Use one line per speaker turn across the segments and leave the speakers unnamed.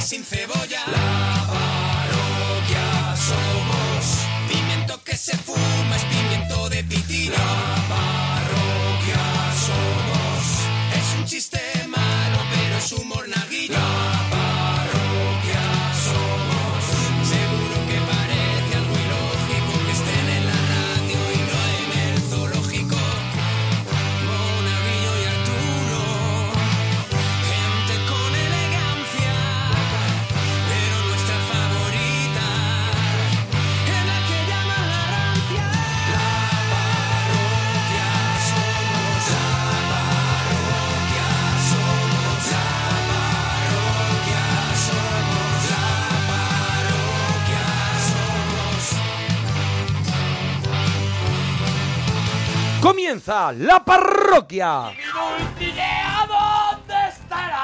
sin cebolla. La parroquia somos. Pimiento que se fuma es pimiento de pitina. La parroquia somos. Es un chiste malo, pero es humor naguillo. La parroquia somos. Seguro que parece algo ilógico que estén en la radio y no en el zoológico. Monaguillo y Arturo. Gente con elegancia, pero nuestra favorita es la que llaman la rancia. La parroquia somos, la parroquia somos, la parroquia somos, la parroquia somos.
Comienza la parroquia.
¡Dulcinea, ¿dónde estará?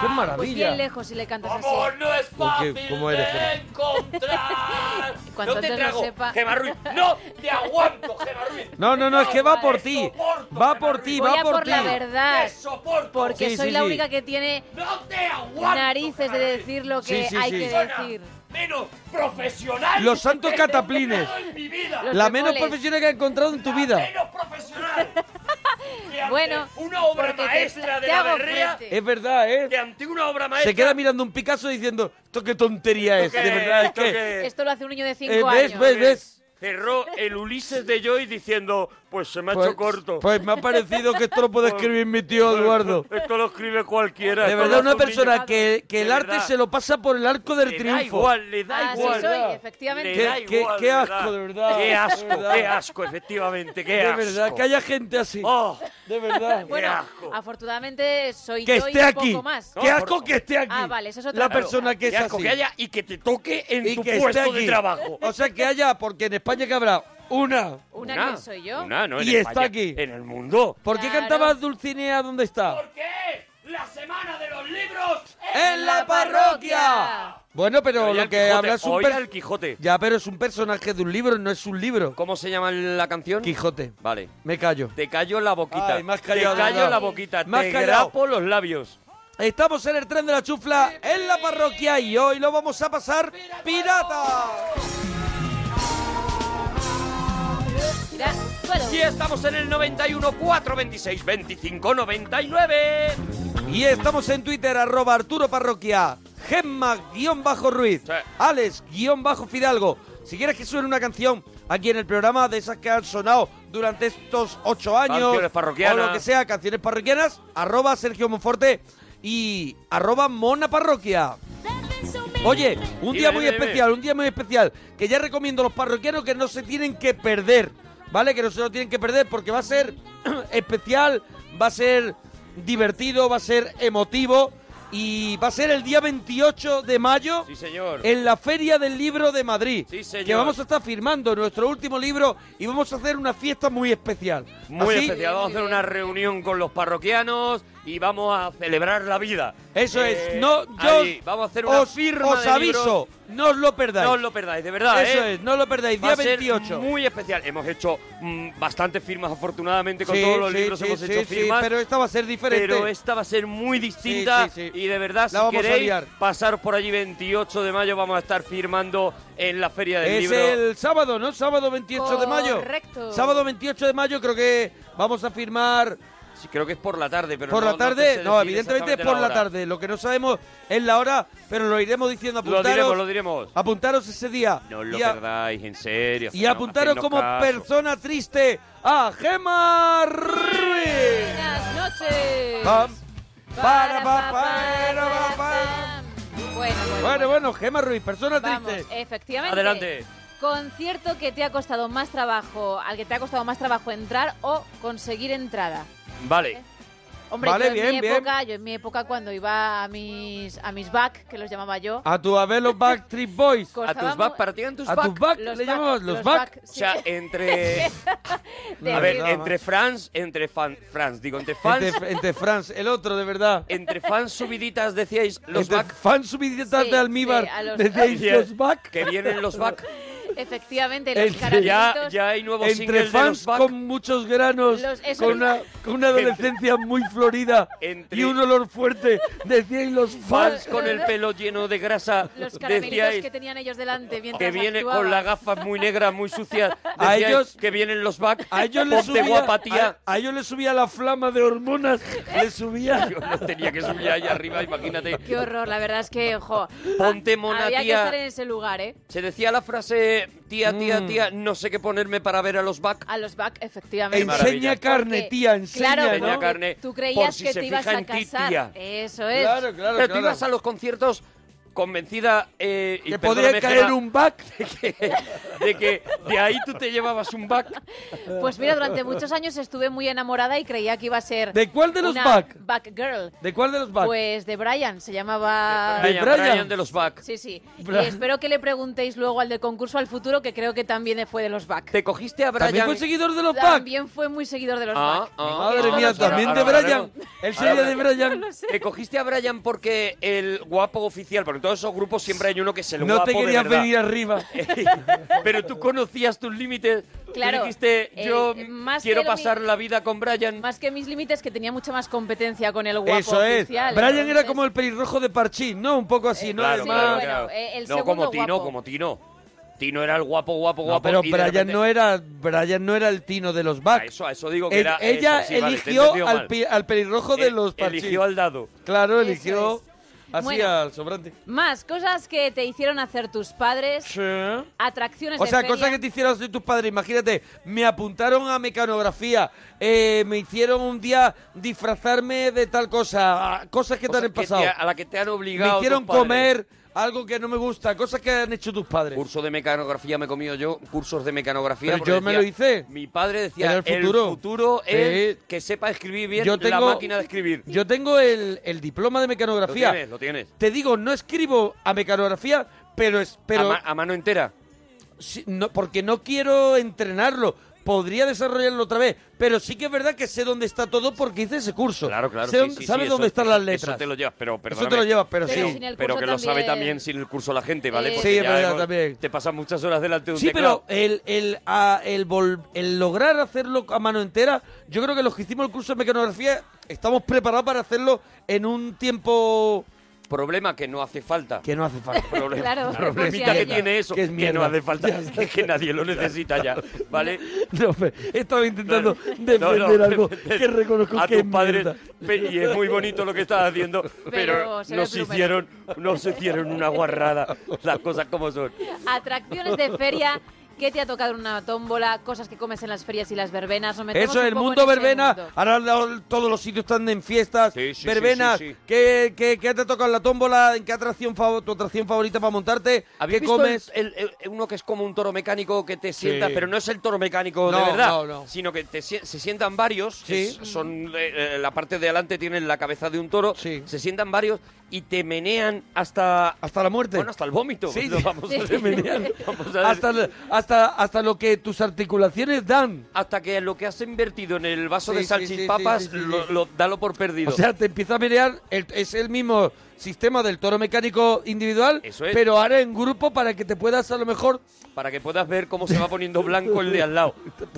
¡Qué maravilla!
Pues bien lejos si le cantas así.
Amor, no es
Uy,
fácil
qué- ¿Cómo eres?
de
Gemma?
encontrar.
Cuanto
no te
antes lo
trago,
sepa.
Gemma Ruiz. No te aguanto, Gemma Ruiz.
No, no, no, es que va por ti.
soporto,
Va
Gemma
por
Ruiz.
ti,
Voy
va
a
por
por
ti.
la verdad.
Te soporto.
Porque
Sí,
soy
sí,
la
sí.
única que tiene
No te aguanto.
narices de
Gemma Ruiz.
decir lo
Sí,
que
sí,
hay
sí.
que
Persona
decir.
Menos profesional.
Los santos
que he
cataplines.
encontrado en mi vida.
Los
La menos
frijoles.
profesional que has encontrado en tu vida.
Menos profesional. que ante
Bueno,
Una obra
porque te
maestra
pla-
de
te
la
hago
berrea.
frente.
Es verdad,
Que
¿eh?
ante una obra maestra.
Se queda mirando un Picasso diciendo, esto qué tontería es.
Esto
De
que-
verdad, es
esto
que...
que-
Esto lo hace un niño de 5
Eh, ¿Ves,
años.
ves, ves?
Cerró el Ulises de Joy diciendo, pues se me ha
Pues,
hecho corto. Pues,
pues me ha parecido que esto lo puede escribir mi tío Eduardo.
Esto lo escribe cualquiera.
De
esto
verdad,
lo
una
hace un
persona
niño.
que, que el
De
arte
verdad.
se lo pasa por el arco del
Le da
triunfo.
igual, le da
Así
igual.
Ah, soy,
Le
efectivamente.
Qué-
da
qué-
igual,
qué asco, de verdad.
Qué
De
asco,
verdad.
qué asco, efectivamente, qué
De
asco.
verdad, que haya gente así.
Oh,
De verdad.
Bueno,
asco.
afortunadamente soy
Que
yo
esté
y
aquí.
poco más.
Qué
No,
asco
por-
que esté aquí.
Ah, vale, eso es otra
La
cosa.
persona que
qué
es
asco
así.
que haya y que te toque en
y
tu
que esté
puesto
aquí.
de trabajo.
O sea, que haya, porque en España que habrá una.
Una, que soy yo.
Una, no, en
Y está
España,
aquí.
En el mundo.
¿Por qué
Claro.
cantabas Dulcinea dónde está?
Porque es la semana de los libros.
¡En la parroquia! Bueno, pero
Oye,
lo
al
que
Quijote,
habla es un
oye
per-
al Quijote.
Ya, pero es un personaje de un libro, no es un libro.
¿Cómo se llama la canción?
Quijote.
Vale.
Me callo.
Te callo la boquita.
Ay, me has callado,
te callo
Dana.
la boquita.
Me has
te
callado.
grapo los labios.
Estamos en el tren de la chufla en la parroquia y hoy lo vamos a pasar pirata.
Mira, bueno,
Y estamos en el 91 426 25 99.
Y estamos en Twitter, arroba Arturo Parroquia, Gemma-Ruiz,
Sí.
Alex-Fidalgo. Si quieres que suene una canción aquí en el programa de esas que han sonado durante estos ocho años,
Canciones
o
parroquianas.
lo que sea, canciones parroquianas, arroba Sergio Monforte y arroba Mona Parroquia. Oye, un
Dime,
día muy
dime, dime.
especial, un día muy especial, que ya recomiendo a los parroquianos que no se tienen que perder, ¿vale? Que no se lo tienen que perder porque va a ser especial, va a ser divertido, va a ser emotivo y va a ser el día 28 de mayo
Sí, señor.
en la Feria del Libro de Madrid,
Sí, señor.
que vamos a estar firmando nuestro último libro y vamos a hacer una fiesta muy especial.
Muy
Así-
especial. Vamos a hacer una reunión con los parroquianos y vamos a celebrar la vida.
Eso
Eh,
es, no, yo
ahí, Vamos a hacer una
os,
firma
os
de
aviso,
libros.
no os lo perdáis.
No os lo perdáis, de verdad,
Eso
¿eh?
es, no lo perdáis,
Va
día
a ser
28.
muy especial. Hemos hecho mm, bastantes firmas, afortunadamente, con
Sí,
todos los
sí,
libros
sí,
hemos
sí,
hecho
sí,
firmas.
pero esta va a ser diferente.
Pero esta va a ser muy distinta
Sí, sí, sí.
y de verdad,
La
si
vamos a
queréis
liar.
pasaros por allí 28 de mayo, vamos a estar firmando en la Feria del
es
Libro.
el sábado, ¿no? Sábado 28 de mayo.
Correcto.
Sábado 28 de mayo creo que vamos a firmar
Sí, creo que es por la tarde, pero
por
no-
la
no te
tarde.
sé
No,
decir
evidentemente es
exactamente
por la,
hora.
tarde. Lo que no sabemos es la hora, pero lo iremos diciendo.
Lo
Apuntaros,
diremos, lo diremos.
apuntaros ese día.
No os lo
y, a-
perdáis, en serio.
y
no,
apuntaros
hacednos
como
caso.
persona triste a Gemma Ruiz.
buenas noches.
Pam, para,
Para,
pa,
pa,
para,
para,
pa, para.
Bueno, bueno,
Bueno, bueno, Gemma Ruiz, persona
Vamos, eh.
triste.
efectivamente.
Adelante.
Concierto que te ha costado más trabajo, al que te ha costado más trabajo entrar o conseguir entrada.
Vale.
Hombre,
Vale,
yo en
bien,
mi
bien.
época, yo en mi época cuando iba a mis a mis back, que los llamaba yo,
A tu Abel los Backstreet Boys.
A
costaba
tus
mu-
back, partían tus
A
back.
tus back,
los
le
back,
llamamos los,
los
back.
back.
O
sí.
sea, entre.
De
a ver,
decir-
entre fans, entre fan, fans, digo, entre fans,
Entre, entre Franz, el otro, de verdad.
entre fans subiditas decíais los
Entre
back.
fan subiditas
Sí,
de almíbar.
sí, a los-
decíais los back.
Que vienen los back.
Efectivamente, los
Entre-
caramelitos.
ya hay nuevo
Entre
single de
fans
los Back.
con muchos granos,
Los- eso
con,
no-
una, con una adolescencia muy florida
Entre-
y un olor fuerte, decíais los
Fans
fans.
con el pelo lleno de grasa.
Los caramelitos
Decíais
que tenían ellos delante mientras
que viene
actuaban.
con las gafas muy negras, muy sucias.
A
Decíais
ellos-
que vienen los back.
A ellos les
Ponte
subía,
guapa, tía.
a- a ellos les subía la flama de hormonas, les subía.
Yo los tenía que subir allá arriba, imagínate.
Qué horror, la verdad es que, ojo.
Ponte mona,
Había que
tía.
estar en ese lugar, ¿eh?
Se decía la frase, tía, tía,
Mm.
tía, no sé qué ponerme para ver a los back.
A los back, efectivamente.
Enseña
maravilla.
carne,
Porque,
tía, enseña,
claro,
Enseña
¿no?
carne.
Tú
por
creías
si
que
se
te ibas
fija
a
en ti,
casar.
tía.
Eso es.
Claro, claro,
Pero tú
claro.
ibas a los conciertos convencida eh, y
Que
perdóname,
podría caer
Gema,
un back.
de que de ahí tú te llevabas un back.
Pues mira, durante muchos años estuve muy enamorada y creía que iba a ser.
¿De cuál de los
una
back?
Back girl.
¿De cuál de los back?
Pues de Brian, se llamaba.
De
Brian,
Brian.
Brian Ah, de los back.
Sí, sí.
Bra-
Y espero que le preguntéis luego al del concurso al futuro, que creo que también fue de los back.
Te cogiste a
¿También
Brian.
fue seguidor de los back?
También fue muy seguidor de los
Ah,
back.
ah.
Madre
Esto
mía,
no sé.
también de
Ahora
Brian.
hablaremos.
El
Ahora
sello de Brian.
Te cogiste a Brian porque el guapo oficial, porque en todos esos grupos siempre hay uno que es el
No
guapo
te
de
querías
verdad.
venir arriba.
Pero tú conocías tus límites. Tú
Claro,
dijiste,
eh,
yo
más
quiero
que lo mi-
pasar la vida con Brian.
Más que mis límites, que tenía mucha más competencia con el guapo
Eso es.
oficial,
Brian era
entonces-
como el pelirrojo de Parchín, ¿no? Un poco así, ¿no?
Eh, Claro,
El
Sí,
más-
claro,
bueno,
claro.
eh, el
no,
segundo
como Tino,
guapo.
como Tino. Tino era el guapo, guapo,
No,
guapo.
pero
y de
Brian
repente-
no era Brian no era el tino de los
A
back.
pues, eso, a eso digo que
El-
era.
ella
eso, sí, vale, te he
eligió
entendido
al,
mal.
pi- al pelirrojo de
El-
los Parchín.
Eligió al dado.
Claro,
Eso
eligió
es.
así
Bueno.
al sobrante.
Más cosas que te hicieron hacer tus padres, atracciones
O
de
sea,
feria.
cosas que te hicieron hacer tus padres. Imagínate, me apuntaron a mecanografía, eh, me hicieron un día disfrazarme de tal cosa, ah, cosas que
Cosas
te han
que
pasado.
te- a la que te han obligado.
me
tus
hicieron
padres.
comer algo que no me gusta, cosas que han hecho tus padres.
Curso de mecanografía me he comido yo, cursos de mecanografía.
Pero
porque
yo me lo hice.
Mi padre decía,
Era el futuro".
futuro es
Sí.
que sepa escribir bien
Yo
la
tengo-
máquina de escribir.
Yo tengo el, el diploma de
Lo
mecanografía.
tienes, lo tienes.
Te digo, no escribo a mecanografía, pero es,
a,
pero
ma- a mano entera.
sí, no, porque no quiero entrenarlo. Podría desarrollarlo otra vez, pero sí que es verdad que sé dónde está todo porque hice ese curso.
Claro, claro.
Sé
sí,
dónde-
sí, sí,
sabes
eso-
dónde están las
eso
letras.
te lo llevas, pero
Eso
perdóname.
te lo llevas, pero,
Pero
sí.
sin el
Pero que
curso
lo sabe
también.
también sin el curso la gente, ¿vale?
Sí.
Porque
Sí,
ya
es verdad,
hemos-
también.
Te pasas muchas horas delante de un
Sí,
teclado.
pero el, el, a- el vol- el lograr hacerlo a mano entera, yo creo que los que hicimos el curso de mecanografía estamos preparados para hacerlo en un tiempo
Problema que no hace falta.
que no hace falta.
Problema,
Claro,
problemita
sí,
que
sí.
tiene eso,
Que
que,
es mierda.
no hace falta, es que nadie lo necesita ya, ¿vale?
No, hombre, estaba intentando defender
No, no,
algo que reconozco
a
que es
tus padres
mierda.
pe- y es muy bonito lo que estás haciendo, pero,
Pero se ve
nos
plumero.
hicieron, nos hicieron una guarrada, las cosas como son.
Atracciones de feria. ¿Qué te ha tocado en una tómbola? Cosas que comes en las ferias y las verbenas. Nos metemos
Eso,
un
el
poco
mundo
en ese
verbena.
mundo.
Ahora lo- todos los sitios están en fiestas.
Sí, sí, sí,
verbenas.
sí, sí.
¿Qué, qué, qué te ha tocado en la tómbola? ¿En qué atracción fav- tu atracción favorita para montarte?
¿Habéis
¿Qué
visto
comes?
el- el- el- uno que es como un toro mecánico que te sienta, pero no es el toro mecánico
No,
de verdad,
no, no.
sino que te sie- se sientan varios,
Sí.
es- son eh, eh, la parte de adelante tienen la cabeza de un toro,
Sí.
se sientan varios y te menean hasta
Hasta la muerte.
Bueno, hasta el vómito.
Sí,
Lo
sí.
vamos a
Sí.
hacer. Vamos a
hasta,
hacer-
la- hasta, hasta lo que tus articulaciones dan.
hasta que lo que has invertido en el vaso
Sí,
de
sí, sí,
salchipapas,
sí, sí, sí,
lo,
sí.
lo- dalo por perdido.
O sea, te empieza a menear, el- es el mismo sistema del toro mecánico individual,
Eso es.
pero ahora en grupo para que te puedas a lo mejor
para que puedas ver cómo se va poniendo blanco el de al lado.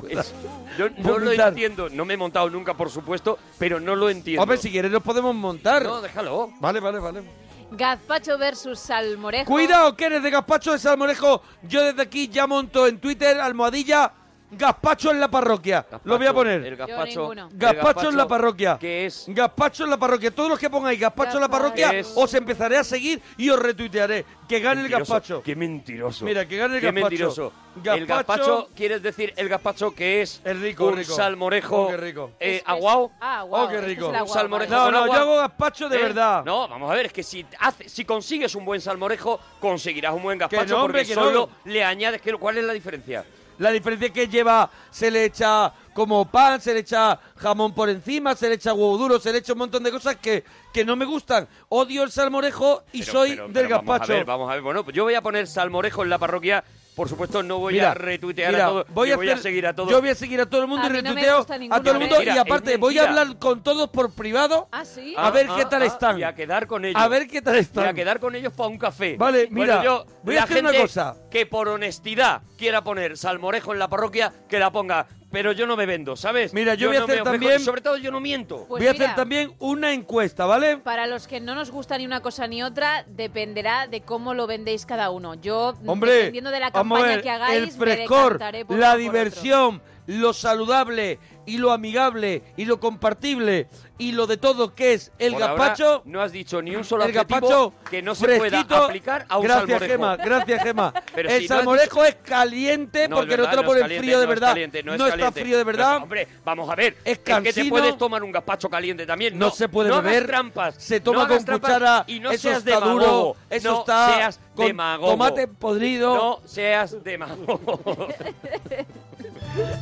Es- yo no lo
vomitar.
entiendo. No me he montado nunca, por supuesto, pero no lo entiendo.
Hombre, si quieres nos podemos montar.
No, déjalo.
Vale, vale, vale.
Gazpacho versus salmorejo.
Cuidado, que eres de gazpacho de salmorejo. Yo desde aquí ya monto en Twitter, almohadilla, gazpacho en la parroquia. lo voy a
Gazpacho,
poner.
El gazpacho.
ninguno.
el
Gazpacho en la parroquia.
Que es
Gazpacho en la parroquia. Todos los que pongáis gazpacho en la parroquia,
Gazpacho.
os empezaré a seguir y os retuitearé. Que gane
Mentiroso,
el gazpacho.
Qué mentiroso.
Mira, que gane el
Qué
gazpacho.
mentiroso.
Gazpacho-
El gazpacho, quieres decir el gazpacho que es
Es rico,
un
rico.
salmorejo
Oh, qué rico.
eh,
Es-
aguao.
Ah, aguao.
Oh, qué
Este es
rico.
el
Un
aguao,
salmorejo.
vale.
No,
con
no, yo
agua.
hago gazpacho de
¿Eh?
verdad.
No, vamos a ver, es que si, hace- si consigues un buen salmorejo, conseguirás un buen
Que
gazpacho
no, hombre,
porque
que no.
solo le añades... Que, ¿Cuál es la diferencia?
La diferencia es que lleva, se le echa como pan, se le echa jamón por encima, se le echa huevo duro, se le echa un montón de cosas que, que no me gustan. Odio el salmorejo y
Pero-
soy
pero-
del
pero Vamos a
gazpacho.
ver, vamos a ver. Bueno, pues yo voy a poner salmorejo en la parroquia Por supuesto, no voy
Mira,
a retuitear
mira,
a todos.
voy
Voy,
a
voy a
hacer-
seguir a todos.
Yo voy a seguir a todo el mundo
A
y
mí no me
retuiteo
gusta
a
ninguno,
todo el
¿eh?
mundo.
Mira,
y
es
aparte, voy a
mentira.
hablar con todos por privado
Ah, sí.
a ver qué tal
ah,
están.
Y a quedar con ellos.
a ver qué tal
Y a
están.
quedar con ellos para un café.
Vale,
Bueno,
mira,
yo,
voy a
la
hacer una
gente
cosa.
Que por honestidad quiera poner salmorejo en la parroquia, que la ponga. Pero yo no me vendo, ¿sabes?
Mira, yo voy a
no
hacer
me ofrezco y
también-
sobre todo, yo no miento.
Pues
voy a
mira,
hacer también una encuesta, ¿vale?
Para los que no nos gusta ni una cosa ni otra, dependerá de cómo lo vendéis cada uno. Yo,
Hombre,
dependiendo de la
vamos a
campaña
ver,
que hagáis,
el
me
frescor,
decantaré por uno
la
o por otro.
diversión, lo saludable y lo amigable y lo compartible y lo de todo que es el
Por ahora
gazpacho.
no has dicho ni un solo
el
adjetivo
gazpacho
que no se
fresquito.
pueda aplicar a un
gracias,
salmorejo.
Gema, gracias, Gema.
Pero
el
si no has
salmorejo es caliente
No, es
porque no
verdad,
te lo
es
ponen
caliente,
frío de
no es
verdad.
caliente, no es
está
caliente.
frío de
No es-
verdad.
hombre, vamos a ver.
Es
que te
cansino.
puedes tomar un gazpacho caliente también.
No
No,
se puede
no hagas
beber,
trampas.
se toma
no hagas
con
trampas
cuchara,
Y no
eso
seas
está duro,
demagogo.
eso
no
está
seas
con
demagogo.
tomate podrido.
No seas demagogo.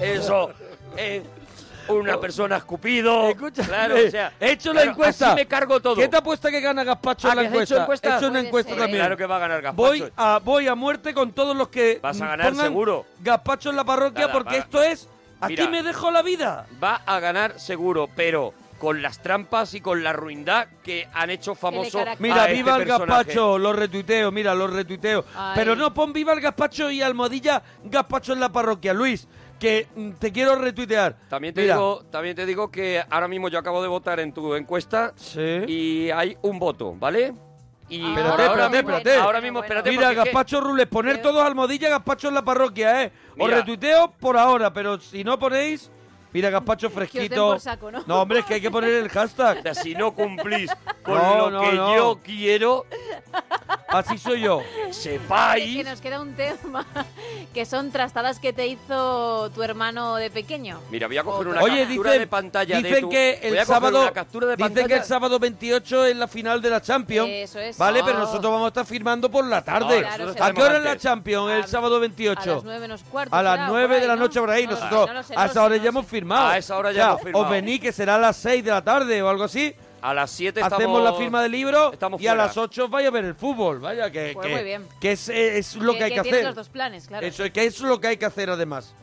eso es una persona escupido.
Escucha,
claro,
eh,
o sea,
he hecho la
claro,
encuesta.
Así me cargo todo.
¿Qué te apuesta que gana Gazpacho
Ah,
en la
¿que has hecho
encuesta?
encuesta?
He hecho una
Puede
encuesta
ser.
también.
Claro que va a ganar gazpacho.
Voy a, voy a muerte con todos los que
Vas a
mm,
ganar
pongan
seguro.
Gazpacho en la parroquia
Nada,
porque
va-
esto es aquí
Mira.
me dejo la vida.
va a ganar seguro, pero con las trampas y con la ruindad que han hecho famoso.
caracteriza.
Mira,
a este
viva el
personaje.
gazpacho, lo retuiteo, mira, lo retuiteo.
Ay.
Pero no pon viva el gazpacho y almohadilla gazpacho en la parroquia, Luis, que mm, te quiero retuitear.
También te,
Mira.
digo, también te digo que ahora mismo yo acabo de votar en tu encuesta
Sí.
y hay un voto, ¿vale? Y
Ah,
Espérate,
por ahora
espérate,
mismo-
espérate.
Ahora mismo, espérate.
Mira,
porque es que-
Gazpacho Rules, poner todos almohadilla Gazpacho en la parroquia, ¿eh? Os
Mira.
retuiteo por ahora, pero si no ponéis... Mira, Gazpacho
os den
fresquito.
por saco, ¿no?
hombre, es que hay que poner el
o
hashtag.
sea, si no cumplís con
No,
lo
no,
que
no.
yo quiero,
Así soy yo.
Que
sepáis.
nos queda un tema, que son trastadas que te hizo tu hermano de pequeño.
Mira, voy a coger una
Oye,
captura
dicen,
de pantalla de
dicen
tu-
que
voy a
el
coger
sábado
una captura de
dicen que
pantalla.
el sábado 28 es la final de la Champions.
Eso es.
Vale, pero
Ah.
nosotros vamos a estar firmando por la tarde.
Claro, nosotros
¿A qué hora es la
antes.
Champions?
A-
El sábado
A las
28.
9 menos cuarto.
A
será,
las
por
9 de
ahí,
la
¿no?
noche por ahí,
No lo sé,
nosotros.
no lo sé, no
a
lo
esa
sé,
hora
no
ya
lo
hemos
sé.
firmado.
A esa hora ya
O sea,
hemos firmado.
Os venís, que será a las 6 de la tarde o algo así.
A las 7
Hacemos
estamos...
la firma del libro
estamos
y a
fuera.
las 8 vais a ver el fútbol. Vaya, que,
Pues
que-
muy bien.
que es, es lo que, hay que
tienes
hacer.
los dos planes, claro.
Eso es que es lo que hay que hacer además.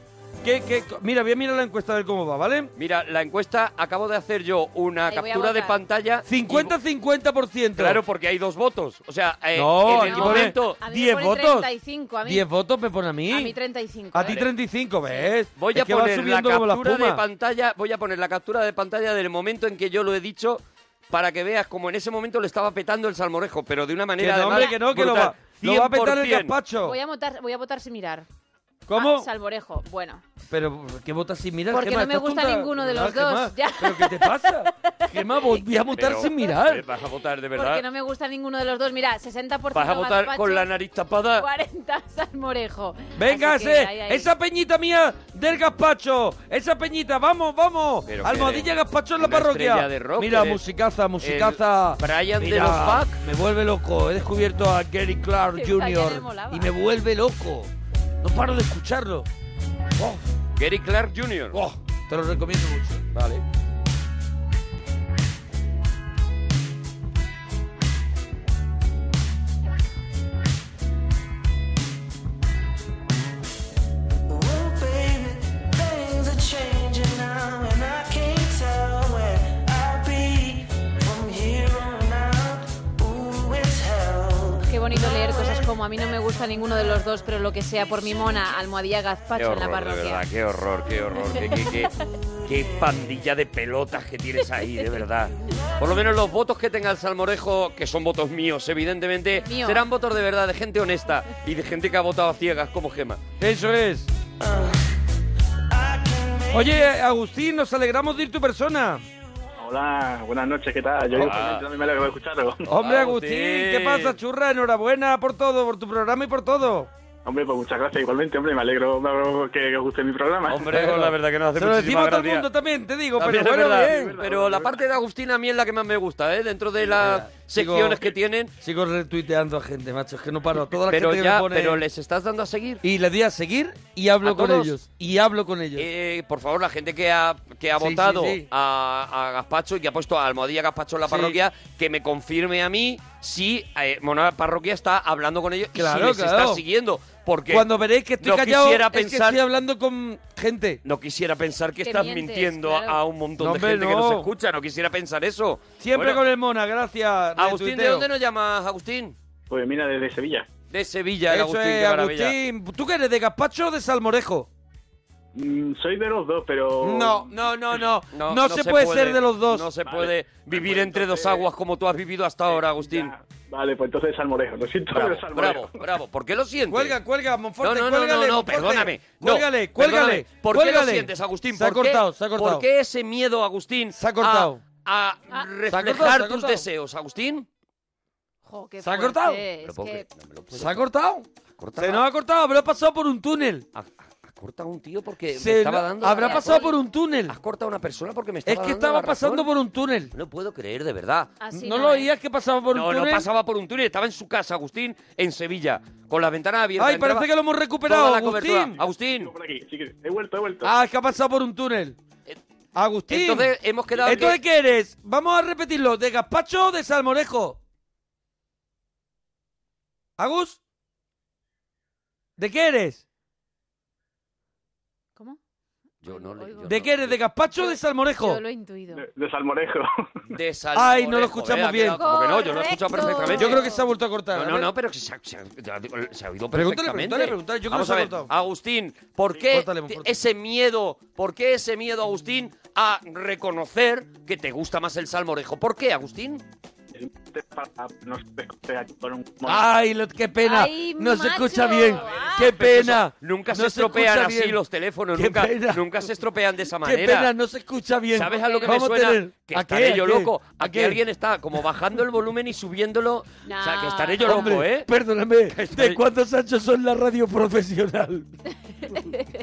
Que, que, mira, voy a mirar la encuesta a ver cómo va, ¿vale?
Mira, la encuesta acabo de hacer yo una
Ahí voy a
captura de
votar.
pantalla. y-
50-50%.
Claro, porque hay dos votos. O sea, eh, en
No,
el
aquí
No,
pone
momento.
a mí me
10
pone
votos.
35, a mí.
10 votos me pone a mí.
A mí 35.
A
¿eh?
ti 35, ¿ves?
Voy
Es
a
que va
poner la
subiendo como la
captura de
espuma.
pantalla. Voy a poner la captura de pantalla del momento en que yo lo he dicho para que veas como en ese momento le estaba petando el salmorejo, pero de una
Que
manera
no,
además
hombre, que no, que lo va,
brutal.
lo va a petar el
100%.
gazpacho.
Voy a, votar, voy a votar sin mirar.
¿Cómo?
Ah, salmorejo. Bueno,
Pero, ¿qué votas sin mirar?
Porque
Gemma?
no me
¿Estás
gusta
tonta?
ninguno de
¿Verdad,
los dos,
Gemma?
ya.
¿Pero qué te pasa? Gemma, vo- voy a votar
Pero,
sin
eh,
mirar.
Vas a votar de
porque
verdad.
no me gusta ninguno de los dos. Mira, 60%
Vas a votar
gazpacho,
con la nariz tapada.
40 salmorejo.
Venga,
Así que
ese-
ahí, ahí.
esa peñita mía del gazpacho. Esa peñita, vamos, vamos.
Pero que
Almohadilla
eres
gazpacho en la
una
parroquia.
estrella de rock,
Mira,
eres
musicaza, musicaza.
el Brian de
Mira,
los Pack.
Me vuelve loco. He descubierto a Gary Clark
Esta ya me
Jr.
molaba.
Y me vuelve loco. No paro de escucharlo. Oh,
Gary Clark Jr.
oh, te lo recomiendo mucho.
Vale.
Oh baby, things are changing now, and I can't tell where I'll be from here on out. Ooh, it's hell.
Qué bonito leer cosas como a mí no me gusta ninguno de los dos, pero lo que sea por mi mona, almohadilla
Qué
gazpacho en
horror,
la
de
parroquia.
verdad, qué horror, qué horror. Qué, qué- qué- qué pandilla de pelotas que tienes ahí, de verdad. Por lo menos los votos que tenga el Salmorejo, que son votos míos, evidentemente,
Mío.
serán votos de verdad, de gente honesta y de gente que ha votado a ciegas como Gema.
Eso es.
Ah.
Oye, Agustín, nos alegramos de ir tu persona.
Hola, buenas noches, ¿qué tal? Yo digo,
Hola.
yo también me alegro de escucharos.
Hombre, Agustín,
Agustín.
¿qué pasa, churra? Enhorabuena por todo, por tu programa y por todo.
Hombre, pues muchas gracias igualmente, hombre, me alegro, me alegro que os guste mi programa.
Hombre, la verdad que nos hace
Se lo
muchísima
decimos a todo el
gracia.
mundo también, te digo,
También
pero
es
bueno,
verdad,
bien.
pero la parte de Agustín a mí es la que más me gusta, ¿eh? dentro de las
Sigo-
secciones que tienen.
Sigo retuiteando a gente, macho, es que no paro. Toda la
Pero
gente
ya,
que me pone...
pero les estás dando a seguir.
Y le di a seguir y hablo
¿A
con
todos?
ellos. Y hablo con ellos.
Eh, por favor, la gente que ha, que ha
Sí,
votado
sí, sí.
A, a Gazpacho y que ha puesto a Almohadilla Gazpacho en la
Sí.
parroquia, que me confirme a mí si eh, Mona Parroquia está hablando con ellos y
Claro,
si les
claro.
está siguiendo. porque
Cuando veréis que estoy
no
callado,
quisiera
es que
pensar-
estoy hablando con gente.
no quisiera pensar que
Te
estás
mientes,
mintiendo
claro.
a un montón
No,
de
hombre,
gente que nos
no.
escucha. No quisiera pensar eso.
Siempre
Bueno,
con el mona, gracias.
Agustín, ¿de
retuiteo.
dónde nos llamas, Agustín?
Pues mira, desde Sevilla.
De Sevilla, el
Eso
Agustín,
es,
qué maravilla.
Agustín. ¿Tú qué eres, de gazpacho o de salmorejo?
Mm, soy de los dos, pero...
No, no, no, no. No, se, puede, ser de los dos.
No se
Vale.
puede vivir
Pues
entre dos
entonces- eh,
aguas como tú has vivido hasta ahora, Agustín.
Ya, Vale, pues entonces salmorejo. Lo siento,
Bravo,
pero salmorejo.
bravo, bravo. ¿Por qué lo sientes?
Cuelga, cuelga, Monforte,
no, no, no,
cuélgale,
no, no,
Monforte.
perdóname. No,
Cuélgale, cuélgale,
perdóname. ¿Por qué lo
cuélgale.
sientes, Agustín?
Se ha
¿Por qué-
cortado, se ha cortado.
¿Por qué ese miedo, Agustín,
Se ha cortado.
a, a
Ah.
Se ha
reflejar
cortado, se ha
tus
cortado.
deseos, Agustín?
Jo, qué
¿Se ha
fuerte,
cortado?
es
Pero porque-
que-
no me lo puedo
¿Se ha
creer.
cortado?
cortado.
Se nos ha cortado, habrá pasado por un túnel.
Ha, ha- ha cortado un tío porque
Se
me estaba
no-
dando...
habrá
la
pasado
razón.
por un túnel.
Has cortado a una persona porque me estaba
Es que
dando
estaba
la
pasando
razón.
por un túnel.
No puedo creer, de verdad.
así
¿No
no
lo
es.
oías que pasaba por un
No, no
túnel?
pasaba por un túnel, estaba en su casa, Agustín, en Sevilla, con las ventanas abiertas.
Ay, parece
entraba
que lo hemos recuperado,
toda la cobertura.
Agustín.
Agustín,
Sigo Por aquí, sí que- he vuelto, he vuelto.
Ah, es que ha pasado por un túnel.
Eh,
Agustín.
entonces hemos quedado que-
¿Entonces qué eres? Vamos a repetirlo. ¿De gazpacho o de salmorejo? ¿Agus? ¿De qué eres?
¿Cómo?
Yo no le- yo
Oigo.
no-
¿De qué eres? ¿De gazpacho o de salmorejo?
Yo lo he intuido.
De, de salmorejo.
de
Ay, no
Salmorejo,
lo escuchamos
¿eh? Ha quedado
bien.
Como que no, yo lo he escuchado
Correcto.
perfectamente.
Yo creo que se ha vuelto a cortar.
No,
A
no,
ver.
no, pero que se ha, se ha- se ha oído perfectamente.
Pregúntale, pregúntale, pregúntale, yo creo
Vamos a
que se ha
ver,
cortado.
Agustín, ¿por qué
Córtale,
te-
Monforte.
ese miedo, por qué ese miedo, Agustín, a reconocer que te gusta más el salmorejo? ¿Por qué, Agustín?
Para- no sé, escuché aquí con un mono.
Ay, lo- qué pena.
Ay,
no se
macho.
escucha bien.
Ah.
Qué
Pero eso,
pena.
nunca se
No
estropean
escucha
así
bien.
los teléfonos,
Qué
nunca,
pena.
nunca se estropean de esa
Qué
manera.
pena, no se escucha bien.
¿Sabes a lo que
Vamos
me
a
suena?
tener-
Que
¿A
estaré
qué?
yo
¿A qué?
loco.
¿A
Aquí
qué?
alguien está como bajando el volumen y subiéndolo. O sea, que estaré yo
Hombre,
loco, ¿eh?
Perdóname,
estoy-
¿de cuántos años son la radio profesional?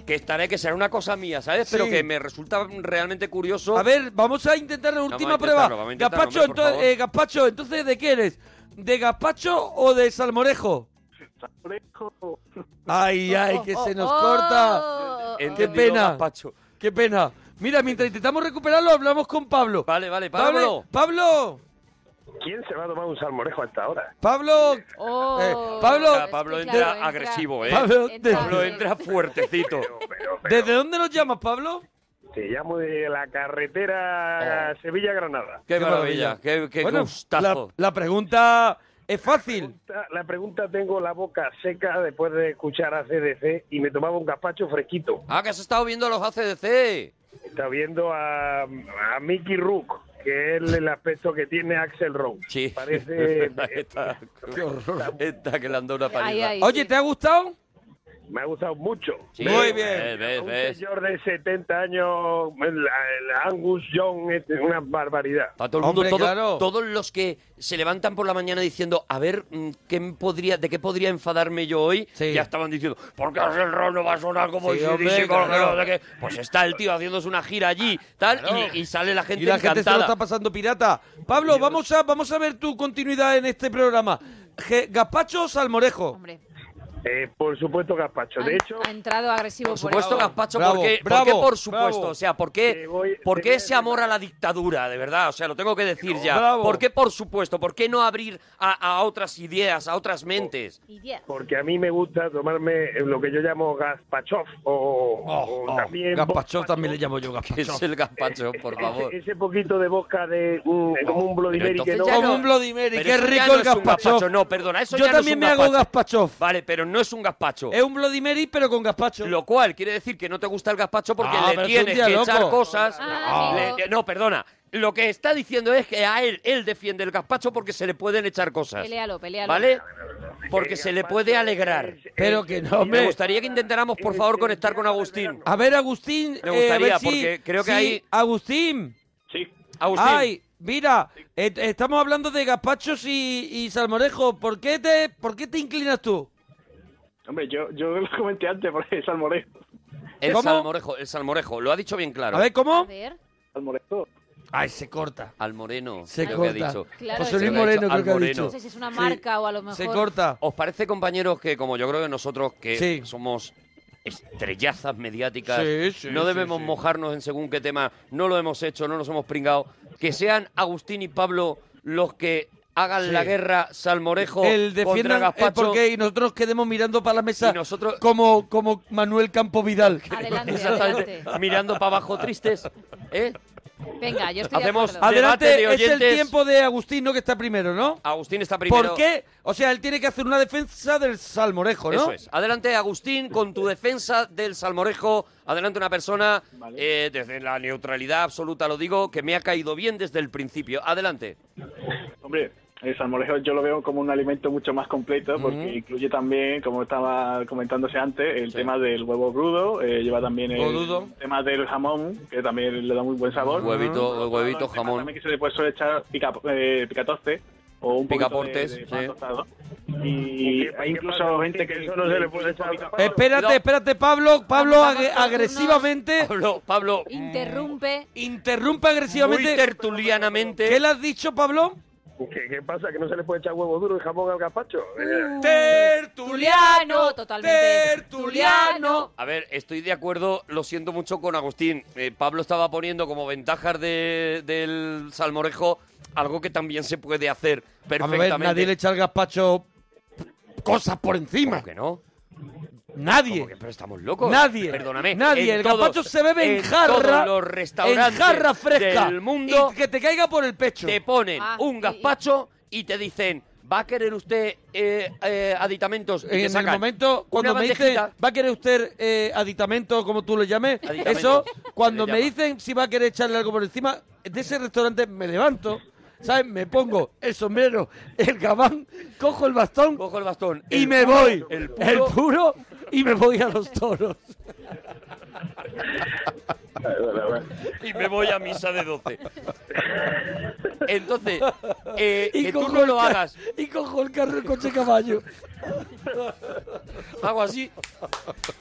Que estaré, que será una cosa mía, ¿sabes? Pero
Sí.
que me resulta realmente curioso.
A ver, vamos a intentar la
Vamos a
última
intentarlo,
prueba.
vamos a intentarlo,
Gazpacho,
hombre, por
ento-
favor.
eh, Gazpacho, entonces, ¿de qué eres? ¿De gazpacho o de salmorejo?
Salmorejo.
Ay, ay, que
Oh,
se nos
oh,
corta.
oh, oh,
Entendido,
qué pena.
gazpacho.
Qué pena. Mira, mientras intentamos recuperarlo, hablamos con Pablo.
Vale, vale,
Vale,
Pablo.
Pablo.
¿Quién se va a tomar un salmorejo hasta ahora?
Pablo.
oh.
Eh, Pablo-
Es que,
Pablo
claro,
entra agresivo, ¿eh?
Pablo entra-
Pablo entra fuertecito.
¿Desde dónde nos llamas, Pablo? Oh.
Te llamo de la carretera Sevilla-Granada.
Qué maravilla, qué, qué
Bueno,
gustazo.
La, la pregunta es fácil.
La pregunta tengo la boca seca después de escuchar a CDC y me tomaba un gazpacho fresquito.
Ah, que has estado viendo a los ACDC.
Está viendo a, a Mickey Rook, que es el aspecto que tiene Axel Rose.
Sí.
Parece.
Esta-
Qué horror.
Esta que le han dado una
Ay,
paliza.
ay,
Oye,
sí.
¿te ha gustado?
me ha gustado mucho.
Sí,
Muy bien.
ves, ves,
un
ves.
señor de 70 años, el, el Angus Young, este, es una barbaridad.
Para todo el mundo,
Hombre,
todo-
claro.
todos los que se levantan por la mañana diciendo, a ver, mm, ¿qué me podría, ¿de qué podría enfadarme yo hoy?
Sí.
Ya estaban diciendo, ¿por qué el rock no va a sonar como
Sí,
si
hombre,
dice, como que
claro.
no sé qué? Pues está el tío haciéndose una gira allí, tal,
Claro.
y, y sale la gente
y la gente se lo
encantada.
está pasando pirata. Pablo, vamos a, vamos a ver tu continuidad en este programa. Ge- ¿Gazpacho o salmorejo?
Hombre,
Eh, por supuesto, Gazpacho.
ha-
De hecho,
ha entrado agresivo
Por supuesto,
eso.
Gazpacho,
Bravo,
¿por qué? ¿por
bravo,
qué por supuesto?
bravo.
O sea, ¿por qué,
Te voy-
por
te
qué
voy a
ese
decir-
amor a la dictadura, de verdad? O sea, lo tengo que decir ya.
Bravo.
¿Por qué por supuesto? ¿Por qué no abrir a, a otras ideas, a otras mentes?
Y diez.
porque a mí me gusta tomarme eh, lo que yo llamo Gazpachov o,
Oh,
o
oh,
también.
gazpacho
vodka.
también le llamo yo
Que
gazpacho.
es el gazpacho,
Eh,
por favor.
Ese, ese poquito de boca de un, como un Bloody
pero
Mary que
entonces
no.
ya
Como un Bloody Mary,
Pero
qué
eso ya
rico
no
el
es un
gazpacho.
No, perdona, eso
Yo
ya no es
también
un
me hago
gazpacho.
gazpacho.
Vale, pero no es un gazpacho.
Es un Bloody Mary, pero con gazpacho.
Lo cual quiere decir que no te gusta el gazpacho porque
Ah,
le
pero es un
tienes
día
que
loco.
echar cosas.
Ah,
Le-
amigo.
le- no, perdona. Lo que está diciendo es que a él, él defiende el gazpacho porque se le pueden echar cosas.
Pues Pelealo, pelealo.
¿Vale? Porque se le puede alegrar.
Pero que no,
Me
hombre.
gustaría que intentáramos, por favor, conectar con Agustín.
A ver, Agustín.
Me
eh, a ver
gustaría,
si-
porque creo que
si-
ahí-
Agustín.
Sí.
Agustín.
Ay, mira, eh, estamos hablando de gazpachos y, y salmorejo. ¿Por qué, te, ¿Por qué te inclinas tú?
Hombre, yo, yo lo comenté antes porque es salmorejo.
El
¿Cómo?
salmorejo, el salmorejo. Lo ha dicho bien claro.
A ver,
A
¿cómo?
ver.
Salmorejo.
Ay, se corta.
Al moreno.
Se
creo que ha
corta.
dicho.
Claro,
José
eso
Luis
lo ha
Moreno
dicho
creo que ha
Al
No
dicho.
Moreno.
sé si es una marca o a lo mejor.
Se corta.
¿Os parece, compañeros, que como yo creo que nosotros que
Sí.
somos estrellazas mediáticas,
Sí, sí,
no
sí,
debemos
sí.
mojarnos en según qué tema, no lo hemos hecho, no nos hemos pringado, que sean Agustín y Pablo los que hagan la guerra Salmorejo
el
contra
defiendan el
Gazpacho.
porqué y nosotros nos quedemos mirando para la mesa como, como Manuel Campo Vidal.
Adelante,
Exactamente.
adelante.
Mirando para abajo tristes. ¿Eh?
Venga, yo estoy
Hacemos-
de acuerdo.
Debate
Adelante,
de
es el
oyentes.
tiempo de Agustín, ¿no? Que está primero, ¿no?
Agustín está primero.
¿Por qué? O sea, él tiene que hacer una defensa del salmorejo, ¿no?
Eso es. Adelante, Agustín, con tu defensa del salmorejo. Adelante, una persona, eh, desde la neutralidad absoluta lo digo, que me ha caído bien desde el principio. Adelante.
Hombre, el salmorejo yo lo veo como un alimento mucho más completo porque
Ujú.
incluye también, como estaba comentándose antes, el tema del huevo crudo, eh, lleva también el
Huevo crudo.
tema del jamón, que también le da muy buen sabor.
Huevito, huevito,
Los demás
jamón.
También que se le puede suele echar pica, eh, picatoste o un poquito
Picaportes,
de- de pan
sí.
tostado. Y hay incluso gente que...
Eso no se le puede echar.
Espérate,
Cuidado.
espérate, Pablo. Pablo
Vamos, vamos
ag-
por
agresivamente
Pablo, Pablo,
Interrumpe.
interrumpe
muy
agresivamente.
tertulianamente.
¿Qué le has dicho, Pablo?
¿Qué, qué pasa? ¿Que no se le puede echar huevo duro y jamón al gazpacho? Eh,
Tertuliano,
totalmente.
Tertuliano.
A ver, estoy de acuerdo, lo siento mucho con Agustín. Eh, Pablo estaba poniendo como ventajas de- del salmorejo algo que también se puede hacer
Vamos a
perfectamente.
ver, nadie le echa al gazpacho cosas por encima.
¿Cómo que no?
Nadie.
¿Cómo que? pero estamos locos.
Nadie.
Perdóname.
Nadie.
En
El
todos-
gazpacho se bebe en, jarra.
todos los restaurantes
en jarra fresca.
del mundo
Y que te caiga por el pecho.
te ponen
Ah, y-
un
y-
gazpacho y te dicen, ¿va a querer usted eh, eh, aditamentos? Y te
en el
sacan
momento cuando
una
me dicen
bandejita.
va a querer usted eh, aditamento como tú lo llames
Aditamento,
eso
se
cuando
le
me
llama.
dicen si va a querer echarle algo por encima de ese restaurante me levanto ¿sabes? me pongo el sombrero el gabán cojo el bastón
Cojo el bastón.
y
el
me
puro,
voy
El
el
puro.
puro. y me voy a los toros
y me voy a misa de 12. Entonces, eh,
y
que tú
cojo
no
el
lo
ca-
hagas,
y cojo el carro el coche caballo
hago así,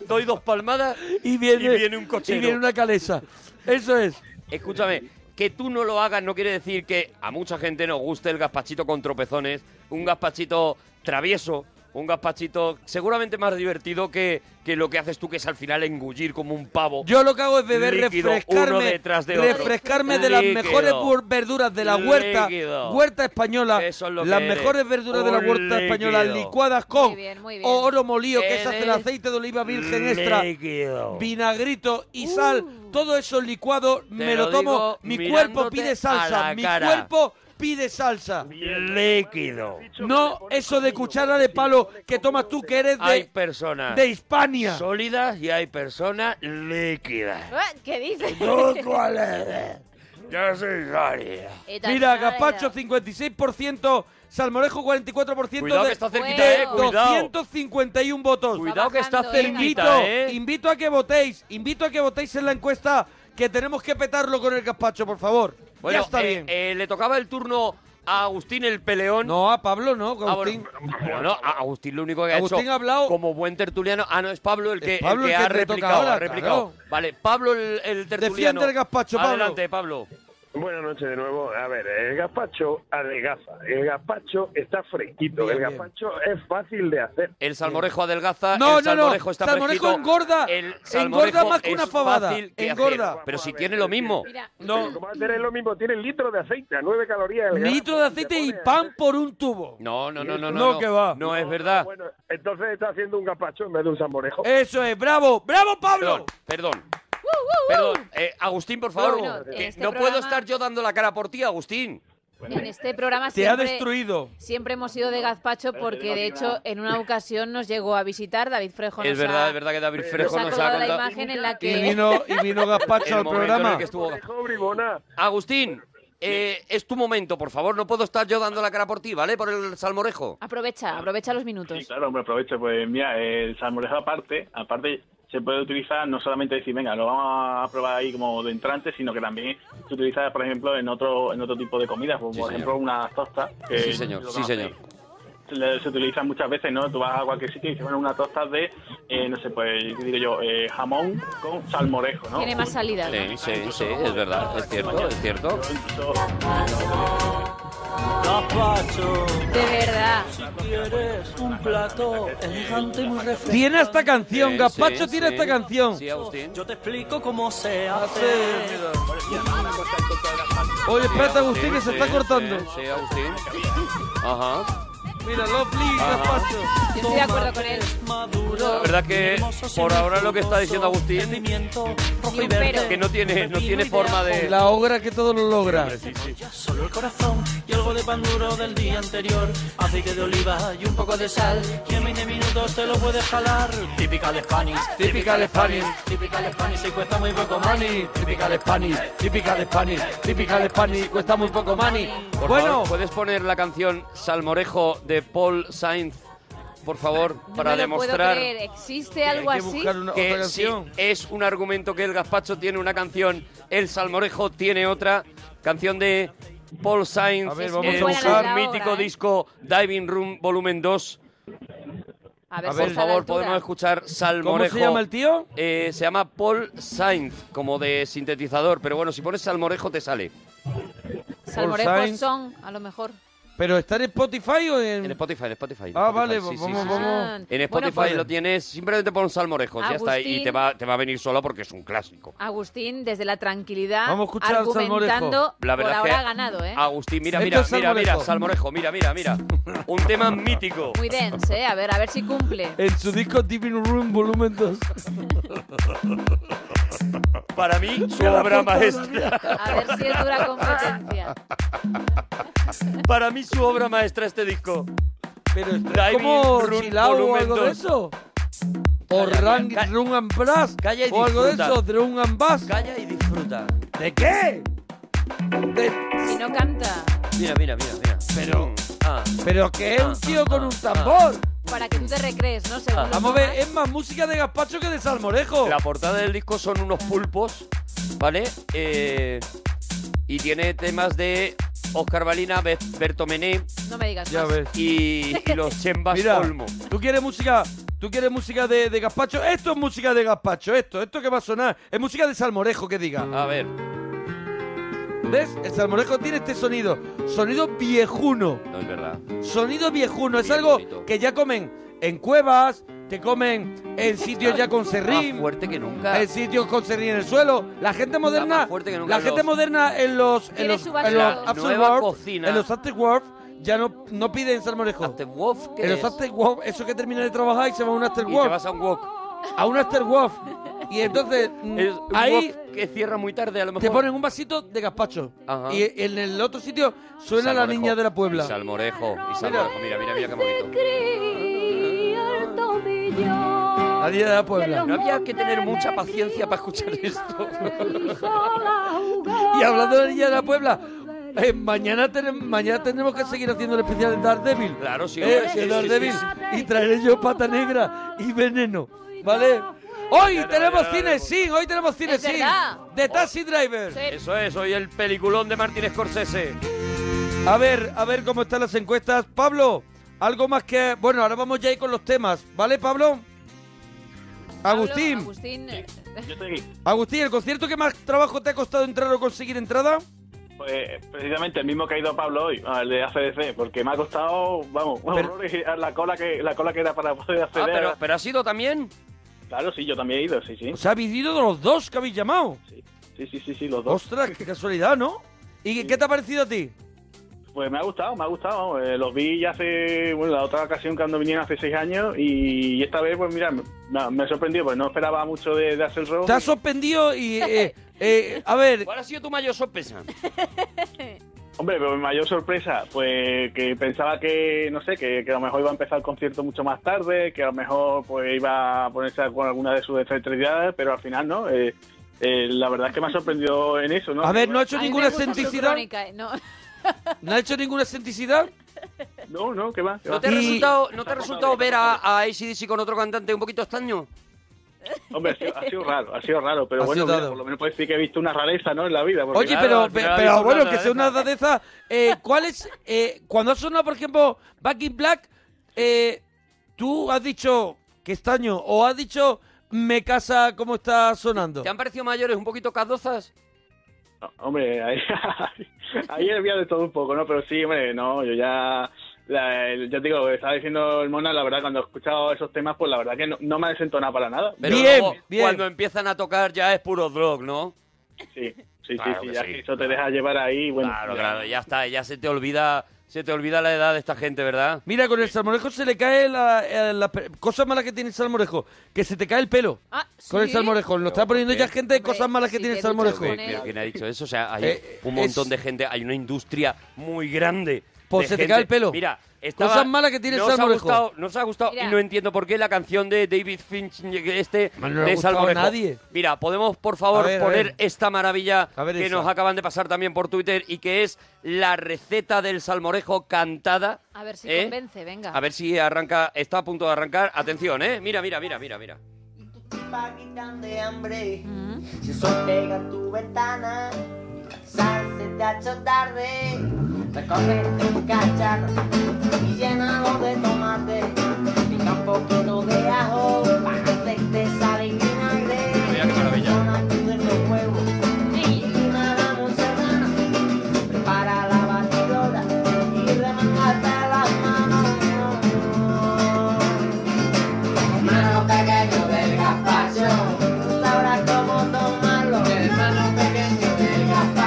doy dos palmadas
y viene
Y viene un cochero.
y viene una calesa eso es
Escúchame, que tú no lo hagas no quiere decir que a mucha gente nos guste el gazpachito con tropezones, un gazpachito travieso, un gazpachito seguramente más divertido que, que lo que haces tú, que es al final engullir como un pavo.
Yo lo que hago es beber,
Líquido, uno
refrescarme,
detrás de otro.
refrescarme de las
Líquido.
mejores bur- verduras de la huerta,
Líquido.
huerta española,
Eso es lo que
las
eres.
mejores verduras de la
Un
huerta española
líquido.
licuadas con
Muy bien, muy bien.
oro molido, que se hace el
Eres
aceite de oliva virgen extra,
Líquido.
vinagrito y sal,
Uh.
todo eso licuado me
lo
lo, tomo,
digo
mi
mirándote
cuerpo
a
pide
la
salsa, mi
cara.
cuerpo pide salsa.
Líquido.
No eso de cuchara de palo que tomas tú que eres
Hay
de,
personas
de Hispania.
sólidas y hay personas líquidas.
Ah, ¿Qué dices?
¿Tú cuál eres? Yo soy sólida.
Y tan
Mira,
nada,
Gazpacho
mira.
56%, Salmorejo 44%.
Cuidado
de,
que está cerquita,
de
eh,
cuidado.
251 votos.
Cuidado que está
bajando, eh,
Te invito,
cerquita, ¿eh?
invito a que votéis, invito a que votéis en la encuesta que tenemos que petarlo con el Gazpacho, por favor.
Bueno,
ya está
eh,
bien.
eh, le tocaba el turno a Agustín el Peleón.
no, a Pablo no,
Ah,
Agustín.
bueno, bueno, a- Agustín lo único que ha
Agustín
hecho
ha hablado-
como buen tertuliano. Ah, no, es Pablo el que,
Es Pablo
el que
el que
ha
le toca
replicado.
ahora,
ha replicado.
claro.
Vale, Pablo el, el tertuliano.
Defiende el gazpacho, Pablo.
Adelante, Pablo.
Buenas noches de nuevo. A ver, el gazpacho adelgaza. El gazpacho está fresquito.
Bien,
el
bien.
gazpacho es fácil de hacer.
El salmorejo adelgaza.
No,
el
no, no.
salmorejo está
Salmorejo
fresquito.
engorda.
El
Engorda más que
es
una fabada.
fácil que
Engorda.
hacer. Pero si tiene lo mismo.
Mira,
No. Como va a tener lo mismo, tiene litro de aceite a 9 calorías. el
Litro de
gazpacho,
aceite
te
y
pone a
pan
hacer-
por un tubo.
No, no, no, no.
No,
No,
que va.
No es verdad. Eh,
Bueno, entonces está haciendo un gazpacho en vez de un salmorejo.
Eso es, bravo, bravo, Pablo.
Perdón, perdón. Perdón, Eh, Agustín, por favor.
Bueno, en
que
este
no puedo
programa-
estar yo dando la cara por ti, Agustín.
en este programa
Te ha
siempre,
destruido.
siempre hemos ido de gazpacho porque, de hecho, en una ocasión nos llegó a visitar David Frejo.
Es
nos ha-
verdad, es verdad que David Frejo
Nos ha
nos ha
colgado la
contado.
imagen en la
Y
que...
vino, y vino
el
Gazpacho al
momento en el
programa.
que estuvo-
Salmorejo, bribona.
Agustín, eh, es tu momento, por favor. No puedo estar yo dando la cara por ti, ¿vale? Por el salmorejo. Ah.
Aprovecha, aprovecha los
Sí,
minutos.
claro, me aprovecho. Pues mira, el salmorejo aparte, aparte se puede utilizar no solamente decir, venga, lo vamos a probar ahí como de entrante, sino que también se utiliza, por ejemplo, en otro en otro tipo de comidas, como
Sí,
por
señor.
ejemplo unas tostas. que
Sí, señor,
Eh, lo
sí, señor.
conocéis. Le- Se utilizan muchas veces, ¿no? Tú vas a cualquier sitio y se ponen unas tostas de, eh, no sé, pues, ¿qué digo yo? Eh, jamón con salmorejo, ¿no?
Tiene más salida.
Sí, sí, sí, es verdad, es cierto, es cierto.
Incluso-
De verdad.
un plato elegante y muy refrescante.
Tiene esta canción,
Sí,
Gazpacho
sí,
tiene
sí.
esta canción.
Sí, Agustín.
Yo te explico cómo se hace.
Oye, espérate,
Sí,
Agustín, que se
sí,
está cortando.
Sí, sí, Agustín. Ajá.
Mira, lovely,
Ajá.
gazpacho.
Yo estoy de acuerdo con él.
La verdad que por ahora lo que está diciendo Agustín
Ni un pero.
que no tiene, no tiene forma de...
La obra que todo lo logra.
Sí, sí.
Solo el corazón y algo de pan duro del día anterior. Aceite de oliva y un poco de sal. Y en 20 minutos te lo puedes jalar. Typical Spanish.
Typical Spanish.
Typical Spanish y cuesta muy poco money.
Typical Spanish, typical Spanish, typical Spanish, cuesta muy poco money.
Por
Bueno,
favor, ¿puedes poner la canción Salmorejo de Paul Sainz, por favor,
No
para
me lo puedo
demostrar
creer. ¿Existe
hay
algo
que
así?
buscar una, otra
que sí,
canción.
es un argumento que el gazpacho tiene una canción, el Salmorejo tiene otra canción de Paul Sainz
A ver,
en
vamos
a
su
buscar. La
mítico
obra, ¿eh?
disco Diving Room Volumen 2.
A ver,
A
si
ver,
Por
está a la
favor,
altura.
podemos escuchar
¿Cómo
Salmorejo.
se llama el tío?
Eh, se llama Paul Sainz, como de sintetizador, pero bueno, si pones Salmorejo te sale.
Salmorejo
Sainz.
son, a lo mejor.
¿Pero está en Spotify o en...?
En Spotify, en Spotify. Spotify,
Ah, vale,
sí, sí,
vamos,
sí, sí.
vamos.
Ah,
En
bueno,
Spotify
pues-
lo tienes, simplemente pon Salmorejos, ya está. Y
Agustín.
te va, te va a venir solo porque es un clásico.
Agustín, desde la tranquilidad,
Vamos a escuchar al
argumentando,
Salmorejo.
La
por
verdad es
ahora
que
ha ganado, ¿eh?
Agustín, mira,
Esto
mira,
es
mira, mira,
Salmorejo.
Salmorejo, mira, mira, mira. Un tema mítico.
Muy dense, ¿eh? A ver, a ver si cumple.
En su disco Diving Room Volumen 2.
Para mí, su obra maestra.
A ver si es dura competencia.
Para mí, su obra maestra este disco.
Pero está
Diving
como
Room
Chilao o
Volumen
algo de
2.
eso. O
Calla,
Run,
calla.
Run and Brass.
Calla y
o algo de
disfruta.
eso, Run and Bass.
Calla y disfruta.
¿De qué? De-
Si no canta,
Mira, mira, mira, mira.
Pero-
Ah,
¿Pero qué es un tío con un tambor?
para que tú te recrees, ¿no? Según
Ah,
los
Vamos a ver,
demás.
es más música de Gazpacho que de Salmorejo.
la portada del disco son unos pulpos, ¿vale? Eh, y tiene temas de Oscar Balina, Be- Bertomené
No me digas
Ya
más.
ves.
y, y los Chembas
Mira,
Olmo.
tú quieres música, tú quieres música de, de gazpacho. Esto es música de gazpacho, esto, esto que va a sonar. Es música de salmorejo que diga.
A ver.
¿Ves? El salmorejo tiene este sonido. Sonido viejuno.
No es verdad.
Sonido viejuno. Es
Bien
algo
bonito.
que ya comen en cuevas, que comen en sitios ya con
Más
serrín.
fuerte que nunca.
En sitios con serrín en el suelo. La gente moderna.
más fuerte que nunca
la gente
los-
moderna en los. En
Tiene
los,
su
en
base
los
de-
after
Nueva
work,
cocina.
En los after work, ya no, no piden salmorejo.
After Wolf, ¿qué
en los
es?
after work, eso que termina de trabajar y se va a un after
Y
work.
te vas a un walk.
a un after wolf. Y entonces mm,
Es un
ahí
walk que cierra muy tarde, a lo mejor.
te ponen un vasito de gazpacho.
Ajá.
Y en el otro sitio suena la
Salmorejo.
niña de la Puebla.
Y salmorejo. Y salmorejo. Mira, mira, mira qué bonito.
La niña de la Puebla.
No había que tener mucha paciencia para escuchar esto.
Y hablando de la niña de la Puebla, eh, mañana, tenem- mañana tendremos que seguir haciendo el especial de Daredevil.
Claro, sí,
Eh,
hombre, sí,
de
sí,
Daredevil.
sí,
Y traeré yo pata negra y veneno. ¿Vale? Hoy
Ya,
tenemos
ya, ya,
cine
ya.
sin, hoy tenemos cine
Es
sin.
verdad.
De Taxi Driver.
Sí.
Oh. Eso es, hoy el peliculón de Martin Scorsese.
A ver, a ver cómo están las encuestas. Pablo, algo más que... Bueno, ahora vamos ya ahí con los temas, ¿vale, Pablo?
Pablo,
Agustín,
Agustín, eh,
Yo estoy aquí.
Agustín, ¿el concierto que más trabajo te ha costado entrar o conseguir entrada?
Pues precisamente el mismo que ha ido Pablo hoy, al de ACDC, porque me ha costado, vamos,
Pero-
horrores, la cola que la cola que era para poder
Ah,
acceder.
pero, pero ha sido también.
Claro, sí, yo también he ido, sí, sí.
O sea, habéis ido de los dos que habéis llamado.
Sí, sí, sí, sí, sí, los dos.
Ostras, qué casualidad, ¿no? ¿Y qué te ha parecido a ti?
Pues me ha gustado, me ha gustado. vamos, eh, los vi ya hace, bueno, la otra ocasión cuando vinieron hace seis años y, esta vez, pues mira, me, me ha sorprendido, pues no esperaba mucho de, de hacer rock.
Te has sorprendido y... eh, eh, a ver,
¿Cuál ha sido tu mayor sorpresa?
Hombre, pero mi mayor sorpresa, pues que pensaba que, no sé, que, que a lo mejor iba a empezar el concierto mucho más tarde, que a lo mejor pues iba a ponerse con alguna de sus excentricidades, pero al final no. Eh, eh, la verdad es que me ha sorprendido en eso, ¿no?
a ver, ¿no ha hecho
a mí me
ninguna
gusta su
excentricidad?
crónica, eh, No,
¿No ha hecho ninguna excentricidad?
No, no, que va. qué
¿No
va.
te ha
Y-
resultado, ¿no te ha resultado ver a, a AC/DC con otro cantante un poquito extraño?
Hombre, ha sido, ha sido raro, ha sido raro, pero
Ha
bueno,
sido
mira,
raro.
por lo menos puedes decir que he visto una rareza, ¿no? En la vida. porque-
Oye,
claro,
pero,
al final
pe-
hay
pero
una
bueno, que sea una
dadeza.
dadeza. eh, ¿Cuál es, eh, cuando ha sonado, por ejemplo, Back in Black, eh, tú has dicho que estaño o has dicho me casa cómo está sonando?
¿Te han parecido mayores un poquito cadozas?
No, Hombre, ahí, ahí había de todo un poco, ¿no? Pero sí, hombre, no, yo ya... La, el- ya te digo, estaba diciendo el Mona, la verdad, cuando he escuchado esos temas, pues la verdad que no, no me ha desentonado para nada.
Pero
Bien,
luego,
bien.
cuando empiezan a tocar ya es puro drog, ¿no?
Sí, sí,
Claro que
sí, sí, ya
sí.
que eso te deja llevar ahí, bueno.
Claro,
ya.
claro, ya está, ya se te olvida, se te olvida la edad de esta gente, ¿verdad?
Mira, con el salmorejo se le cae la, eh, la pe- cosa mala que tiene el salmorejo, que se te cae el pelo.
Ah,
Con el
sí.
salmorejo, lo está poniendo
¿por qué?
ya gente de
Hombre,
cosas malas que
si
tiene el
te duchas
salmorejo.
con
Pero,
él.
pero ¿Quién ha dicho eso? O sea, hay
Eh,
un montón
es-
de gente, hay una industria muy grande.
Pues
de
se te
gente-
cae el pelo.
Mira, estaba,
Cosas malas que tiene
no os ha
Salmorejo.
gustado- No os ha gustado y
Mira.
no entiendo por qué la canción de David Finch este
No le ha
de
gustado a
Salmorejo.
nadie.
Mira, podemos por favor
A ver, a
poner
ver.
esta maravilla
A ver
que
esa.
nos acaban de pasar también por Twitter y que es la receta del Salmorejo cantada.
A ver si
¿eh?
convence, venga.
A ver si arranca, está a punto de arrancar. Atención, ¿eh? Mira, mira, mira, mira, mira.
Y tu tipa gritan de hambre.
Mm.
Si el sol pega en tu ventana, sal, se te ha hecho tarde. Recógete un cacharro y llénalo de tomate. Pica un poquito de ajo para que te sale vinagre.
Mira qué maravilla.
Pon aquí de los huevos y una jamón serrano. Prepara la batidora y remangate las manos. Hermano pequeño del gazpacho, tú sabrás cómo tomarlo. El hermano pequeño del gazpacho.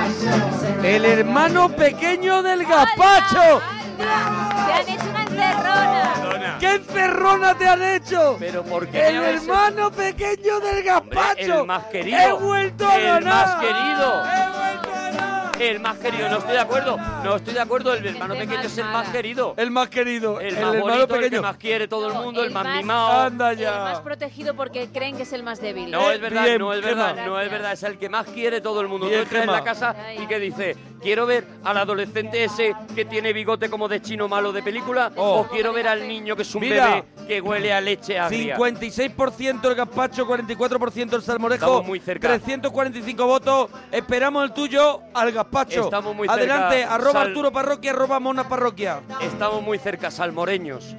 El hermano pequeño del gazpacho.
¡Anda! ¡Te han hecho una encerrona!
¡Qué encerrona te han hecho!
Pero ¿por qué
¡El
me habéis hecho-
hermano pequeño del gazpacho!
el más querido.
¡He vuelto a
El
ganar!
más querido.
¡He vuelto a ganar!
El más querido, no estoy de acuerdo. No estoy de acuerdo, el hermano
Gente
pequeño es el
mal
más
mala.
querido.
El más querido.
El
El,
más
hermano
bonito, el que
pequeño.
más quiere todo el
No,
mundo, el
el
más
más-
mimado.
Anda
El más
ya.
protegido porque creen que es el más débil.
No
Eh,
es verdad,
bien,
no es
Gemma.
verdad, no es verdad, es el que más quiere todo el mundo.
Bien,
Tú entras en la
Gemma.
casa y que dice, quiero ver al adolescente ese que tiene bigote como de chino malo de película
Oh.
o quiero ver al niño que es un
Mira.
bebé que huele a leche agria.
56% el gazpacho, 44% el salmorejo.
Estamos muy cerca.
345 votos. Esperamos el tuyo al gazpacho.
Estamos muy
Adelante,
cerca.
arroba
Sal-
Arturo Parroquia, arroba Mona Parroquia.
Estamos muy cerca, salmoreños.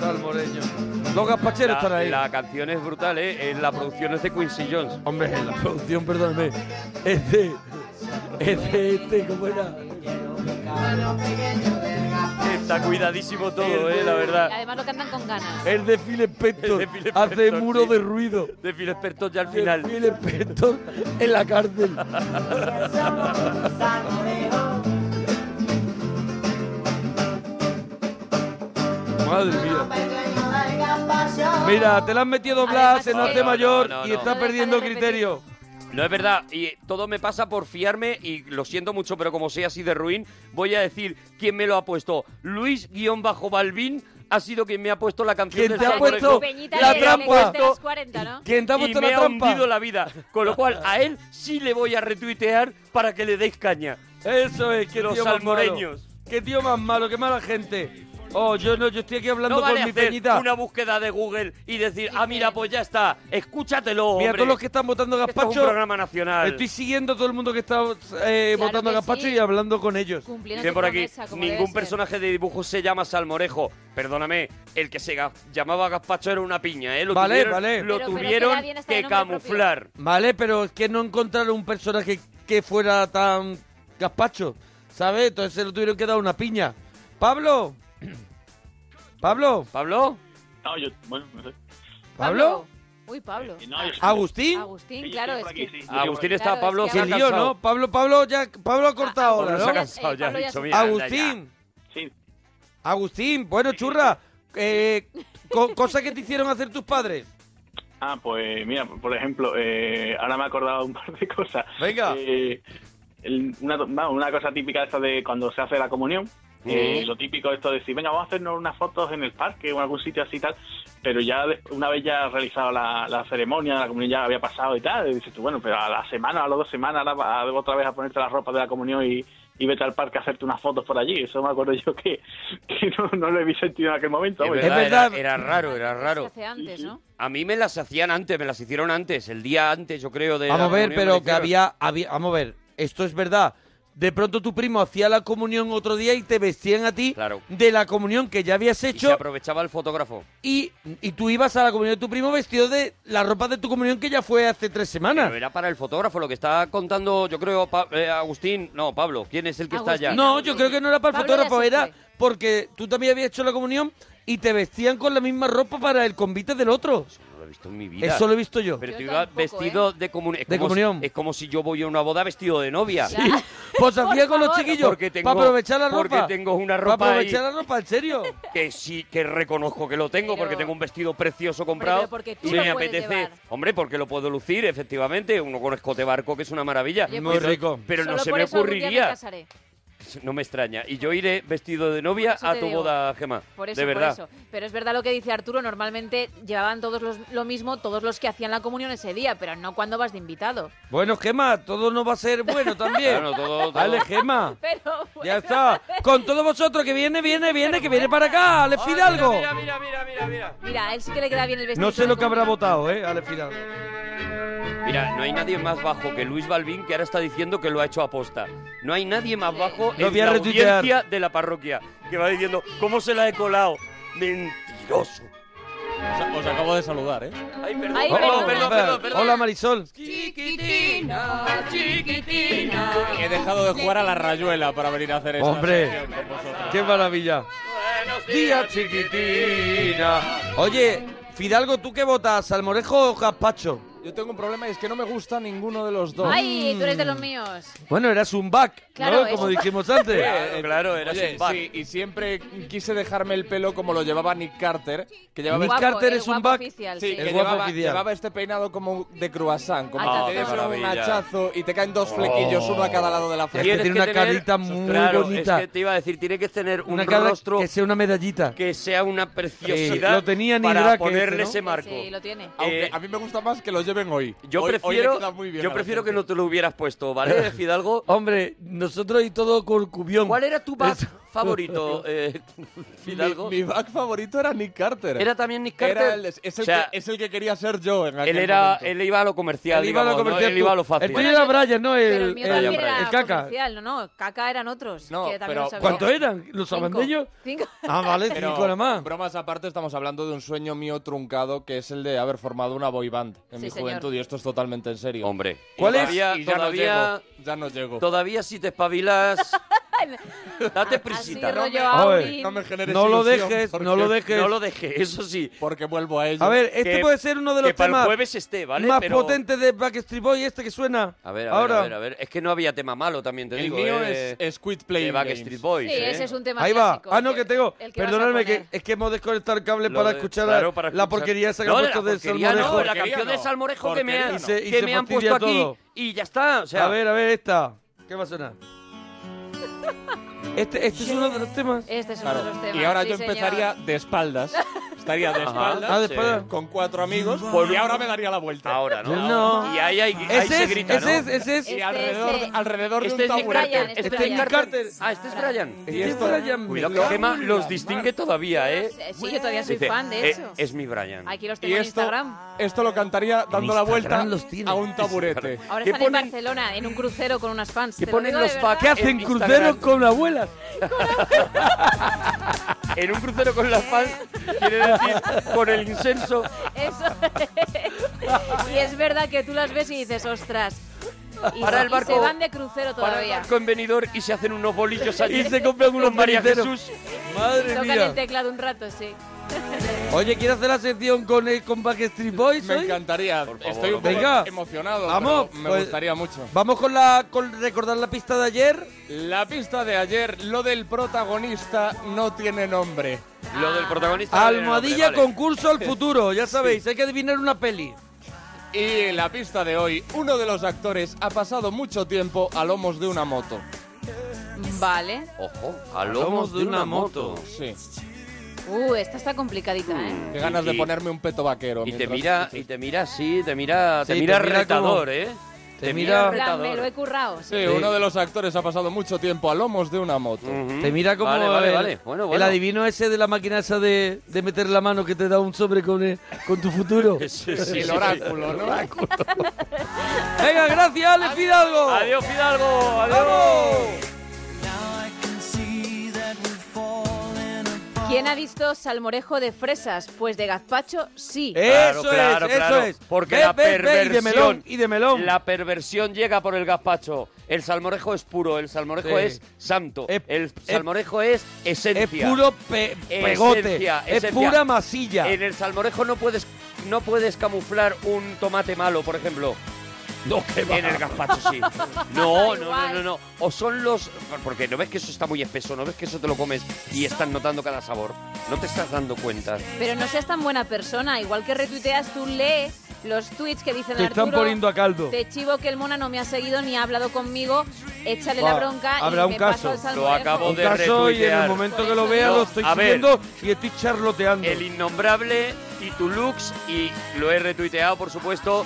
Salmoreño. Los gazpacheros están
La,
ahí.
la canción es brutal, ¿eh? Eh, La producción es de Quincy Jones.
Hombre, la producción, perdóname. Es de. Es de este, ¿cómo era?
Está cuidadísimo todo, ¿eh? La verdad.
Además lo cantan con ganas.
Es de Phil Spector.
Es de Phil
Hace
Spector,
muro
sí.
de ruido.
De Phil Spector ya al
De
final.
Phil Spector en la cárcel. Madre mía. Mira, te la han metido doblada,
Además
se
es
nos
que-
hace mayor
No, no, no,
y
no.
está
No deja de
perdiendo
repetir.
criterio.
No es verdad, y eh, todo me pasa por fiarme, y lo siento mucho, pero como soy así de ruin, voy a decir quién me lo ha puesto. Luis-Balvin ha sido quien me ha puesto la canción
¿Quién
del
te ha
Salmorejo.
puesto
Peñita
la
que le
trampa?
cuesta los 40, ¿no?
¿Quién te ha
y
puesto
me
la
ha
trampa?
hundido la vida. Con lo cual, a él sí le voy a retuitear para que le deis caña.
Eso es, que
Los
tío más
salmoreños.
malo. Qué tío más malo, qué mala gente. Oh, yo no, yo estoy aquí hablando
No vale
por mi
hacer
peñita.
una búsqueda de Google y decir, ah, mira, pues ya está, escúchatelo,
Mira,
hombre.
todos los que están votando a
Esto es un
Gaspacho,
programa nacional.
estoy siguiendo todo el mundo que está eh,
Claro
votando a
que
Gaspacho
sí.
y hablando con ellos.
Cumpliendo
Dicen
tu
por aquí,
promesa, como debe
ningún
ser.
personaje de dibujo se llama Salmorejo. Perdóname, el que se ga- llamaba Gazpacho era una piña, ¿eh? Lo
Vale,
tuvieron,
vale.
Lo
Pero- pero
tuvieron
queda bien hasta de
que
nombre propio.
camuflar.
Vale, pero es que no encontraron un personaje que fuera tan Gaspacho, ¿sabes? Entonces se lo tuvieron que dar una piña. Pablo. Pablo.
¿Pablo?
No, yo, bueno, no sé.
Pablo.
Uy, Pablo.
Eh, no, yo-
Agustín.
Agustín,
Sí,
claro,
estoy
es
por
que...
aquí, sí.
Ah, Agustín
Claro,
está,
es
Pablo
que
se
Qué
ha
lío,
cansado.
¿no? Pablo, Pablo ya Ah, Pablo ha cortado
Pablo
ahora,
se ha
¿no?
cansado,
Eh,
ya ha
Pablo ya
dicho,
se-
mira, anda ya.
Agustín.
Sí,
Agustín, bueno, churra, eh, co- cosa que te hicieron hacer tus padres.
Ah, pues mira, por ejemplo, eh, ahora me he acordado un par de cosas.
Venga.
Eh, el- una, vamos, una cosa típica esta de cuando se hace la comunión.
Sí.
eh, lo típico esto de decir, venga, vamos a hacernos unas fotos en el parque o en algún sitio así y tal. Pero ya de- una vez ya realizado la, la ceremonia, la comunión ya había pasado y tal, y dices tú, bueno, pero a la semana, a las dos semanas, ahora va- a- otra vez a ponerte la ropa de la comunión y, y vete al parque a hacerte unas fotos por allí. Eso me acuerdo yo que, que no, no lo había sentido en aquel momento.
Es
vamos.
verdad,
verdad.
Era, era raro, era raro.
Hace antes, ¿no?
A mí me las hacían antes, me las hicieron antes, el día antes, yo creo. De la
Vamos a
reunión
ver,
me
pero
la
que
hicieron.
había, había- vamos a ver, esto es verdad. De pronto tu primo hacía la comunión otro día y te vestían a ti
Claro.
de la comunión que ya habías
Y se
hecho
aprovechaba el fotógrafo.
y, y tú ibas a la comunión de tu primo vestido de la ropa de tu comunión que ya fue hace tres semanas.
Pero era para el fotógrafo lo que está contando, yo creo, Pa- eh, Agustín. No, Pablo, ¿quién es el que está
Agustín.
allá?
No, yo creo que no era para el
Pablo ya
fotógrafo,
se
era
fue.
porque tú también habías hecho la comunión y te vestían con la misma ropa para el convite del otro.
No lo he visto en mi vida.
Eso lo he visto yo.
Pero
Yo
tú ibas vestido
¿eh?
de, comunión.
De comunión.
es como si yo voy a una boda vestido de novia.
Sí. Pues hacía con los chiquillos
Porque tengo-
para aprovechar la ropa.
porque tengo una ropa
Para
ahí.
aprovechar la ropa, en serio.
Que sí, que reconozco que lo tengo porque tengo un vestido precioso comprado.
pero porque tú
y
lo
me
puedes
apetece.
llevar.
Hombre, porque lo puedo lucir, efectivamente. Uno con escote barco, que es una maravilla.
Oye, Muy
Pero-
rico.
Pero no
pues, Solo
se
por
me
eso algún día me
ocurriría.
casaré.
No me extraña. Y yo iré vestido de novia
eso
a
te
tu
digo.
boda, Gemma.
Por eso,
de
por
verdad.
eso. Pero es verdad lo que dice Arturo, normalmente llevaban todos los- lo mismo todos los que hacían la comunión ese día, pero no cuando vas de invitado.
Bueno, Gema, todo no va a ser bueno también.
Claro, todo- todo.
Vale, Gema.
Pero
Ah, Ya está. Con todos vosotros, que viene, viene, viene, que viene para acá, Alex Fidalgo.
mira, mira, mira, mira.
Mira, a él sí que le queda bien el vestido.
No sé lo que habrá votado, ¿eh? Alex Fidalgo.
Mira, no hay nadie más bajo que Luis Balvin que ahora está diciendo que lo ha hecho aposta. No hay nadie más bajo
Lo
en
voy a
la
retuitear.
audiencia de la parroquia que va diciendo cómo se la he colado. Mentiroso.
Os acabo de saludar, ¿eh?
Ay, perdón,
Ay,
perdón,
perdona.
perdón, perdón, perdón.
Hola, Marisol.
Chiquitina, chiquitina.
He dejado de jugar a la rayuela para venir a hacer esto.
Hombre, qué maravilla. Día chiquitina. Oye, Fidalgo, ¿tú qué votas? ¿Salmorejo o gazpacho?
Yo tengo un problema y es que no me gusta ninguno de los dos.
Ay, tú eres de los míos.
Bueno, eras un back,
Claro,
¿no? Mm, Como
es-
dijimos antes.
Eh, eh,
Claro, eras
oye,
un back.
Sí, y siempre quise dejarme el pelo como lo llevaba Nick Carter. Que llevaba este-
Nick Guapo, Carter el es un guapo back. oficial, sí.
Sí,
El
que
guapo
llevaba,
oficial.
llevaba este peinado como de croissant. Como
Ah,
que
qué
te des un
maravilla.
hachazo y te caen dos flequillos, uno a cada lado de la frente.
Tienes
tiene una
tener-
carita muy
Claro,
bonita.
Es que te iba a decir, tiene que tener un
Una cara
rostro
que sea una medallita.
que sea una preciosidad
Sí, lo tenía ni
para
Drake,
ponerle
¿no?
ese marco.
Sí, lo tiene.
Aunque
Eh,
a mí me gusta más que lo lleven hoy.
Yo
Hoy- hoy le
prefiero,
queda muy bien a
yo
la
prefiero que
gente.
no te lo hubieras puesto, ¿vale, Fidalgo?
Hombre, nosotros y todo corcubión.
¿Cuál era tu back
Eso.
favorito, eh, Fidalgo?
Mi, mi back favorito era Nick Carter.
¿Era también Nick
Era
Carter?
el- es, el
O sea,
que, es el que quería ser yo en aquel
él, era,
momento.
él iba a lo comercial,
Él iba a lo
digamos, ¿no?
comercial,
Él
tú.
iba a lo fácil.
El tuyo era Brian, ¿no? El,
pero el mío
el-
también
el
era
caca.
comercial, no, no, caca eran otros.
No,
que también
pero-
lo sabía.
¿Cuánto eran? ¿Los
Cinco.
abandeños?
Cinco.
Ah, vale,
Pero,
cinco nada más.
bromas aparte, estamos hablando de un sueño mío truncado que es el de haber formado una boy band en
Sí,
mi
señor.
juventud y esto es totalmente en serio.
Hombre,
¿Cuál es?
todavía,
Y ya
todavía,
no llego. Ya no llego.
todavía si te espabilas, date prisita.
Así rollo
A ver,
Aurin.
no me generes
No lo
ilusión,
dejes,
porque-
no lo dejes.
No lo dejé, eso sí.
Porque vuelvo a ello.
A ver, este
Que-
puede ser uno de los
que para el
temas
jueves esté, ¿vale?
más
Pero-
potentes de Backstreet Boy, este que suena.
A ver, a,
Ahora,
ver, a ver, a ver. Es que no había tema malo, también te
el
digo.
mío
eh,
es Squid
de
Play.
Backstreet Boys.
Sí,
eh.
ese es un tema
ahí va.
clásico,
Ah, no,
el
que tengo.
el vas a
Perdonadme, que,
poner.
es que hemos desconectado el cable
Lo
para
de-
escuchar,
claro,
la-
para
la
escuchar-
porquería esa que
No,
han
la
puesto de
porquería no,
Salmorejo.
la
Porquería
canción de
no.
Salmorejo que me,
Porquería
han-
no. Y
se- y
que
se
me han
fastidia
puesto aquí
todo.
y ya está. O sea,
A ver, a ver, esta. ¿Qué va a sonar? Este, este es uno de los temas.
Este es uno de los temas.
Y ahora
sí,
yo
señor.
empezaría de espaldas. Estaría de espaldas.
Ah, después.
sí.
Con cuatro amigos. y ahora me daría la vuelta.
Pues ahora, ¿no?
No.
Y ahí, hay, ahí
Ese
se
es,
grita, ¿no?
ese es, ese es.
Y
Este,
alrededor,
este.
alrededor
Este
de
es
un
Nick
taburete.
Brian,
Este
este
es Nick
Brian.
Carter. Ah, este es Brian.
Y esto Brian
Cuidado
Miller.
que Gema los distingue todavía, ¿eh?
Sí, yo todavía soy
Dice,
fan de
"Eh,
eso.
Es mi Brian.
Aquí los
Y
tengo en
esto,
Instagram.
esto lo cantaría dando la vuelta
Instagram los tiene.
a un taburete.
Ahora
¿Qué
están
ponen-
en Barcelona, en un crucero con unas fans.
¿Qué
te lo
ponen
digo de
los
verdad.
¿Qué
fuck?
hacen
En Instagram.
cruceros con abuelas?
En un crucero con las fans, quiere decir, con el incenso.
Eso es. y es verdad que tú las ves y dices, ostras. Y,
eh, Para
se-
el
y
barco-
se van de crucero
Para
todavía.
con venidor y se hacen unos bolillos allí.
Y se compran unos
con María
maniceros.
Jesús.
Madre
Tocan
mía.
el teclado un rato, sí.
Oye, ¿quieres hacer la sección con, eh, con Backstreet Boys
Me
hoy?
encantaría.
Por favor,
Estoy un poco
Venga.
emocionado.
Vamos,
pero me
pues-
gustaría mucho.
Vamos con la con recordar la pista de ayer.
La pista de ayer, lo del protagonista no tiene nombre.
Lo del protagonista. no tiene nombre,
Almohadilla
vale.
concurso al futuro, ya sabéis, hay que adivinar una peli.
Y la pista de hoy, uno de los actores ha pasado mucho tiempo a lomos de una moto.
Vale.
Ojo, a lomos de una moto.
Sí.
Uh, esta está complicadita,
Mm.
¿eh?
Qué ganas
Mm. Y-
de
y-
ponerme un peto vaquero.
Y te
mientras-
mira, y te mira así, te mira, te
Sí,
mira
te mira
retador,
como-
¿eh?
te mira-
En plan, me lo he
retador.
currado.
Sí,
sí.
uno de los actores ha pasado mucho tiempo a lomos de una moto.
Ujú.
Mm. Te mira como
Vale, vale,
el,
vale. Bueno,
el
bueno.
adivino ese de la máquina esa de, de meter la mano que te da un sobre con, eh, con tu futuro.
Sí, sí,
El
sí.
oráculo, ¿no?
Venga, gracias, le pido algo.
Adiós, Fidalgo. Adiós.
¡Vamos!
Now I can see that we've fallen apart.
¿Quién ha visto salmorejo de fresas? Pues de gazpacho, sí.
Claro, claro, claro, Porque
Ve,
la
ve,
perversión.
ve, y de melón,
y de melón. La perversión llega por el gazpacho. El salmorejo es puro, el salmorejo
Sí.
es santo. el salmorejo es esencia.
Es puro pe- pegote, es pura masilla.
En el salmorejo no puedes, no puedes camuflar un tomate malo, por ejemplo. No, que
va.
En el gazpacho sí. No, no, no,
Igual.
no, no. O son los. Porque no ves que eso está muy espeso, no ves que eso te lo comes y estás notando cada sabor. No te estás dando cuenta.
Pero no seas tan buena persona. Igual que retuiteas, tú lee los tweets que dicen
Te están
Arturo,
poniendo a caldo.
Te chivo que el mona no me ha seguido ni ha hablado conmigo. Échale
Va,
la bronca
habrá
y
un
me
caso.
paso al
Lo
salmorejo.
acabo
Un
de
caso y en el
retuitear.
momento que lo vea lo estoy
a ver,
siguiendo y estoy charloteando.
El innombrable Titulux y lo he retuiteado, por supuesto.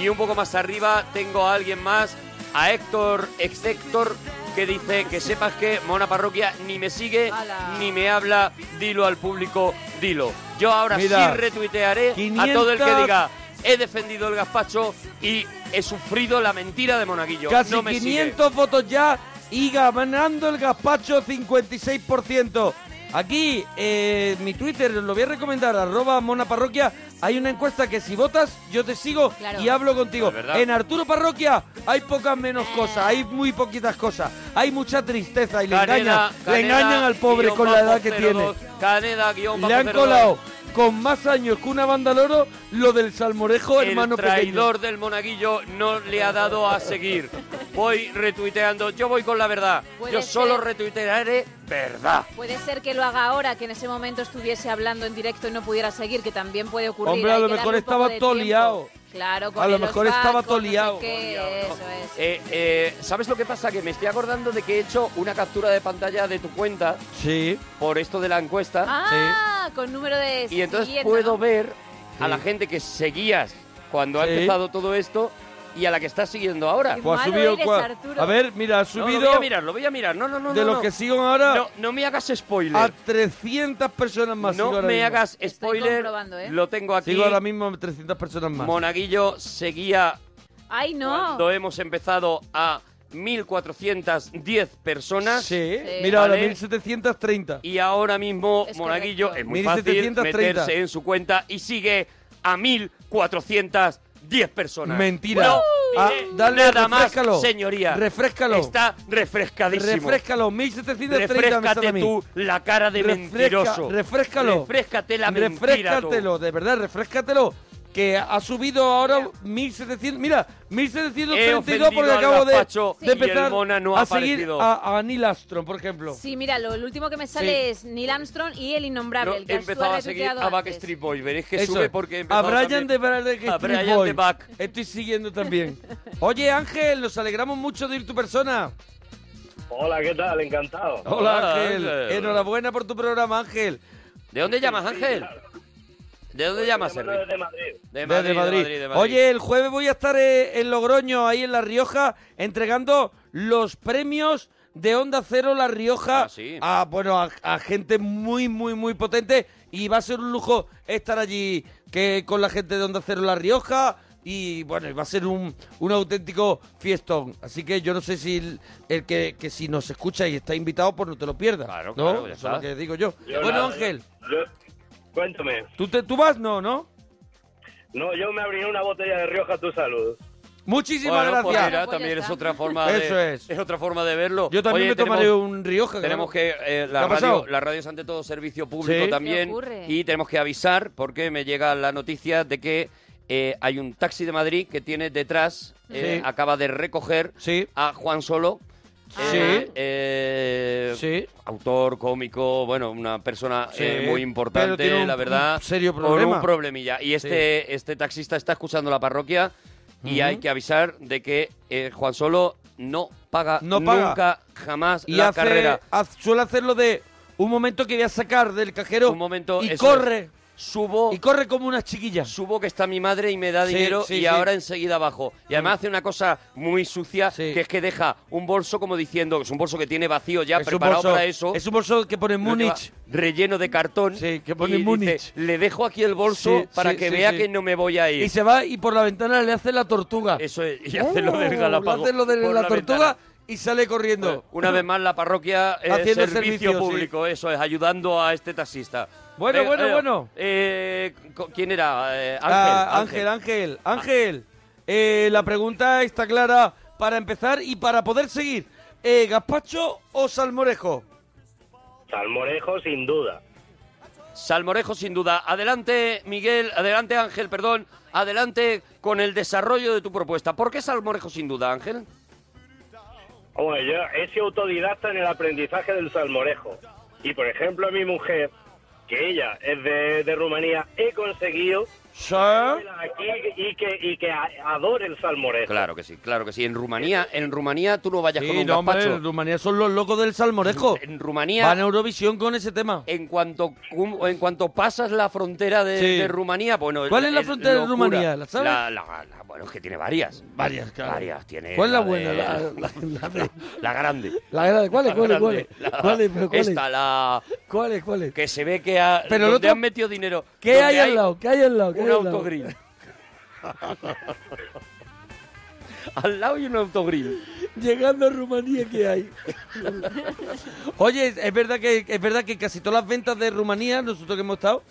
Y un poco más arriba tengo a alguien más, a Héctor, ex Héctor, que dice que sepas que Mona Parroquia ni me sigue ni me habla, dilo al público, dilo. Yo ahora
Mira,
sí retuitearé a todo el que
500
diga he defendido el gazpacho y he sufrido la mentira de Monaguillo.
Casi
no me sigue".
500 votos ya y ganando el gazpacho 56%. Aquí, eh, mi Twitter, os lo voy a recomendar, arroba monaparroquia. Hay una encuesta que si votas, yo te sigo
Claro.
y hablo contigo.
Es Ah, verdad.
en Arturo Parroquia hay pocas menos cosas, hay muy poquitas cosas. Hay mucha tristeza y le, engañan, le engañan al pobre con la edad que tiene.
Caneda,
Le han colado con más años que una banda loro lo del salmorejo, oh, hermano
el
pequeño.
traidor del monaguillo no le ha dado a seguir. Voy retuiteando, yo voy con la verdad.
Puede
Yo solo
ser.
retuitearé verdad.
Puede ser que lo haga ahora, que en ese momento estuviese hablando en directo y no pudiera seguir, que también puede ocurrir.
Hombre, a
Hay
lo
que darle
mejor
un poco
estaba
de
todo
tiempo.
liado.
Claro, con
A lo
el
mejor
Osvaldo,
estaba
con
todo
no sé
liado.
qué, eso es.
Eh, eh, ¿Sabes lo que pasa? Que me estoy acordando de que he hecho una captura de pantalla de tu cuenta
Sí.
por esto de la encuesta.
Ah, con número de
Y entonces
siguiente,
puedo
¿no?
ver a la gente que seguías cuando ha
Sí.
empezado todo esto y a la que estás siguiendo ahora.
Pues ha subido cua- A ver, mira, ha
No,
subido
lo voy a mirar, lo voy a mirar. No, no, no.
de
no,
los
no.
que siguen ahora
No, no me hagas spoiler.
a 300 personas más.
No
sigo ahora
me
mismo.
hagas spoiler.
¿eh?
Lo tengo aquí.
Sigo ahora mismo 300 personas más.
Monaguillo seguía
Ay, no.
cuando hemos empezado a 1.410 personas.
Sí. Mira, ahora 1730.
Y ahora mismo
Es
Monaguillo
correcto.
es muy fácil
1730.
meterse en su cuenta y sigue a 1.410 personas.
Mentira.
No
Ah,
diré
dale,
nada más,
refrescalo.
señoría.
Refrescalo.
Está refrescadísimo.
Refrescalo, 1730 me sale a
Refrescate
mí.
tú la cara de
Refresca-
mentiroso.
Refrescalo.
Refrescate la mentira
Refrescátelo, de verdad, refrescatelo. Que ha subido ahora 1700. Mira, 1732
He
porque
ofendido al
acabo de,
gazpacho
de
y el
empezar
Mona no ha
a seguir
aparecido.
a, a Neil Armstrong, por ejemplo.
Sí, mira, lo, el último que me sale
Sí.
es Neil Armstrong y el innombrable,
No,
el
he
que has tú
empezado a
has
seguir
retuiteado
a
antes.
Backstreet Boys. Veréis que
Eso.
sube porque he
A
empezado
Brian
también-
de Backstreet
a Brian
Boy.
de Back.
Estoy siguiendo también. Oye, Ángel, nos alegramos mucho de ir tu persona.
Hola, ¿qué tal? Encantado.
Hola, Ángel. Enhorabuena por tu programa, Ángel.
¿De dónde llamas, Ángel? ¿De dónde llamas,
Estoy llamando
Enrique?
desde Madrid.
De
Desde
Madrid, de Madrid, de Madrid.
Oye, el jueves voy a estar eh, en Logroño, ahí en La Rioja, entregando los premios de Onda Cero La
Ah,
Rioja a, bueno, a, a gente muy, muy, muy potente. Y va a ser un lujo estar allí que con la gente de Onda Cero La Rioja. Y bueno, va a ser un, un auténtico fiestón. Así que yo no sé si el, el que, que si nos escucha y está invitado, pues no te lo pierdas. Claro,
claro, ya
Eso es
está.
lo que digo yo.
Yo
bueno,
nada,
Ángel,
yo- cuéntame.
¿tú, te, ¿tú vas? No, ¿no?
No, yo me abriré una botella de Rioja a tu salud.
Muchísimas
Bueno, pues
gracias.
mira, también es otra forma de,
Eso es.
otra forma de verlo.
Yo también
Oye,
me tomaré
tenemos-
un Rioja.
Tenemos que
claro.
eh,
¿Qué
la,
ha pasado?
radio, la radio es ante todo servicio público
Sí.
también
¿Qué ocurre?
y tenemos que avisar porque me llega la noticia de que eh, hay un taxi de Madrid que tiene detrás eh,
Sí.
acaba de recoger a Juan Solo. eh, eh, Autor, cómico, bueno, una persona
Sí.
eh, muy
Pero
importante,
tiene un-
la verdad.
un serio
con
problema.
un problemilla. Y este, este taxista está escuchando la parroquia y
Ujú.
hay que avisar de que eh, Juan Solo no paga,
No paga.
nunca, jamás
y
la
hace-
carrera.
haz- suele hacerlo de un momento que voy a sacar del cajero. Un momento. Y
eso
corre.
es. Subo.
Y corre como una chiquilla.
Subo que está mi madre y me da
Sí,
dinero
sí,
y
sí. Mm.
ahora enseguida bajo. Y además hace una cosa muy sucia, que es que deja un bolso como diciendo, que es un bolso que tiene vacío ya,
Es un
preparado
bolso-
para eso.
Es un bolso que pone
Lo lleva
Múnich.
Relleno de cartón.
Sí, que pone
y dice,
Múnich.
Le dejo aquí el bolso
Sí,
para
sí,
que
sí,
vea
sí.
que no me voy a ir.
Y se va y por la ventana le hace la tortuga.
Eso es, y hace lo del
Oh,
Galápago
le hace lo de
por
la,
la
tortuga
ventana. Pues,
y sale corriendo.
Una vez más, la parroquia es
Haciendo
Eh, servicio
servicio, sí.
público, eso es, ayudando a este taxista.
Bueno,
Eh,
bueno,
eh,
bueno.
eh, co- ¿Quién era? Eh,
Ah,
Ángel.
Ángel, Ángel, Ángel. Eh, la pregunta está clara para empezar y para poder seguir. Eh, ¿Gazpacho o salmorejo?
Salmorejo, sin duda.
Salmorejo, sin duda. Adelante, Miguel. Adelante, Ángel, perdón. Adelante con el desarrollo de tu propuesta. ¿Por qué Salmorejo, sin duda, Ángel?
Hombre, yo he sido autodidacta en el aprendizaje del salmorejo. Y, por ejemplo, a mi mujer, que ella es de, de Rumanía, he conseguido
¿Ah?
aquí y que, y que a- adore el salmorejo.
Claro que sí, claro que sí. En Rumanía, en Rumanía tú no vayas con
Sí,
un
no, hombre,
gazpacho.
en Rumanía son los locos del salmorejo.
En Rumanía.
Van a Eurovisión con ese tema.
En cuanto, cum- en cuanto pasas la frontera de,
Sí.
de Rumanía, bueno...
¿Cuál es la frontera de
locura.
Rumanía? ¿La sabes?
La- la- la- bueno, es que tiene varias.
Varias, claro.
Varias, tiene...
¿Cuál es la
de-
buena?
La,
La-
la grande.
La grande, ¿cuál es?
La
¿Cuál es? ¿Cuál
grande,
es?
la-
¿Cuál es? ¿Pero cuál es?
Esta, la...
¿Cuál es? ¿Cuál es?
Que se ve que ha,
Pero el
donde
otro-
han metido dinero.
¿Qué
donde
hay al lado? ¿Qué hay al lado? ¿Qué
Un
hay al lado?
autogrill. al lado y un autogrill.
Llegando a Rumanía, ¿qué hay?
Oye, es- es verdad que es verdad que casi todas las ventas de Rumanía, nosotros que hemos estado,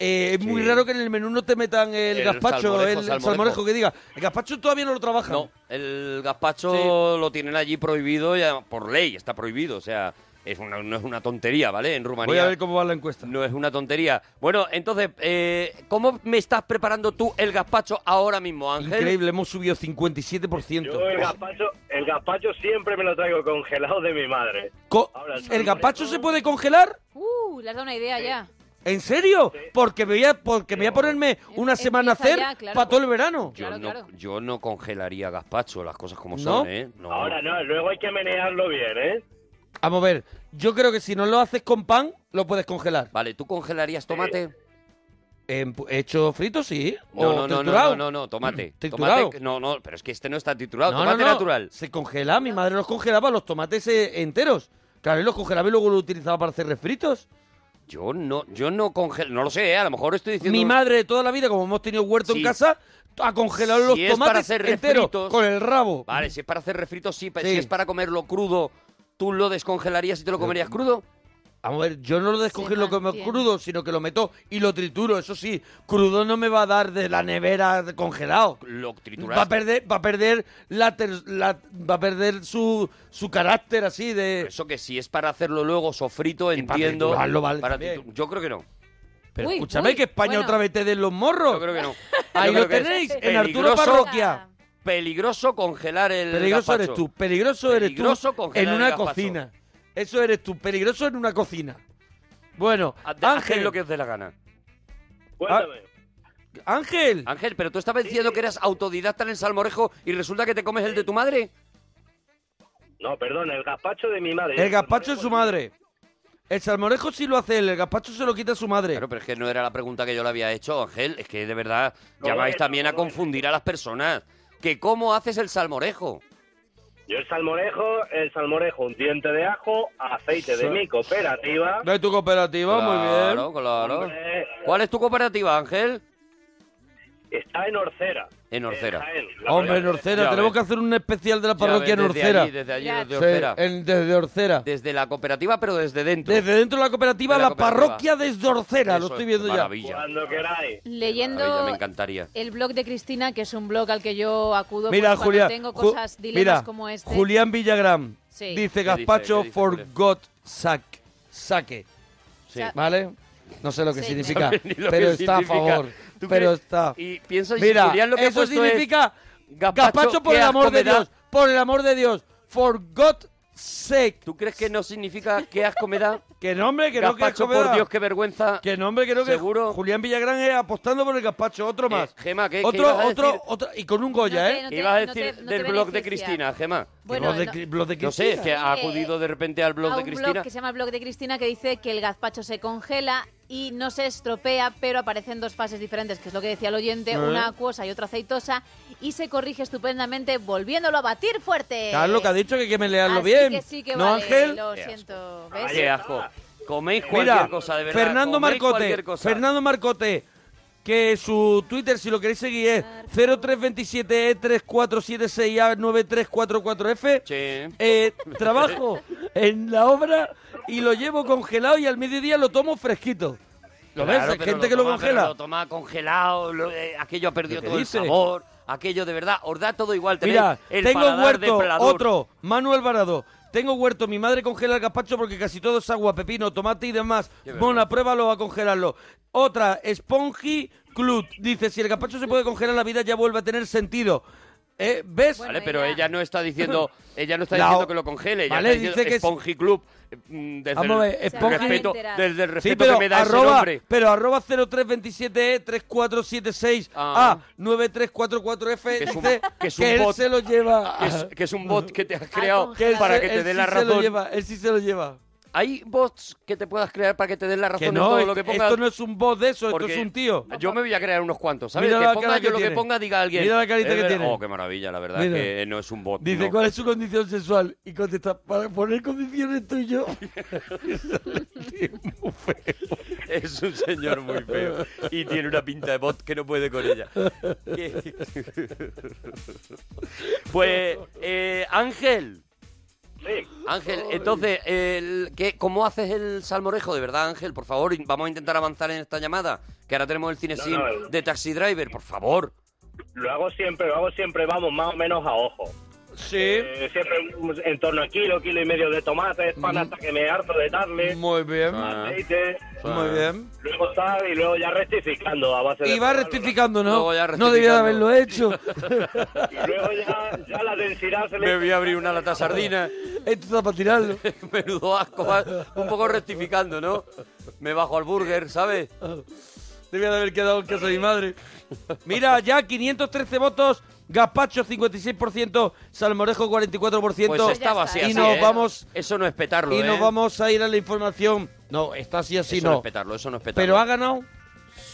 eh, es muy raro que en el menú no te metan el,
El
gazpacho,
salmorejo,
el
salmorejo.
salmorejo. que diga. El gazpacho todavía no lo trabajan.
No, el gazpacho lo tienen allí prohibido ya por ley, está prohibido, o sea, es una, no es una tontería, ¿vale? En Rumanía.
Voy a ver cómo va la encuesta.
No es una tontería. Bueno, entonces, eh, ¿cómo me estás preparando tú el gazpacho ahora mismo, Ángel?
Increíble, hemos subido 57%.
Yo el gazpacho, el gazpacho siempre me lo traigo congelado de mi madre.
Co-
Ahora, el
¿El
salmorejo-
gazpacho se puede congelar?
Uh, le has dado una idea ya.
¿En serio? Porque voy a, porque me voy a ponerme una semana a
Em- empieza
hacer
ya, claro.
para todo el verano.
Yo, no, yo no congelaría gazpacho, las cosas como
¿No?
son, ¿eh? No.
Ahora no, luego hay que menearlo bien, ¿eh?
Vamos a ver, yo creo que si no lo haces con pan, lo puedes congelar.
Vale, ¿tú congelarías tomate?
En pu- hecho frito, sí.
No,
o
no, no, no,
triturado.
no, no, no, tomate.
Triturado.
Tomate, no, no, pero es que este no está titulado.
No, no,
tomate
no.
natural.
Se congela, mi madre los congelaba, los tomates eh, enteros. Claro, y los congelaba y luego los utilizaba para hacer refritos.
Yo no, yo no congelo, no lo sé, ¿eh? a lo mejor estoy diciendo...
Mi madre de toda la vida, como hemos tenido huerto
Sí.
en casa, ha congelado los
Si es
tomates
para hacer
enteros
refritos-
con el rabo.
Vale, si es para hacer refritos, sí, pero
Sí.
si es para comerlo crudo, ¿tú lo descongelarías y te lo comerías crudo?
Vamos a ver, yo no lo descongelo como
mantiene.
crudo, sino que lo meto y lo trituro. Eso sí, crudo no me va a dar de la nevera de- congelado.
Lo trituras.
Va a perder, va a perder la, ter- la- va a perder su, su carácter así de.
Eso que si es para hacerlo luego sofrito,
para
entiendo.
triturarlo, vale,
para
también.
tritu- yo creo que no.
Pero
Uy,
escúchame
uy,
que España
bueno.
otra vez te den los morros.
Yo creo que no.
Ahí
Yo
lo
creo que
tenéis,
es
en Arturo
peligroso-
Parroquia.
Peligroso congelar el
Peligroso eres
gazpacho.
tú, peligroso eres
Peligroso
tú
congelar
en
el
una
gazpacho.
cocina. Eso eres tú, peligroso en una cocina. Bueno,
Ah, Ángel
Ángel,
lo que os dé la gana.
Cuéntame.
Ah, Ángel.
Ángel, pero tú estabas diciendo que eras autodidacta en el salmorejo y resulta que te comes el de tu madre.
No, perdón, el gazpacho de mi madre.
el gazpacho es su madre. El salmorejo sí lo hace él, el gazpacho se lo quita a su madre.
Claro, pero es que no era la pregunta que yo le había hecho, Ángel. Es que de verdad
No,
llamáis
no,
también a confundir a las personas. Que cómo haces el salmorejo.
Yo el salmorejo, el salmorejo, un diente de ajo, aceite de
Sí.
mi cooperativa.
De tu cooperativa,
Claro, claro. ¿Cuál es tu cooperativa, Ángel?
Está en Orcera. Eh,
En Orcera.
Hombre, en Orcera,
Ya
tenemos
ves.
que hacer un especial de la
Ya
parroquia
ves,
en
desde
Orcera.
allí, desde allí, desde
Sí,
Orcera.
en- desde Orcera.
Desde la cooperativa, pero desde dentro.
Desde dentro de la cooperativa,
De la
la,
cooperativa.
parroquia desde Orcera,
Eso
lo estoy
es,
viendo
maravilla.
ya.
Cuando queráis.
Leyendo
me encantaría.
el blog de Cristina, que es un blog al que yo acudo
Mira,
pues, cuando
Julián.
tengo
Ju-
cosas, dilemas
mira,
como este.
Julián Villagrán
Sí. ¿Qué dice?
dice
¿Qué
Gazpacho
dice, Julián?
forgot sac, saque.
Sí. Sa-
¿Vale? No sé lo que
Sí,
significa,
Ni lo que
pero
significa.
está a favor.
¿Tú
Pero
crees?
está.
Y pienso si
Mira,
Julián lo que ha
eso
puesto es,
significa
"Gazpacho,
gazpacho, por
qué
el amor
asco
de
me da".
Dios, por el amor de Dios. Forgot sake.
¿Tú crees que no significa que asco me da?
Que nombre, que no que
Gazpacho,
asco me da.
por Dios, qué vergüenza.
Que nombre, que no que
Seguro.
Julián Villagrán es apostando por el gazpacho, otro más.
Eh, Gema, ¿qué- qué
otro,
ibas a
otro,
decir?
otro y con un goya, ¿eh?
no te-
ibas a
no te-
decir
no te
del blog de
beneficia.
Gema, Gema.
Bueno,
blog de,
no-
Cri- blog de
No sé, es que
Cristina.
ha acudido de repente al blog
a
de
un
Cristina.
blog que se llama Blog de Cristina que dice que el gazpacho se congela y no se estropea, pero aparecen dos fases diferentes, que es lo que decía el oyente,
Eh.
una acuosa y otra aceitosa, y se corrige estupendamente volviéndolo a batir fuerte.
Claro, lo que ha dicho que hay que melearlo
Así
bien.
que Ah, sí que
¿No,
vale,
Ángel?
Lo siento. ¿Ves?
Qué asco. Coméis cualquier
Mira,
cosa, de verdad.
Fernando
coméis cualquier
Marcote,
cosa.
Fernando Marcote, que su Twitter, si lo queréis seguir, es E 0327E3476A9344F. Eh, trabajo en la obra y lo llevo congelado y al mediodía lo tomo fresquito. ¿Lo
Claro,
ves? Hay
pero
gente
lo
que lo
toma-
congela.
pero Lo toma congelado, lo- eh, aquello ha perdido
¿Qué
todo
dices?
el sabor. Aquello de verdad, os da todo igual. tenéis
Mira,
el
tengo
paladar
huerto,
depredador.
otro, Manuel Varado. Tengo huerto, mi madre congela el gazpacho porque casi todo es agua, pepino, tomate y demás.
Qué vergüenza.
Mona, pruébalo a congelarlo. Otra, Spongy Clut. Dice, si el gazpacho se puede congelar, la vida ya vuelve a tener sentido. Eh, ¿Ves?
Vale, pero ella no está diciendo, ella no está
La o-
diciendo que lo congele, ella
Vale,
está diciendo
dice que es-
Spongy Club eh, mm, desde
Vamos a ver,
el,
Spongy-
respeto, desde el
Sí,
respeto
pero
que me da ese
arroba,
nombre.
pero arroba Ah, 0327E3476A9344F
es un-
dice
Ah. que es
que
un
él
bot.
se lo lleva.
Que es- que es un bot que te has creado para que te dé la
sí se lo
razón.
lleva, él sí se lo lleva.
Hay bots que te puedas crear para que te den la razón
Que
en
no,
todo
es-
lo que
esto
pongas.
no es un bot de eso, esto
Porque
es un tío.
Yo me voy a crear unos cuantos, ¿sabes?
Mira
que
la
ponga
cara
yo
que
lo
tiene.
que ponga, diga alguien.
Mira la carita
"Es
que
verdad".
tiene.
Oh, qué maravilla, la verdad,
Mira.
que no es un bot.
Dice,
no.
¿cuál es su condición sexual? Y contesta, para poner condiciones tú y yo.
Es un señor muy feo y tiene una pinta de bot que no puede con ella. Que- Pues, eh, Ángel. Ángel, entonces, el, ¿qué- ¿cómo haces el salmorejo? De verdad, Ángel, por favor, in- vamos a intentar avanzar en esta llamada, que ahora tenemos el cine
No,
sim
no, el-
de Taxi Driver, por favor.
Lo hago siempre, lo hago siempre, vamos, más o menos a ojo. Eh,
Sí.
siempre un- en torno a kilo, kilo y medio de tomates, pan hasta que me harto de darle.
Mm. Muy bien.
Ah.
Aceite.
Muy bien.
Luego sal y luego ya rectificando a base de...
Y va rectificando, ¿no?
Luego ya
No debía de
rectificando.
haberlo hecho.
Y luego ya, ya la densidad se le...
Me voy a abrir una lata sardina.
Esto está para tirarlo.
Menudo asco, va un poco rectificando, ¿no? Me bajo al burger, ¿sabes?
Debía de haber quedado en casa de mi madre. Mira, ya 513 votos, Gazpacho 56%, Salmorejo 44%.
Pues estaba así,
Y
así,
nos
¿eh?
vamos
Eso no es petarlo,
y
¿eh?
nos vamos a ir a la información. No, está así así
eso
no.
es petarlo, eso no es petarlo.
Pero ha ganado.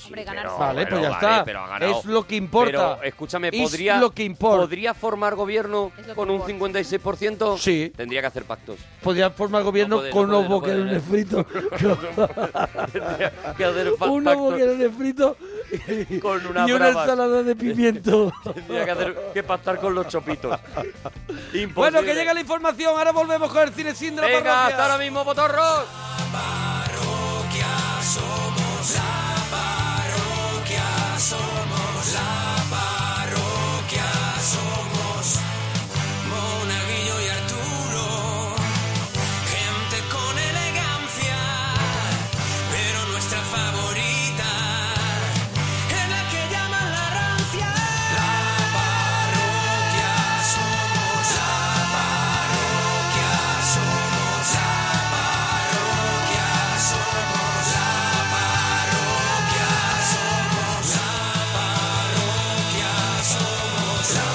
Hombre, ganar
Pero,
Vale, pues
bueno,
ya
vale,
está.
pero ha ganado.
Es lo que importa.
Pero, escúchame,
Es
podría,
lo que importa.
¿podría formar gobierno con un 56%?
Sí.
Tendría que hacer pactos.
Podría formar gobierno
No puede,
con
no
los
puede, no
boquerones fritos.
que hacer pa-
Unos
pactos.
boquerones fritos y
Con
una
unas bravas.
ensalada de pimiento.
Tendría que, hacer, que pactar con los chopitos. Imposible.
Bueno, que llega la información. Ahora volvemos con el cine sin de la
Venga,
parroquia.
hasta ahora mismo, potorros.
parroquia somos, la parroquia somos, la parroquia somos. Monaguillo y Arturo, gente con elegancia, pero nuestra favorita es la que llaman la rancia. La parroquia somos, la parroquia somos, la parroquia somos, la parroquia somos, la parroquia somos, la parroquia somos, la parroquia somos, la parroquia somos.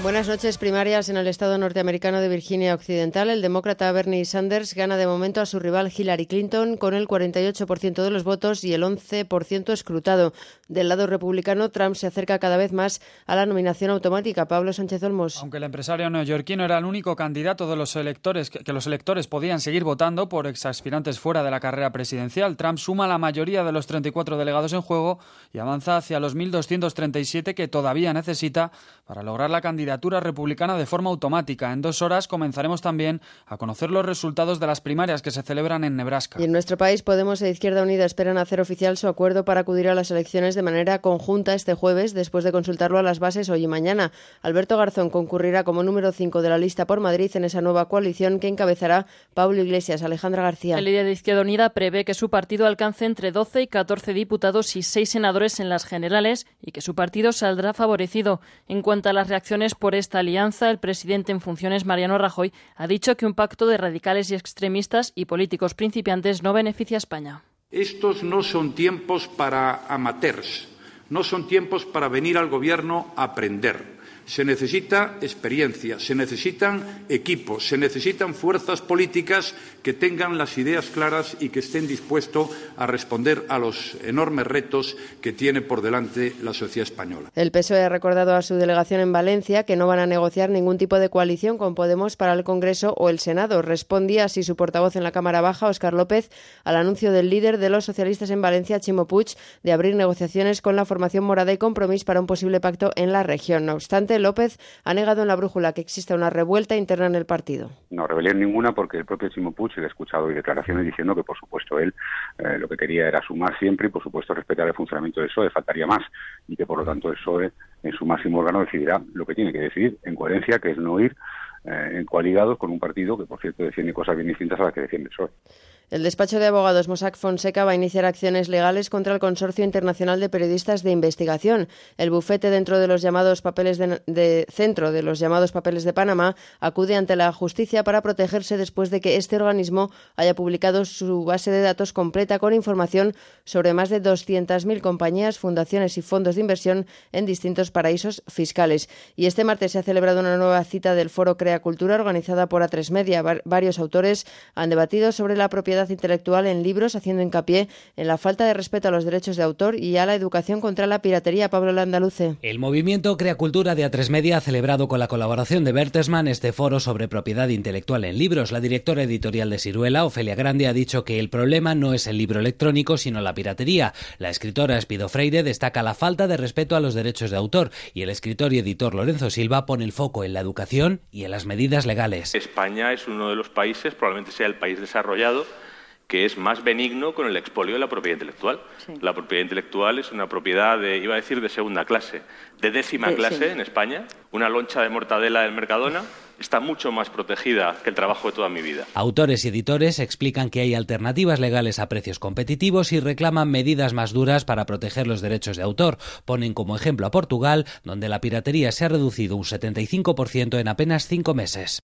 Buenas noches primarias en el estado norteamericano de Virginia Occidental. El demócrata Bernie Sanders gana de momento a su rival Hillary Clinton con el 48% de los votos y el 11% escrutado. Del lado republicano, Trump se acerca cada vez más a la nominación automática. Pablo Sánchez Olmos.
Aunque el empresario neoyorquino era el único candidato de los electores que que los electores podían seguir votando por exaspirantes fuera de la carrera presidencial, Trump suma la mayoría de los 34 delegados en juego y avanza hacia los 1.237 que todavía necesita para lograr la candidatura republicana de forma automática. En dos horas comenzaremos también a conocer los resultados de las primarias que se celebran en Nebraska.
Y en nuestro país, Podemos e Izquierda Unida esperan hacer oficial su acuerdo para acudir a las elecciones de manera conjunta este jueves, después de consultarlo a las bases hoy y mañana. Alberto Garzón concurrirá como número 5 de la lista por Madrid en esa nueva coalición que encabezará Pablo Iglesias, Alejandra García.
El líder de Izquierda Unida prevé que su partido alcance entre 12 y 14 diputados y 6 senadores en las generales y que su partido saldrá favorecido. En cuanto a las reacciones por esta alianza, el presidente en funciones, Mariano Rajoy, ha dicho que un pacto de radicales y extremistas y políticos principiantes no beneficia a España.
Estos no son tiempos para amateurs, no son tiempos para venir al Gobierno a aprender. Se necesita experiencia, se necesitan equipos, se necesitan fuerzas políticas que tengan las ideas claras y que estén dispuestos a responder a los enormes retos que tiene por delante la sociedad española.
El PSOE E ha recordado a su delegación en Valencia que no van a negociar ningún tipo de coalición con Podemos para el Congreso o el Senado. Respondía así su portavoz en la Cámara Baja, Óscar López, al anuncio del líder de los socialistas en Valencia, Chimo Puig, de abrir negociaciones con la formación Morada y Compromís para un posible pacto en la región. No obstante, López ha negado en la brújula que exista una revuelta interna en el partido.
No, rebelión ninguna porque el propio Chimo Puig le he escuchado hoy declaraciones diciendo que, por supuesto, él eh, lo que quería era sumar siempre y, por supuesto, respetar el funcionamiento del PSOE, faltaría más, y que, por lo tanto, el PSOE en su máximo órgano decidirá lo que tiene que decidir en coherencia, que es no ir eh, en coaligados con un partido que, por cierto, defiende cosas bien distintas a las que defiende el PSOE.
El despacho de abogados Mossack Fonseca va a iniciar acciones legales contra el Consorcio Internacional de Periodistas de Investigación. El bufete dentro de los llamados papeles de, de- centro de los llamados papeles de Panamá acude ante la justicia para protegerse después de que este organismo haya publicado su base de datos completa con información sobre más de 200.000 compañías, fundaciones y fondos de inversión en distintos paraísos fiscales. Y este martes se ha celebrado una nueva cita del Foro Crea Cultura organizada por A3 Media. Var- Varios autores han debatido sobre la propiedad intelectual en libros, haciendo hincapié en la falta de respeto a los derechos de autor y a la educación contra la piratería. Pablo Landaluce.
El movimiento Crea Cultura de A3 Media ha celebrado con la colaboración de Bertelsmann este foro sobre propiedad intelectual en libros. La directora editorial de Siruela, Ofelia Grande, ha dicho que el problema no es el libro electrónico, sino la piratería. La escritora Espido Freire destaca la falta de respeto a los derechos de autor y el escritor y editor Lorenzo Silva pone el foco en la educación y en las medidas legales.
España es uno de los países, probablemente sea el país desarrollado, que es más benigno con el expolio de la propiedad intelectual. La propiedad intelectual es una propiedad, de, iba a decir, de segunda clase, de décima
De-
clase
sí.
en España. Una loncha de mortadela del Mercadona está mucho más protegida que el trabajo de toda mi vida.
Autores y editores explican que hay alternativas legales a precios competitivos y reclaman medidas más duras para proteger los derechos de autor. Ponen como ejemplo a Portugal, donde la piratería se ha reducido un 75% en apenas cinco meses.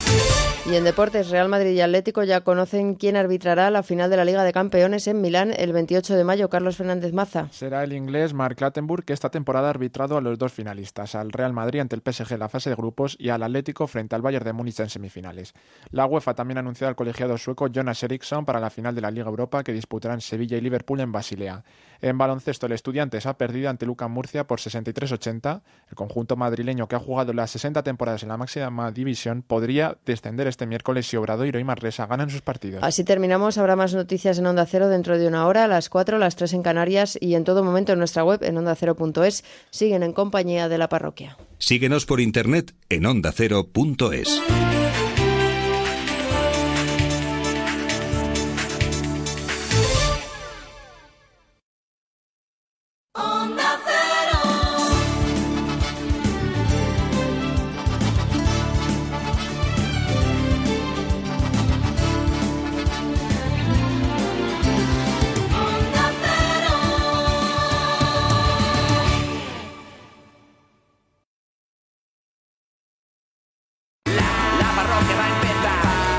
Y en deportes, Real Madrid y Atlético ya conocen quién arbitrará la final de la Liga de Campeones en Milán el 28 de mayo. Carlos Fernández Maza.
Será el inglés Mark Lattenburg que esta temporada ha arbitrado a los dos finalistas, al Real Madrid ante el PSG en la fase de grupos y al Atlético frente al Bayern de Múnich en semifinales. La UEFA también ha anunciado al colegiado sueco Jonas Eriksson para la final de la Liga Europa que disputarán Sevilla y Liverpool en Basilea. En baloncesto, el Estudiantes ha perdido ante Luca Murcia por 63-80. El conjunto madrileño que ha jugado las 60 temporadas en la máxima división podría descender este miércoles si Obradoiro y Marresa ganan sus partidos.
Así terminamos. Habrá más noticias en Onda Cero dentro de una hora, a las 4, a las 3 en Canarias y en todo momento en nuestra web en ondacero.es. Siguen en compañía de la parroquia.
Síguenos por internet en ondacero.es.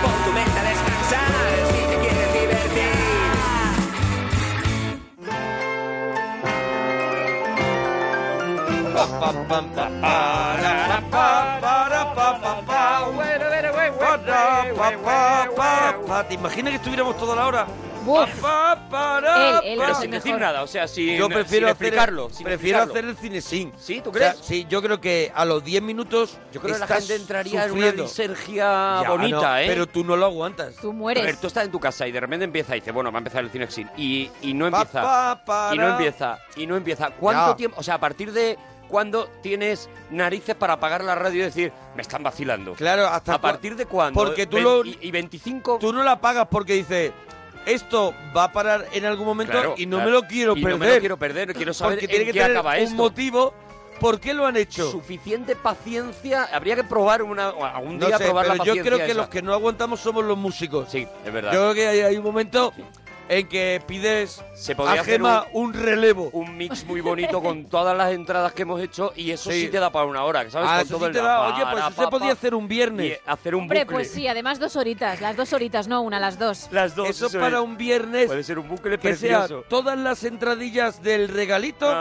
Pon tu mente a descansar si te quieres divertir.
¿Te imaginas que estuviéramos toda la hora?
Pero sin decir nada, o sea, sin,
yo prefiero
sin
hacer-
explicarlo. sin
prefiero
explicarlo.
hacer el cine sin.
¿Sí? ¿Tú
O sea,
crees?
sí, yo creo que a los 10 minutos.
Yo creo que la
estás
gente entraría en
sufriendo.
una disergia
Ya,
bonita,
no,
¿eh?
Pero tú no lo aguantas.
Tú mueres.
A ver, tú estás en tu casa y de repente empieza y dice, bueno, va a empezar el cine sin y, y no
Pa,
empieza.
pa, para.
y no empieza. Y no empieza. ¿Cuánto
Ya.
tiempo? O sea, a partir de cuándo tienes narices para apagar la radio y decir, me están vacilando.
Claro, hasta
¿A partir de cuándo?
Porque tú
Ve-
lo.
y- 25.
Tú no la pagas porque dices. Esto va a parar en algún momento
Claro,
y no
claro.
me lo quiero
Y no
perder.
me lo quiero perder, quiero saber
Porque
en
tiene que
qué
tener
acaba
un
esto.
motivo. ¿Por qué lo han hecho?
Suficiente paciencia. Habría que probar una, algún
No
día
sé,
probar la
pero yo
paciencia
creo que
esa.
los que no aguantamos somos los músicos.
Sí, es verdad.
Yo creo que hay, hay un momento en que pides
Se podría
a
hacer
Gema un, relevo.
Un mix muy bonito con todas las entradas que hemos hecho y eso sí,
Sí.
te da para una hora, ¿sabes?
Ah,
Con
eso
todo
sí
el
te
da-
da- oye,
para,
pues eso se
pa, pa,
podía hacer un
y
viernes.
hacer un
Hombre,
bucle.
pues sí, además dos horitas, las dos horitas, no una, las dos.
Las dos.
Eso para un viernes.
Puede ser un bucle
que sea
precioso.
todas las entradillas del regalito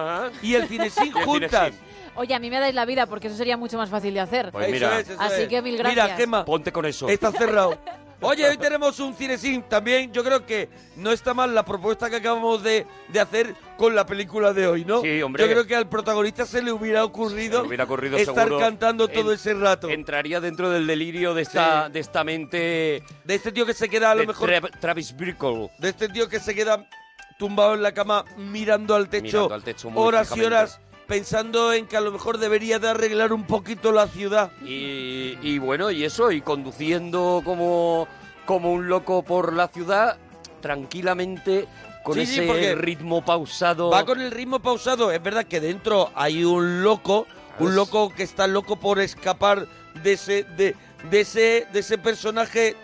y el cinesín
Y el
juntas.
Oye, a mí me dais la vida porque eso sería mucho más fácil de hacer.
Pues mira. Eso es, eso
Así
es.
que mil
Mira,
gracias.
Gema.
Ponte con eso.
Está cerrado. Oye, hoy tenemos un cinesín también. Yo creo que no está mal la propuesta que acabamos de, de hacer con la película de hoy, ¿no? Sí,
hombre.
Yo creo que al protagonista se le hubiera ocurrido,
hubiera corrido
estar
seguro.
cantando todo
En-
ese rato.
Entraría dentro del delirio de esta, de esta mente.
De este tío que se queda a lo mejor-
Travis Bickle.
De este tío que se queda tumbado en la cama mirando al techo,
Mirando al techo muy
horas y
fijamente.
horas pensando en que a lo mejor debería de arreglar un poquito la ciudad.
Y, y bueno, y eso, y conduciendo como, como un loco por la ciudad, tranquilamente, con
Sí, sí,
ese
porque
ritmo pausado.
Va con el ritmo pausado. Es verdad que dentro hay un loco, un loco que está loco por escapar de ese, de, de ese, de ese personaje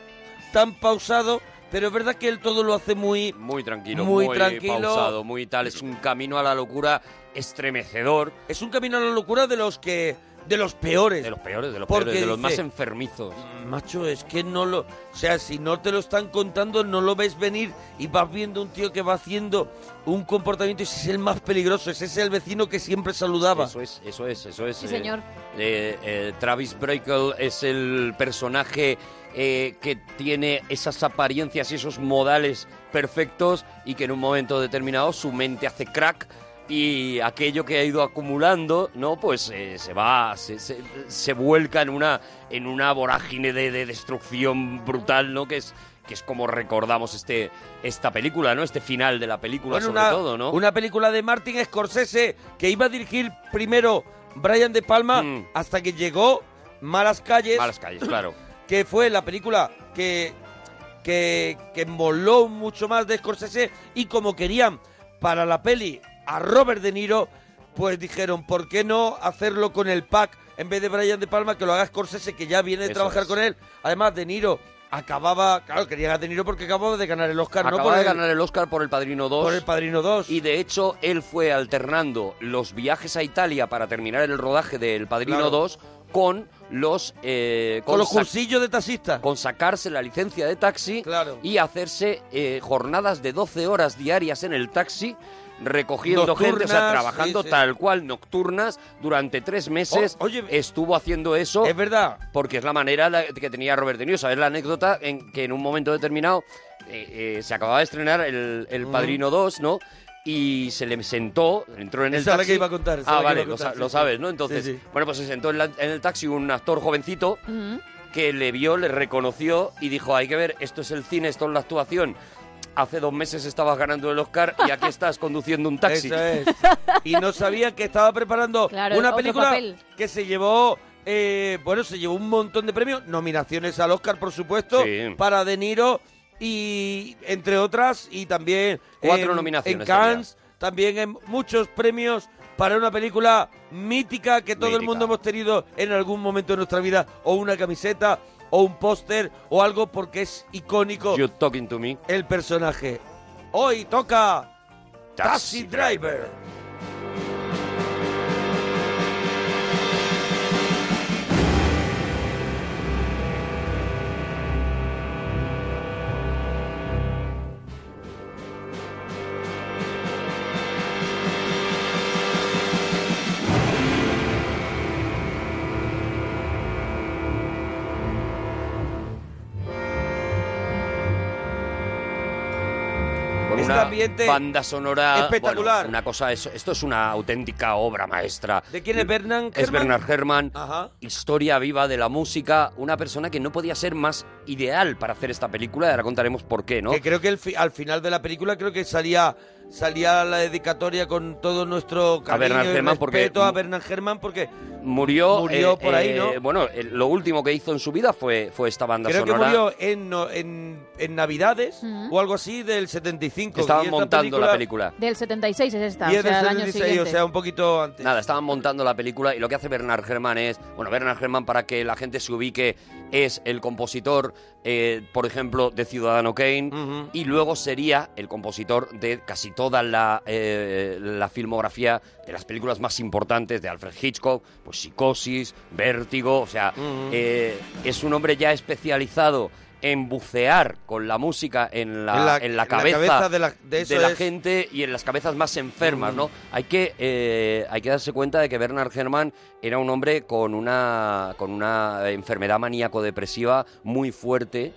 tan pausado. Pero es verdad que él todo lo hace muy,
muy tranquilo,
muy tranquilo.
pausado, muy tal. Es un camino a la locura estremecedor.
Es un camino a la locura de los que. de los peores.
De los peores, de los
Porque
peores, de los
dice,
más enfermizos.
Macho, es que no lo. O sea, si no te lo están contando, no lo ves venir y vas viendo un tío que va haciendo un comportamiento y ese es el más peligroso. Ese es el vecino que siempre saludaba.
Eso es, eso es, eso es.
Sí, señor.
eh, eh, Travis Bickle es el personaje eh, que tiene esas apariencias y esos modales perfectos y que en un momento determinado su mente hace crack y aquello que ha ido acumulando, ¿no? Pues eh, se va, se, se- se vuelca en una, en una vorágine de, de destrucción brutal, ¿no? Que es que es como recordamos este esta película, ¿no? Este final de la película
Bueno,
sobre
una,
todo, ¿no?
una película de Martin Scorsese que iba a dirigir primero Brian De Palma hasta que llegó Malas Calles.
Mm. Malas calles, claro.
Que fue la película que, que, que moló mucho más de Scorsese y como querían para la peli a Robert De Niro, pues dijeron, ¿por qué no hacerlo con el pack en vez de Brian De Palma que lo haga Scorsese que ya viene de
Eso
trabajar
es.
con él? Además, De Niro acababa, claro, querían a De Niro porque acababa de ganar el Oscar, no
Acaba
por
de
el-
ganar el Oscar por El Padrino 2.
Por El Padrino 2.
Y de hecho, él fue alternando los viajes a Italia para terminar el rodaje de El Padrino
Claro.
2 con los... eh,
Con los
sac-
cursillos de taxista.
Con sacarse la licencia de taxi y hacerse eh, jornadas de 12 horas diarias en el taxi recogiendo gente, o sea,
Nocturnas,
trabajando
sí, sí.
tal cual, nocturnas, durante tres meses.
O- oye,
estuvo haciendo eso. Es
verdad.
Porque es la manera la- que tenía Robert De Niro. Sabes la anécdota en que en un momento determinado eh, eh, se acababa de estrenar el, el
Ujú.
Padrino 2, ¿no? Y se le sentó, entró en el
Esa es la
taxi.
que iba a contar, esa es
Ah,
la que
vale,
iba a
lo,
contar,
sa-
sí,
lo
sí.
sabes, ¿no? Entonces,
Sí, sí.
bueno, pues se sentó en, la- en el taxi un actor jovencito
Ujú.
que le vio, le reconoció y dijo, hay que ver, esto es el cine, esto es la actuación. Hace dos meses estabas ganando el Oscar y aquí estás conduciendo un taxi.
Eso es. Y no sabía que estaba preparando
Claro,
una
otro
película
papel.
que se llevó, eh, bueno, se llevó un montón de premios, nominaciones al Oscar, por supuesto,
Sí.
para De Niro y entre otras y también
Cuatro
en-
nominaciones
en Cannes, también en muchos premios para una película mítica que todo el
Mítica.
mundo hemos tenido en algún momento de nuestra vida o una camiseta o un póster o algo porque es icónico
You talking to me.
el personaje. Hoy toca
Taxi
Taxi Driver.
con
Este
una
ambiente
banda sonora
espectacular.
bueno, una cosa, eso- esto es una auténtica obra maestra.
¿De quién es Bernard
Es
Herrmann?
Bernard Herrmann,
Ajá.
historia viva de la música, una persona que no podía ser más ideal para hacer esta película, y ahora contaremos por qué, ¿no?
Que creo que el fi- al final de la película creo que salía salía la dedicatoria con todo nuestro cariño
Bernard
y
Herrmann porque-
respeto a Bernard Herrmann porque
Murió,
murió
eh,
por ahí,
eh,
¿no?
Bueno, eh, lo último que hizo en su vida fue, fue esta banda
creo que
sonora.
murió en, no- en, en Navidades o algo así del 75.
Estaban
Y esta
montando la película.
Del 76 es esta,
Y
o
es del
sea, el año
76,
siguiente.
o sea, un poquito antes.
Nada, estaban montando la película y lo que hace Bernard Herrmann es. Bueno, Bernard Herrmann, para que la gente se ubique, es el compositor, eh, por ejemplo, de Ciudadano Kane, y luego sería el compositor de casi toda la, eh, la filmografía de las películas más importantes de Alfred Hitchcock, pues Psicosis, Vértigo, o sea,
Ujú.
eh, es un hombre ya especializado en bucear con la música en la,
En la-
en
en
la
la
cabeza,
cabeza de la- de eso es-
gente y en las cabezas más enfermas,
Mm.
¿no? Hay que, eh, hay que darse cuenta de que Bernard Herrmann era un hombre con una, con una enfermedad maníaco-depresiva muy fuerte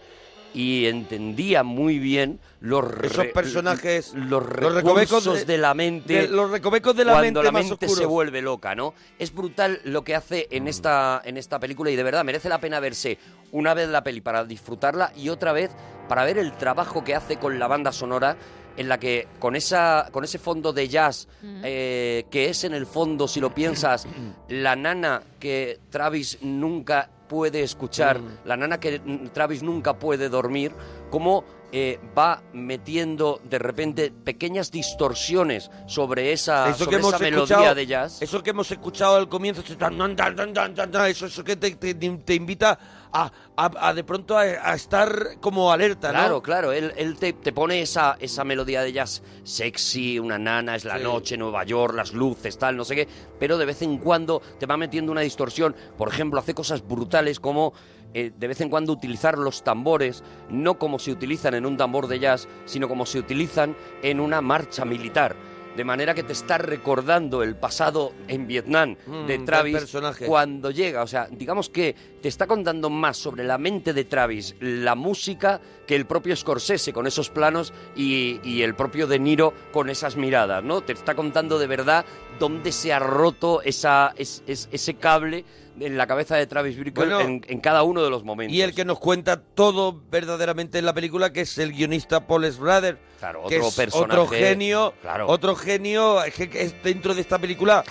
y entendía muy bien los re-
Esos personajes,
los
los recovecos
recursos de,
de-
la mente
de- los recovecos de la
cuando
mente
la
más
mente se
oscuros.
vuelve loca no es brutal lo que hace
Mm.
en esta en esta película y de verdad merece la pena verse una vez la peli para disfrutarla y otra vez para ver el trabajo que hace con la banda sonora en la que con esa con ese fondo de jazz eh, que es en el fondo si lo piensas la nana que Travis nunca puede escuchar la nana que mm, Travis nunca puede dormir cómo eh, va metiendo de repente pequeñas distorsiones sobre esa,
eso
sobre
que hemos
esa melodía
escuchado,
de jazz.
Eso que hemos escuchado al comienzo, ese tan, tan, tan, tan, tan, tan, tan, eso, eso que te, te- te invita a, a- a de pronto a, a estar como alerta, ¿no?
Claro, claro, él, él te, te pone esa, esa melodía de jazz sexy, una nana, es la noche, Nueva York, las luces, tal, no sé qué, pero de vez en cuando te va metiendo una distorsión. Por ejemplo, hace cosas brutales como eh, de vez en cuando utilizar los tambores, no como se utilizan en un tambor de jazz, sino como se utilizan en una marcha militar. De manera que te está recordando el pasado en Vietnam
Mm,
de
del
Travis
personaje.
cuando cuando llega. O sea, digamos que te está contando más sobre la mente de Travis, la música, que el propio Scorsese con esos planos y, y el propio De Niro con esas miradas, ¿no? Te está contando de verdad dónde se ha roto esa, es- es- ese cable en la cabeza de Travis Bickle
Bueno,
en, en cada uno de los momentos.
Y el que nos cuenta todo verdaderamente en la película, que es el guionista Paul Schrader.
Claro,
que
otro
es
personaje,
Otro genio.
claro.
Otro genio. Es que es dentro de esta película.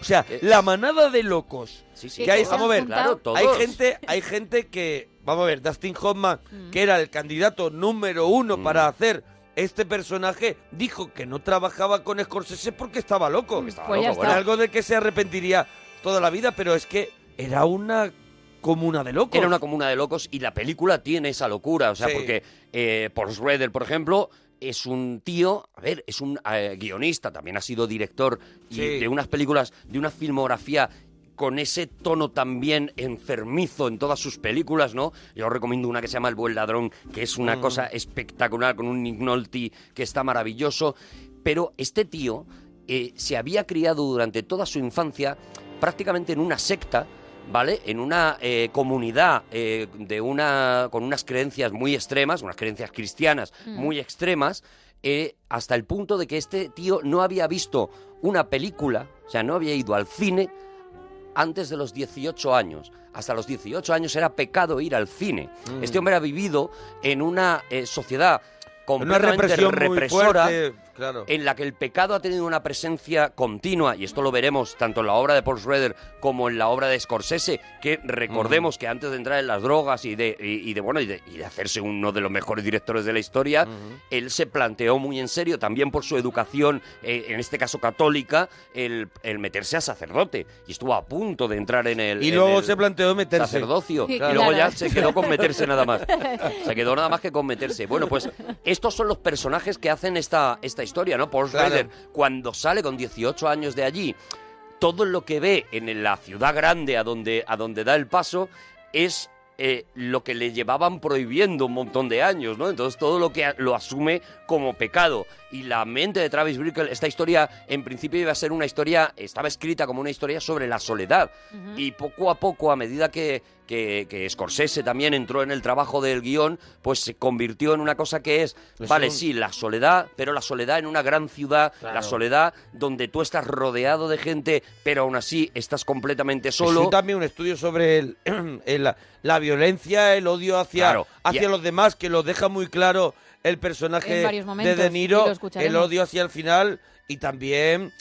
o sea, la manada de locos.
sí,
que hay,
todos.
vamos a ver.
Claro, todos.
Hay gente, hay gente que. Vamos a ver, Dustin Hoffman,
Mm.
que era el candidato número uno para hacer. Este personaje dijo que no trabajaba con Scorsese porque estaba loco.
Pues ya loco, está. bueno.
Algo de que se arrepentiría toda la vida, pero es que era una comuna de locos.
Era una comuna de locos y la película tiene esa locura. O sea,
Sí.
porque eh, Paul Schrader, por ejemplo, es un tío, a ver, es un eh, guionista, también ha sido director y
Sí.
de unas películas, de una filmografía con ese tono también enfermizo en todas sus películas, ¿no? Yo os recomiendo una que se llama El buen ladrón, que es una
Mm.
cosa espectacular con un Nick Nolte que está maravilloso, pero este tío eh, se había criado durante toda su infancia prácticamente en una secta, ¿vale? En una eh, comunidad eh, de una, con unas creencias muy extremas, unas creencias cristianas
Mm.
muy extremas, eh, hasta el punto de que este tío no había visto una película, o sea, no había ido al cine antes de los 18 años. Hasta los 18 años era pecado ir al cine.
Mm.
Este hombre ha vivido en una eh, sociedad
Una
completamente
represión muy
represora
fuerte, claro.
en la que el pecado ha tenido una presencia continua, y esto lo veremos tanto en la obra de Paul Schrader como en la obra de Scorsese, que recordemos que antes de entrar en las drogas y de, y, y de bueno y de, y de hacerse uno de los mejores directores de la historia, él se planteó muy en serio, también por su educación, eh, en este caso católica, el, el meterse a sacerdote, y estuvo a punto de entrar en el...
Y
en
luego
el
se planteó meterse.
sacerdocio,
Sí,
y
claro.
luego ya se quedó con meterse nada más. Se quedó nada más que con meterse. Bueno, pues estos son los personajes que hacen esta, esta historia, ¿no? Paul
Claro.
Schrader, cuando sale con 18 años de allí, todo lo que ve en la ciudad grande a donde, a donde da el paso es eh, lo que le llevaban prohibiendo un montón de años, ¿no? Entonces todo lo que a- lo asume como pecado. Y la mente de Travis Bickle, esta historia en principio iba a ser una historia, estaba escrita como una historia sobre la soledad. Y poco a poco, a medida que, que, que Scorsese también entró en el trabajo del guión, pues se convirtió en una cosa que es,
Es
vale,
un-
sí, la soledad, pero la soledad en una gran ciudad, la
Claro.
soledad donde tú estás rodeado de gente, pero aún así estás completamente solo.
Existe también un estudio sobre el- el- la, la violencia, el odio hacia,
Claro, y
hacia
a-
los demás, que lo deja muy claro el personaje
En varios
de
momentos,
De
y lo
Niro,
escucharemos.
el odio hacia el final y también...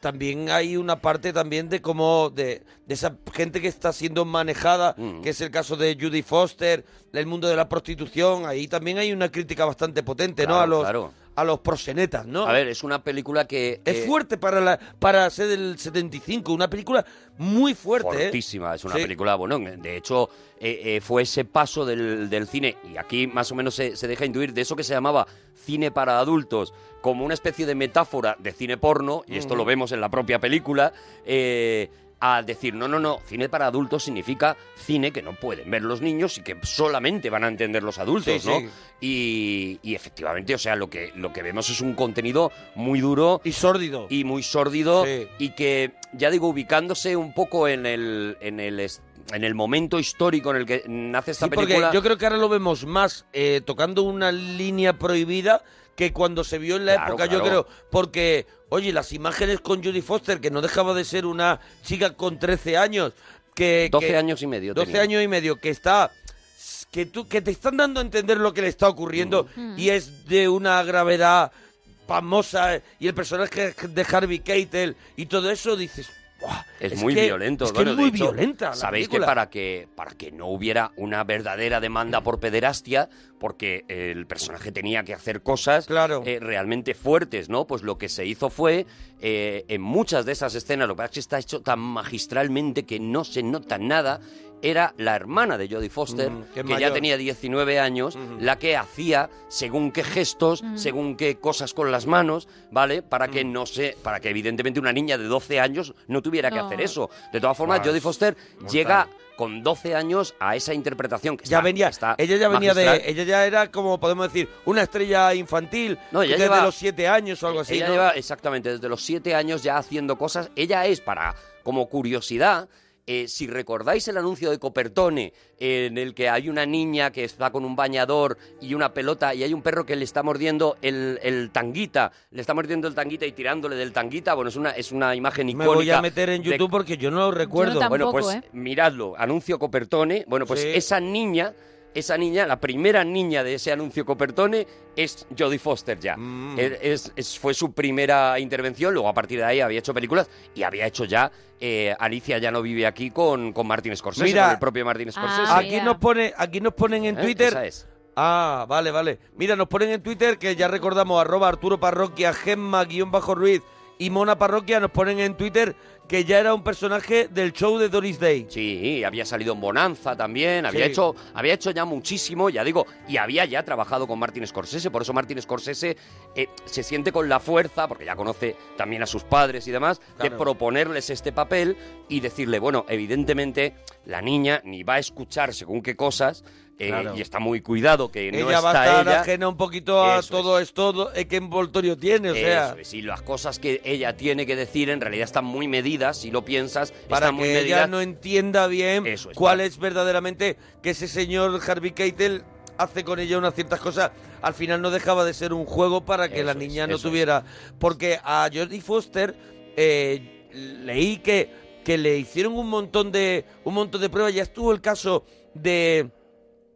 También hay una parte también de cómo de, de esa gente que está siendo manejada,
Mm.
que es el caso de Judy Foster, del mundo de la prostitución. Ahí también hay una crítica bastante potente, ¿no?
Claro,
A los
claro.
a los prosenetas, ¿no?
A ver, es una película que...
Es
eh,
fuerte para la para ser del 75, una película muy fuerte. ¿eh?
Fortísima, es una
Sí.
película, bueno, de hecho eh, eh, fue ese paso del, del cine, y aquí más o menos se, se deja intuir de eso que se llamaba cine para adultos, como una especie de metáfora de cine porno, y esto
Ujú.
lo vemos en la propia película, eh, a decir, no, no, no, cine para adultos significa cine que no pueden ver los niños y que solamente van a entender los adultos,
Sí,
¿no?
sí.
Y, y efectivamente, o sea, lo que, lo que vemos es un contenido muy duro.
Y sórdido.
Y muy sórdido.
Sí.
Y que, ya digo, ubicándose un poco en el, en el, es- en el momento histórico en el que nace esta
Sí, porque
película.
yo creo que ahora lo vemos más eh, tocando una línea prohibida que cuando se vio en la época, yo
claro.
creo. Porque, oye, las imágenes con Judy Foster, que no dejaba de ser una chica con 13 años, que...
12
que-
años y medio
12
tenía.
años y medio, que está... Que, tú, que te están dando a entender lo que le está ocurriendo
Mm.
y es de una gravedad famosa eh, y el personaje de Harvey Keitel y todo eso, dices... "Buah,
es, muy
que-
violento.
Es que
bueno,
es
de
muy
hecho,
violenta la
Sabéis
película.
que para que para que no hubiera una verdadera demanda por pederastia, porque el personaje tenía que hacer cosas eh, realmente fuertes, ¿no? Pues lo que se hizo fue eh, en muchas de esas escenas, lo que pasa es que está hecho tan magistralmente que no se nota nada. Era la hermana de Jodie Foster,
Mm, que
que
es
ya
mayor. Mm.
tenía 19 años, la que hacía según qué gestos, según qué cosas con las manos, ¿vale? Para que
Mm.
no se, para que evidentemente una niña de 12 años no tuviera que
No.
hacer eso. De todas formas,
Ah,
Jodie
es
Foster
mortal.
llega con 12 años a esa interpretación que ya venía,
Ella ya venía de. Ella ya era, como podemos decir, una estrella infantil.
No, ella
desde
lleva-
los 7 años o algo así.
Ella
¿no?
lleva exactamente desde los siete años ya haciendo cosas. Ella es para, como curiosidad, eh, si recordáis el anuncio de Copertone, eh, en el que hay una niña que está con un bañador y una pelota y hay un perro que le está mordiendo el, el tanguita, le está mordiendo el tanguita y tirándole del tanguita. Bueno, es una, es una imagen
Me
icónica.
voy a meter en
de-
YouTube porque yo no lo recuerdo.
bueno, pues miradlo, anuncio Copertone. Bueno, pues
Sí.
esa niña, esa niña, la primera niña de ese anuncio Copertone es Jodie Foster ya.
Mm.
Es- es- es- fue su primera intervención, luego a partir de ahí había hecho películas y había hecho ya eh, Alicia ya no vive aquí con, con Martin Scorsese,
Mira.
con el propio Martin
Ah,
Scorsese.
aquí, nos pone, aquí nos ponen en
¿Eh?
Twitter.
Esa es.
Ah, vale, vale. Mira, nos ponen en Twitter que ya recordamos arroba Arturo Parroquia, Gemma guión bajo Ruiz y Mona Parroquia nos ponen en Twitter que ya era un personaje del show de Doris Day.
Sí, había salido en Bonanza también, había,
Sí.
hecho, había hecho ya muchísimo, ya digo, y había ya trabajado con Martin Scorsese, por eso Martin Scorsese eh, se siente con la fuerza, porque ya conoce también a sus padres y demás, de
Claro.
proponerles este papel y decirle, bueno, evidentemente la niña ni va a escuchar según qué cosas, eh,
Claro.
y está muy cuidado que no
ella
está
va a estar
ella.
ajena un poquito a
Eso
todo esto eh, que envoltorio tiene, o sea.
Eso es, y las cosas que ella tiene que decir en realidad están muy medidas, si lo piensas,
para
están muy
que ella
medidas.
no entienda bien cuál es verdaderamente que ese señor Harvey Keitel hace con ella unas ciertas cosas. Al final no dejaba de ser un juego para que la niña no
eso es.
tuviera... Porque a Jordi Foster eh, leí que, que le hicieron un montón de un montón de pruebas. Ya estuvo el caso de,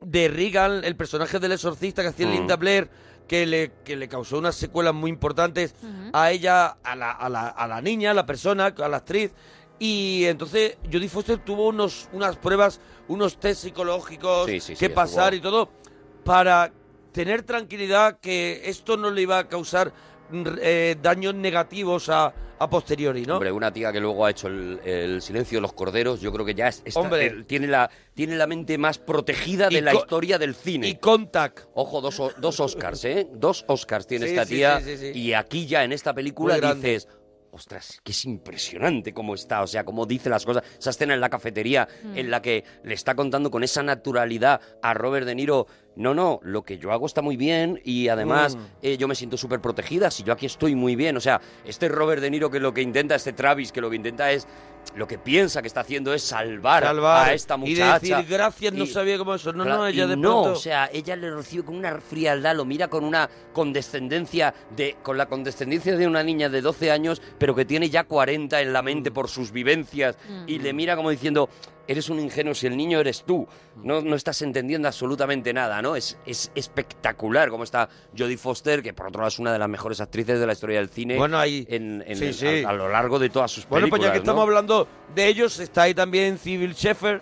de Regan, el personaje del exorcista que hacía
Mm.
Linda Blair, que le, que le causó unas secuelas muy importantes
Ujú.
a ella, a la, a, la, a la niña, a la persona, a la actriz. Y entonces Jodie Foster tuvo unos, unas pruebas, unos test psicológicos
Sí, sí, sí,
que pasar
estuvo-
y todo, para tener tranquilidad que esto no le iba a causar mm, eh, daños negativos a, a posteriori, ¿no?
Hombre, una tía que luego ha hecho el, el silencio de los corderos, yo creo que ya es- está-
Hombre.
eh, tiene, la, tiene la mente más protegida de
Y
la
co-
historia del cine. Y
Contact.
Ojo, dos, o- dos Oscars, ¿eh? Dos Oscars tiene
Sí,
esta
sí,
tía.
sí, sí, sí.
Y aquí ya en esta película
Muy grande.
dices, ostras, que es impresionante cómo está, o sea, cómo dice las cosas. Esa escena en la cafetería
Mm.
en la que le está contando con esa naturalidad a Robert De Niro, no, no, lo que yo hago está muy bien y además
Mm.
eh, yo me siento súper protegida, si yo aquí estoy muy bien, o sea, este Robert De Niro que lo que intenta, este Travis que lo que intenta es... Lo que piensa que está haciendo es salvar,
Salvar
a esta
y
muchacha.
decir gracias, no
Y-
sabía cómo eso. No,
Claro,
no, ella
y
de
no,
pronto...
o sea, ella le recibe con una frialdad, lo mira con una condescendencia de con la condescendencia de una niña de 12 años, pero que tiene ya 40 en la mente por sus vivencias
Mm.
y le mira como diciendo, eres un ingenuo si el niño eres tú. No no estás entendiendo absolutamente nada, ¿no? Es es espectacular como está Jodie Foster, que por otro lado es una de las mejores actrices de la historia del cine.
Bueno, ahí-
en, en-
sí,
en-
sí.
A, a lo largo de todas sus
Bueno,
películas,
pues ya que
¿no?
estamos hablando de ellos, está ahí también Civil Shepherd,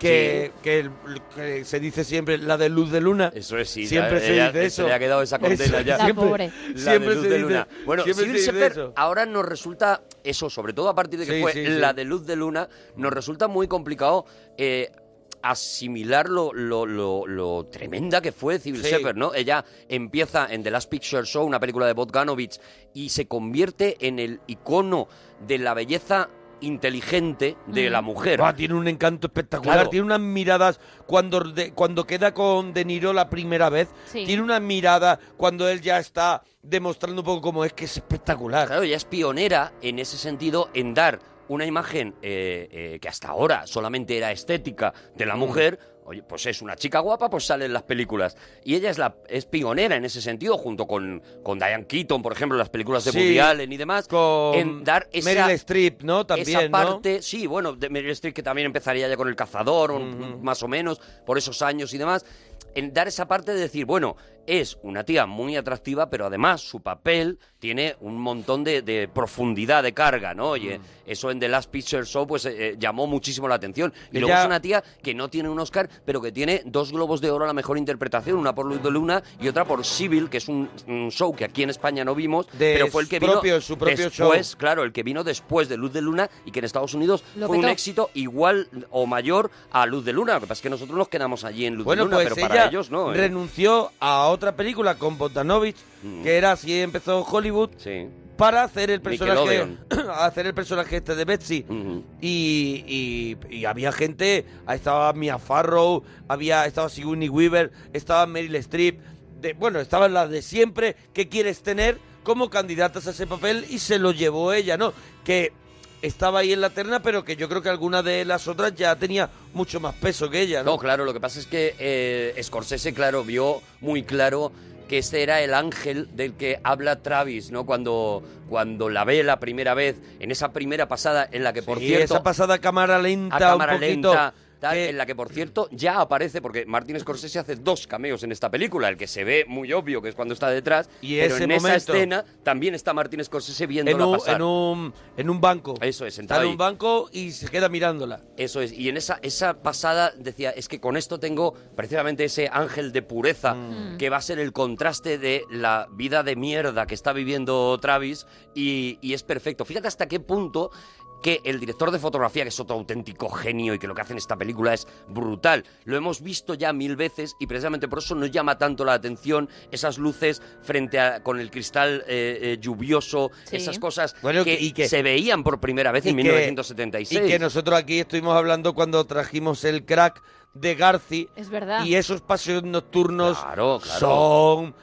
que, que el- que se dice siempre la de luz de luna.
Eso es, sí.
Siempre
ya-
se
ya-
dice eso.
Se le ha quedado esa condena
Eso,
ya.
siempre-
La de
siempre
Luz
se
de
dice
Luna.
eso.
Bueno,
Siempre
Civil
se dice
Sefer
eso.
ahora nos resulta eso, sobre todo a partir de que
Sí,
fue
sí, sí.
la de Luz de Luna, nos resulta muy complicado eh, asimilar lo, lo- lo- lo tremenda que fue Civil
Sí.
Shepherd, ¿no? Ella empieza en The Last Picture Show, una película de Bogdanovich, y se convierte en el icono de la belleza inteligente de la mujer.
Ah, tiene un encanto espectacular,
Claro.
tiene unas miradas cuando, de- cuando queda con De Niro la primera vez,
Sí.
tiene una mirada cuando él ya está demostrando un poco cómo es que es espectacular.
Claro, ella es pionera en ese sentido en dar una imagen eh, eh, que hasta ahora solamente era estética de la
Mm.
mujer. Oye, pues es una chica guapa, pues sale en las películas. Y ella es la es pionera en ese sentido, junto con, con Diane Keaton, por ejemplo, en las películas de
Sí,
Woody Allen y demás,
con
en dar esa,
Meryl Streep, ¿no?
esa
También, ¿no?
parte, sí, bueno, de Meryl Streep que también empezaría ya con El Cazador, un- más o menos, por esos años y demás, en dar esa parte de decir, bueno, es una tía muy atractiva, pero además su papel tiene un montón de, de profundidad de carga, ¿no? Oye,
Mm.
eso en The Last Picture Show pues eh, eh, llamó muchísimo la atención. Y luego
Ella-
es una tía que no tiene un Oscar, pero que tiene dos globos de oro a la mejor interpretación, una por Luz de Luna y otra por Civil, que es un, un show que aquí en España no vimos,
De
pero fue el que
su propio-
vino
su propio
después,
show.
claro, el que vino después de Luz de Luna y que en Estados Unidos
Lo
fue un
petó.
éxito igual o mayor a Luz de Luna. Lo que pasa es que nosotros nos quedamos allí en Luz
Bueno,
de Luna,
pues
pero
ella
para ellos no. ¿eh?
renunció a otra película con Bogdanovich,
Mm.
que era así empezó Hollywood, para hacer el personaje,
Nickelodeon.
hacer el personaje este de Betsy. y, y- y había gente, ahí estaba Mia Farrow, había estaba Sigourney Weaver, estaba Meryl Streep, de, bueno, estaban las de siempre que quieres tener como candidatas a ese papel y se lo llevó ella, ¿no? Que estaba ahí en la terna, pero que yo creo que alguna de las otras ya tenía mucho más peso que ella, ¿no?
No, claro, lo que pasa es que eh, Scorsese, claro, vio muy claro que este era el ángel del que habla Travis, ¿no? Cuando, cuando la ve la primera vez, en esa primera pasada en la que, por
Sí,
cierto,
esa pasada a cámara
a
lenta,
cámara
un poquito.
lenta, tal, en la que, por cierto, ya aparece, porque Martin Scorsese hace dos cameos en esta película, el que se ve muy obvio, que es cuando está detrás,
Y
pero
ese
en esa
momento.
escena también está Martin Scorsese
en
viéndola
un,
pasar.
en un en un banco.
Eso es, sentado
Está en
ahí.
un banco y se queda mirándola.
Eso es, y en esa, esa pasada decía, es que con esto tengo precisamente ese ángel de pureza,
Mm.
que va a ser el contraste de la vida de mierda que está viviendo Travis, y, y es perfecto. Fíjate hasta qué punto que el director de fotografía, que es otro auténtico genio y que lo que hace en esta película es brutal, lo hemos visto ya mil veces y precisamente por eso nos llama tanto la atención esas luces frente a, con el cristal eh, eh, lluvioso,
Sí.
esas cosas
Bueno,
que,
y que-
se veían por primera vez en
que-
1976.
Y que nosotros aquí estuvimos hablando cuando trajimos el crack de Garci.
Es verdad.
Y esos paseos nocturnos
Claro, claro.
son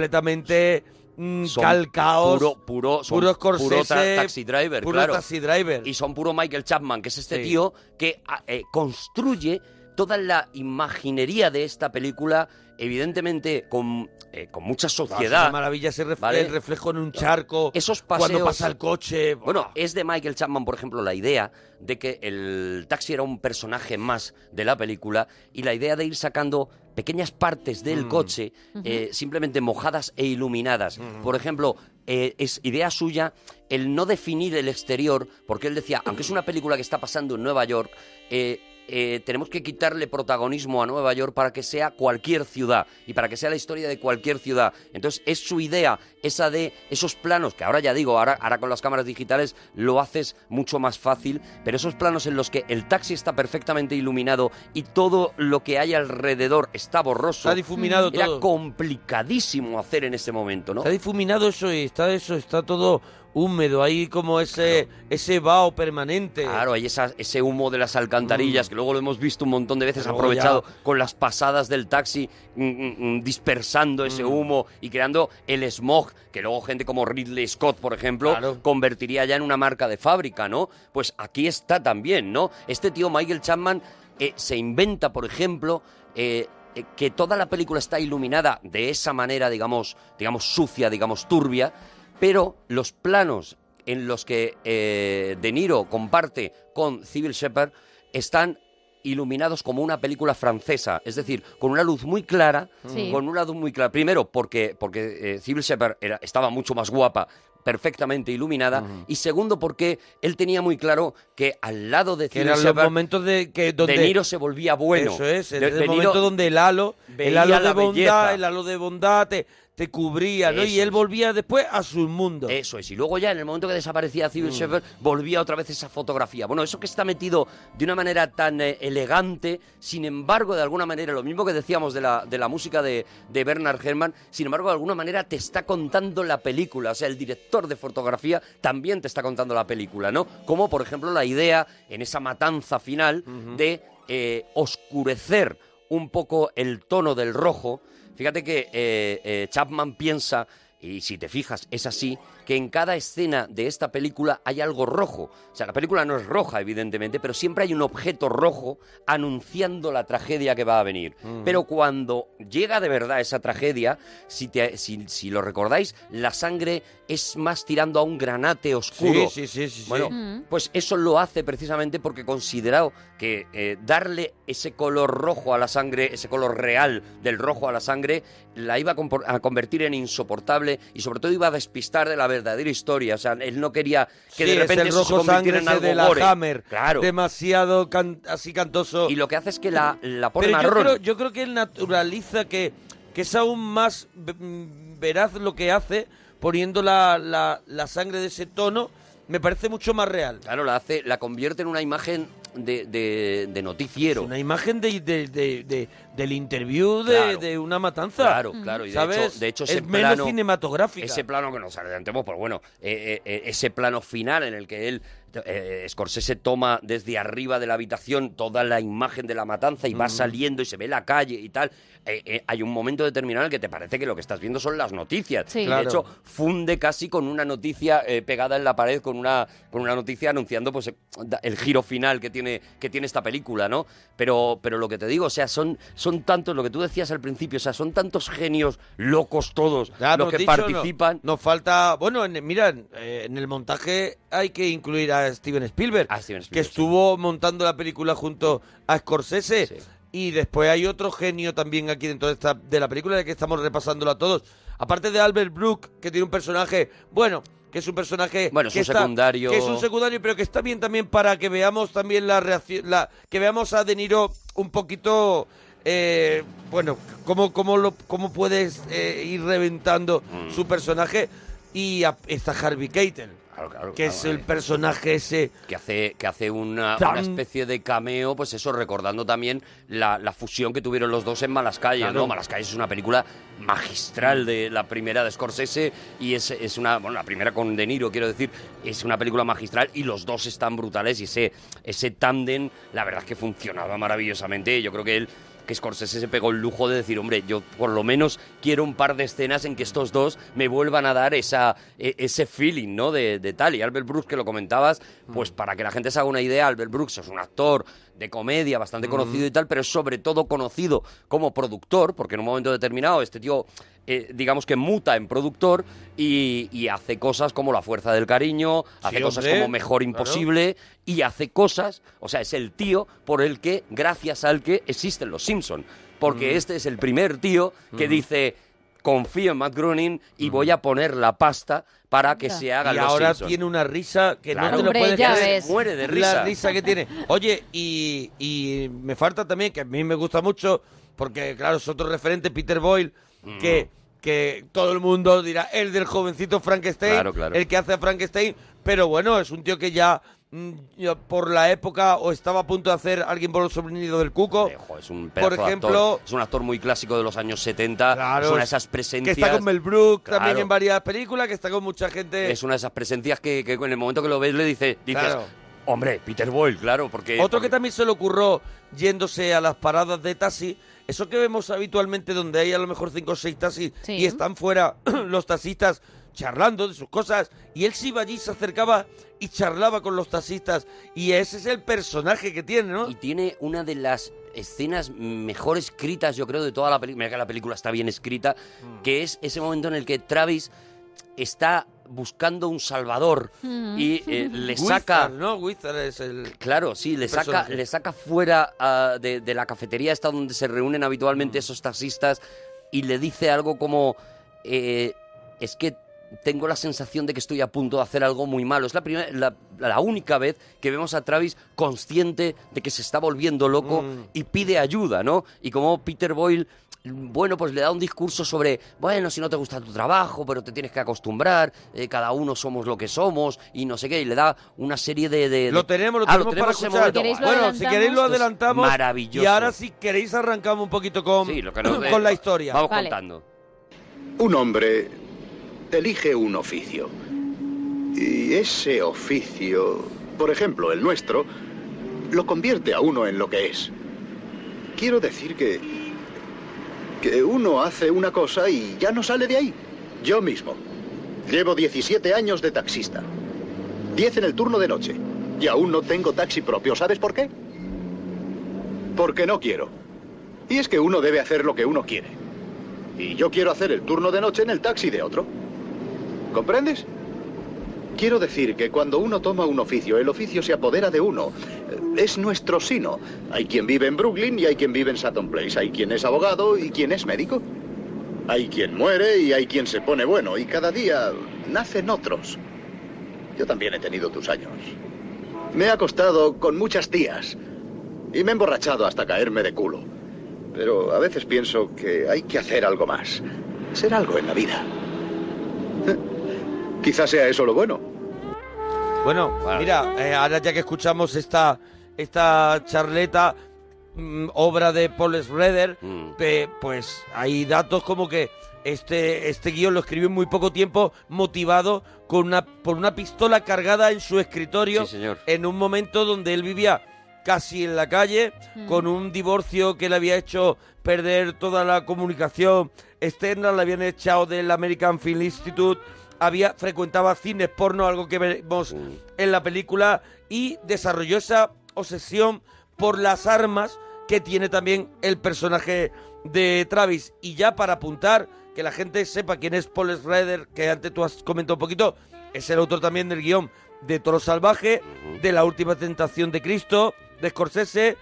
completamente mm,
Son
calcaos.
Puro, puro, son
puro
puro
Scorsese,
ta- taxi driver,
puro
claro.
Taxi driver.
Y son puro Michael Chapman, que es este
Sí.
tío que a- eh, construye toda la imaginería de esta película, evidentemente con, eh, con mucha
Es
sociedad.
una maravilla ese ref-
¿vale?
el reflejo en un charco.
Esos paseos.
Cuando pasa el coche.
Bueno, es de Michael Chapman, por ejemplo, la idea de que el taxi era un personaje más de la película y la idea de ir sacando pequeñas partes del coche
Mm. Ujú.
eh, simplemente mojadas e iluminadas. Por ejemplo, eh, es idea suya el no definir el exterior, porque él decía, aunque es una película que está pasando en Nueva York, eh, eh, tenemos que quitarle protagonismo a Nueva York para que sea cualquier ciudad y para que sea la historia de cualquier ciudad. Entonces es su idea, esa de esos planos, que ahora ya digo, ahora, ahora con las cámaras digitales lo haces mucho más fácil, pero esos planos en los que el taxi está perfectamente iluminado y todo lo que hay alrededor está borroso.
Está difuminado
Era
todo.
complicadísimo hacer en ese momento, ¿no?
Está difuminado eso y está eso, está todo húmedo, ahí como ese ese vaho permanente.
Claro, hay esa- ese humo de las alcantarillas que luego lo hemos visto un montón de veces
Luego
aprovechado con las pasadas del taxi, mm, mm, mm, dispersando ese humo y creando el smog, que luego gente como Ridley Scott, por ejemplo, convertiría ya en una marca de fábrica, ¿no? Pues aquí está también, ¿no? Este tío Michael Chapman eh, se inventa, por ejemplo, eh, eh, que toda la película está iluminada de esa manera, digamos, digamos sucia, digamos turbia, pero los planos en los que eh, De Niro comparte con Civil Shepherd están iluminados como una película francesa, es decir, con una luz muy clara,
Sí.
con una luz muy clara. Primero, porque, porque eh, Civil Shepherd era- estaba mucho más guapa perfectamente iluminada. Y segundo, porque él tenía muy claro que al lado de
Que
Cyber
eran los
Shepard,
momentos de que donde
De Niro se volvía bueno.
Eso es, el,
De-
el
De Niro
momento donde el halo, el
veía
halo
la
de bondad,
belleza.
el halo de bondad te, te cubría, ¿no? Y
Eso
él volvía después a su mundo.
Eso es, y luego ya en el momento que desaparecía Civil
Mm.
Shepherd, volvía otra vez esa fotografía. Bueno, eso que está metido de una manera tan eh, elegante, sin embargo, de alguna manera, lo mismo que decíamos de la, de la música de, de Bernard Herrmann, sin embargo, de alguna manera te está contando la película. O sea, el director de fotografía también te está contando la película, ¿no? Como, por ejemplo, la idea en esa matanza final de eh, oscurecer un poco el tono del rojo. Fíjate que eh, eh, Chapman piensa, y si te fijas es así, que en cada escena de esta película hay algo rojo. O sea, la película no es roja, evidentemente, pero siempre hay un objeto rojo anunciando la tragedia que va a venir.
Mm.
Pero cuando llega de verdad esa tragedia, si, te- si- si lo recordáis, la sangre es más tirando a un granate oscuro.
Sí, sí, sí, sí, sí.
Bueno,
Mm.
pues eso lo hace precisamente porque considerado que eh, darle ese color rojo a la sangre, ese color real del rojo a la sangre, la iba a, compor- a convertir en insoportable y sobre todo iba a despistar de la verdadera historia. O sea, él no quería que
Sí,
de
es
repente
el
eso se
rojo
convirtiera
sangre
en
ese
algo
de la
gore.
Hammer,
Claro.
demasiado can- así cantoso.
Y lo que hace es que la, la pone
Pero yo
marrón.
creo, yo creo que él naturaliza que, que es aún más ve- mm, veraz lo que hace poniendo la, la- la sangre de ese tono. Me parece mucho más real.
Claro, la hace, la convierte en una imagen de, de- de noticiero.
Una imagen de, de- de- de- del interview de,
Claro.
de una matanza.
Claro, claro. Y de
mm, ¿Sabes?
hecho, de hecho
es
ese
menos
plano,
cinematográfica.
Ese plano que nos adelantemos, pero bueno, eh, eh, eh, ese plano final en el que él, eh, Scorsese, toma desde arriba de la habitación toda la imagen de la matanza y va
Ujú.
saliendo y se ve la calle y tal. Eh, eh, hay un momento determinado en el que te parece que lo que estás viendo son las noticias.
Sí.
Y
Claro.
De hecho, funde casi con una noticia eh, pegada en la pared, con una, con una noticia anunciando pues, eh, da- el giro final que tiene, que tiene esta película, ¿no? Pero, pero lo que te digo, o sea, son, son tantos, lo que tú decías al principio, o sea, son tantos genios locos todos
Ya
los
hemos
que
dicho, no-
participan.
Nos, falta. Bueno, en- mira, eh, en el montaje hay que incluir a Steven Spielberg, que estuvo montando la película junto a Scorsese. Y después hay otro genio también aquí dentro de, esta, de la película, ya que estamos repasándola a todos. Aparte de Albert Brook, que tiene un personaje, bueno, que es un personaje.
Bueno, es
que
un secundario.
Que es un secundario, pero que está bien también para que veamos también la reacción. La, que veamos a De Niro un poquito. eh, bueno, cómo, cómo, lo, cómo puedes eh, ir reventando
Mm.
su personaje. Y a- está Harvey Keitel, que es
eh.
el personaje ese.
que hace, que hace una,
Tan-
una especie de cameo, pues eso, recordando también la, la fusión que tuvieron los dos en Malas Calles,
Claro.
¿no? Malas Calles es una película magistral de la primera de Scorsese y es, es una, bueno, la primera con De Niro, quiero decir, es una película magistral y los dos están brutales y ese, ese tándem, la verdad es que funcionaba maravillosamente. Yo creo que él que Scorsese se pegó el lujo de decir, hombre, yo por lo menos quiero un par de escenas en que estos dos me vuelvan a dar esa, e- ese feeling, ¿no? De, de tal. Y Albert Brooks, que lo comentabas,
Mm.
pues para que la gente se haga una idea, Albert Brooks es un actor de comedia bastante
Mm.
conocido y tal, pero es sobre todo conocido como productor, porque en un momento determinado este tío, eh, digamos que muta en productor y, y hace cosas como La Fuerza del Cariño, hace
Sí,
cosas
hombre,
como Mejor
claro.
Imposible y hace cosas, o sea, es el tío por el que, gracias al que existen los Simpson, porque
Mm.
este es el primer tío que
Mm.
dice confío en Matt Groening y voy a poner la pasta para que se haga
y
los
ahora
Simpson.
tiene una risa que no
Claro.
te lo
Hombre,
puedes
ya
creer.
ves. Muere de
La
risa.
risa que tiene. Oye, y, y me falta también, que a mí me gusta mucho, porque claro, es otro referente, Peter Boyle,
Mm.
que, que todo el mundo dirá, el del jovencito Frankenstein,
Claro, claro.
el que hace a Frankenstein, pero bueno, es un tío que ya mm, ya por la época o estaba a punto de hacer alguien por el sobrino del cuco.
Es un
por
pedazo de actor.
ejemplo,
es un actor muy clásico de los años 70, es una de esas
que
presencias
está con Mel Brook también
Claro.
en varias películas, que está con mucha gente.
es una de esas presencias que, que en el momento que lo ves le dice, dices,
Claro.
hombre, Peter Boyle, claro, porque...
Otro que también se le ocurrió yéndose a las paradas de taxi, eso que vemos habitualmente donde hay a lo mejor cinco o seis taxis
Sí.
y están fuera los taxistas charlando de sus cosas y él se iba allí, se acercaba y charlaba con los taxistas y ese es el personaje que tiene, ¿no?
Y tiene una de las escenas mejor escritas, yo creo, de toda la película. Mira que la película está bien escrita,
Mm.
que es ese momento en el que Travis está buscando un salvador
Mm.
y eh, le
Wizard,
saca...
¿no? Wizard es el...
Claro, sí, le saca,
personaje.
le saca fuera ah, de, de la cafetería esta donde se reúnen habitualmente esos taxistas y le dice algo como, eh, es que tengo la sensación de que estoy a punto de hacer algo muy malo. Es la, primera, la, la única vez que vemos a Travis consciente de que se está volviendo loco y pide ayuda, ¿no? Y como Peter Boyle, bueno, pues le da un discurso sobre, bueno, si no te gusta tu trabajo, pero te tienes que acostumbrar, eh, cada uno somos lo que somos y no sé qué, y le da una serie de... de-
Lo
de-
tenemos, lo
Ah,
tenemos, para
ese
escuchar.
momento. Vale.
bueno, si queréis
Esto
lo
es
adelantamos.
Maravilloso.
Y ahora si queréis arrancamos un poquito con,
nos dé.
con la historia.
Vamos Vale. contando.
Un hombre elige un oficio. Y ese oficio, por ejemplo, el nuestro, lo convierte a uno en lo que es. Quiero decir que. que uno hace una cosa y ya no sale de ahí. Yo mismo. Llevo 17 años de taxista. 10 en el turno de noche. Y aún no tengo taxi propio. ¿Sabes por qué? Porque no quiero. Y es que uno debe hacer lo que uno quiere. Y yo quiero hacer el turno de noche en el taxi de otro. ¿Comprendes? Quiero decir que cuando uno toma un oficio, el oficio se apodera de uno. Eh, Es nuestro sino. Hay quien vive en Brooklyn y hay quien vive en Sutton Place. Hay quien es abogado y quien es médico. Hay quien muere y hay quien se pone bueno. Y cada día nacen otros. Yo también he tenido tus años. Me he acostado con muchas tías. Y me he emborrachado hasta caerme de culo. Pero a veces pienso que hay que hacer algo más. Ser algo en la vida. Quizás sea eso lo bueno.
Bueno, mira, eh, ahora ya que escuchamos esta, esta charleta, mm, obra de Paul Schroeder,
Mm.
pe- pues hay datos como que este, este guión lo escribió en muy poco tiempo, motivado con una, por una pistola cargada en su escritorio,
Sí, señor.
en un momento donde él vivía casi en la calle,
Mm.
con un divorcio que le había hecho perder toda la comunicación externa, le habían echado del American Film Institute, había, frecuentaba cines porno, algo que vemos en la película, y desarrolló esa obsesión por las armas que tiene también el personaje de Travis. Y ya para apuntar, que la gente sepa quién es Paul Schrader, que antes tú has comentado un poquito, es el autor también del guión de Toro Salvaje, de La Última Tentación de Cristo, de Scorsese,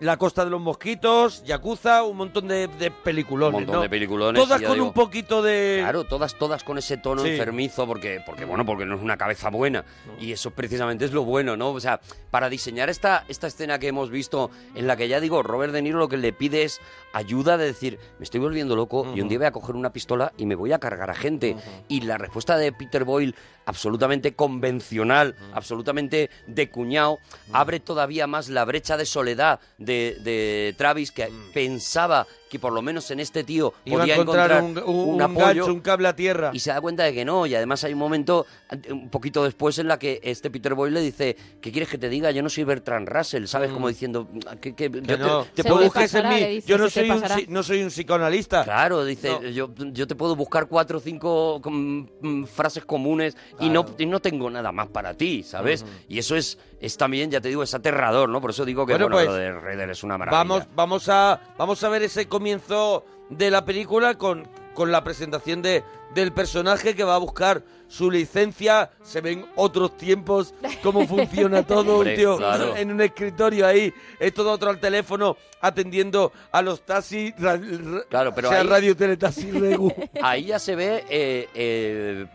La Costa de los Mosquitos, Yakuza, un montón de, de peliculones.
Un montón
¿no?
de peliculones,
Todas
y ya
con
digo-
un poquito de...
Claro, todas, todas con ese tono
Sí. Mm.
enfermizo, porque, porque, bueno, porque no es una cabeza buena. Y eso precisamente es lo bueno, ¿no? O sea, para diseñar esta, esta escena que hemos visto, en la que ya digo, Robert De Niro lo que le pide es ayuda de decir, me estoy volviendo loco y un día voy a coger una pistola y me voy a cargar a gente. Y la respuesta de Peter Boyle, absolutamente convencional, absolutamente de cuñado, abre todavía más la brecha de soledad de, de Travis, que pensaba que por lo menos en este tío
Iba a
podía
encontrar
encontrar
un, un- un
apoyo.
gancho, un cable a tierra.
Y se da cuenta de que no, y además hay un momento, eh, un poquito después, en la que este Peter Boyle le dice, ¿qué quieres que te diga? Yo no soy Bertrand Russell, ¿sabes? Como diciendo, "Ah, que, que- yo te-
Mm. no,
te,
te
puedo
busques en mí, yo no soy, un, si- no soy un psicoanalista.
Claro, dice, yo, yo te puedo buscar cuatro o cinco com- mm, frases comunes y, no, y no tengo nada más para ti, ¿sabes?
Ujú.
Y eso es, es también, ya te digo, es aterrador, ¿no? Por eso digo que
Bueno,
bueno,
pues,
lo de Raider es una maravilla.
Vamos, vamos, a, vamos a ver ese comienzo de la película con, con la presentación de, del personaje que va a buscar su licencia. Se ven otros tiempos, cómo funciona todo, un
Hombre,
tío
claro.
en un escritorio ahí, es todo otro al teléfono, atendiendo a los taxis, ra- ra-
Claro, pero
o sea,
ahí-
radio teletaxi regu.
ahí ya se ve eh, eh,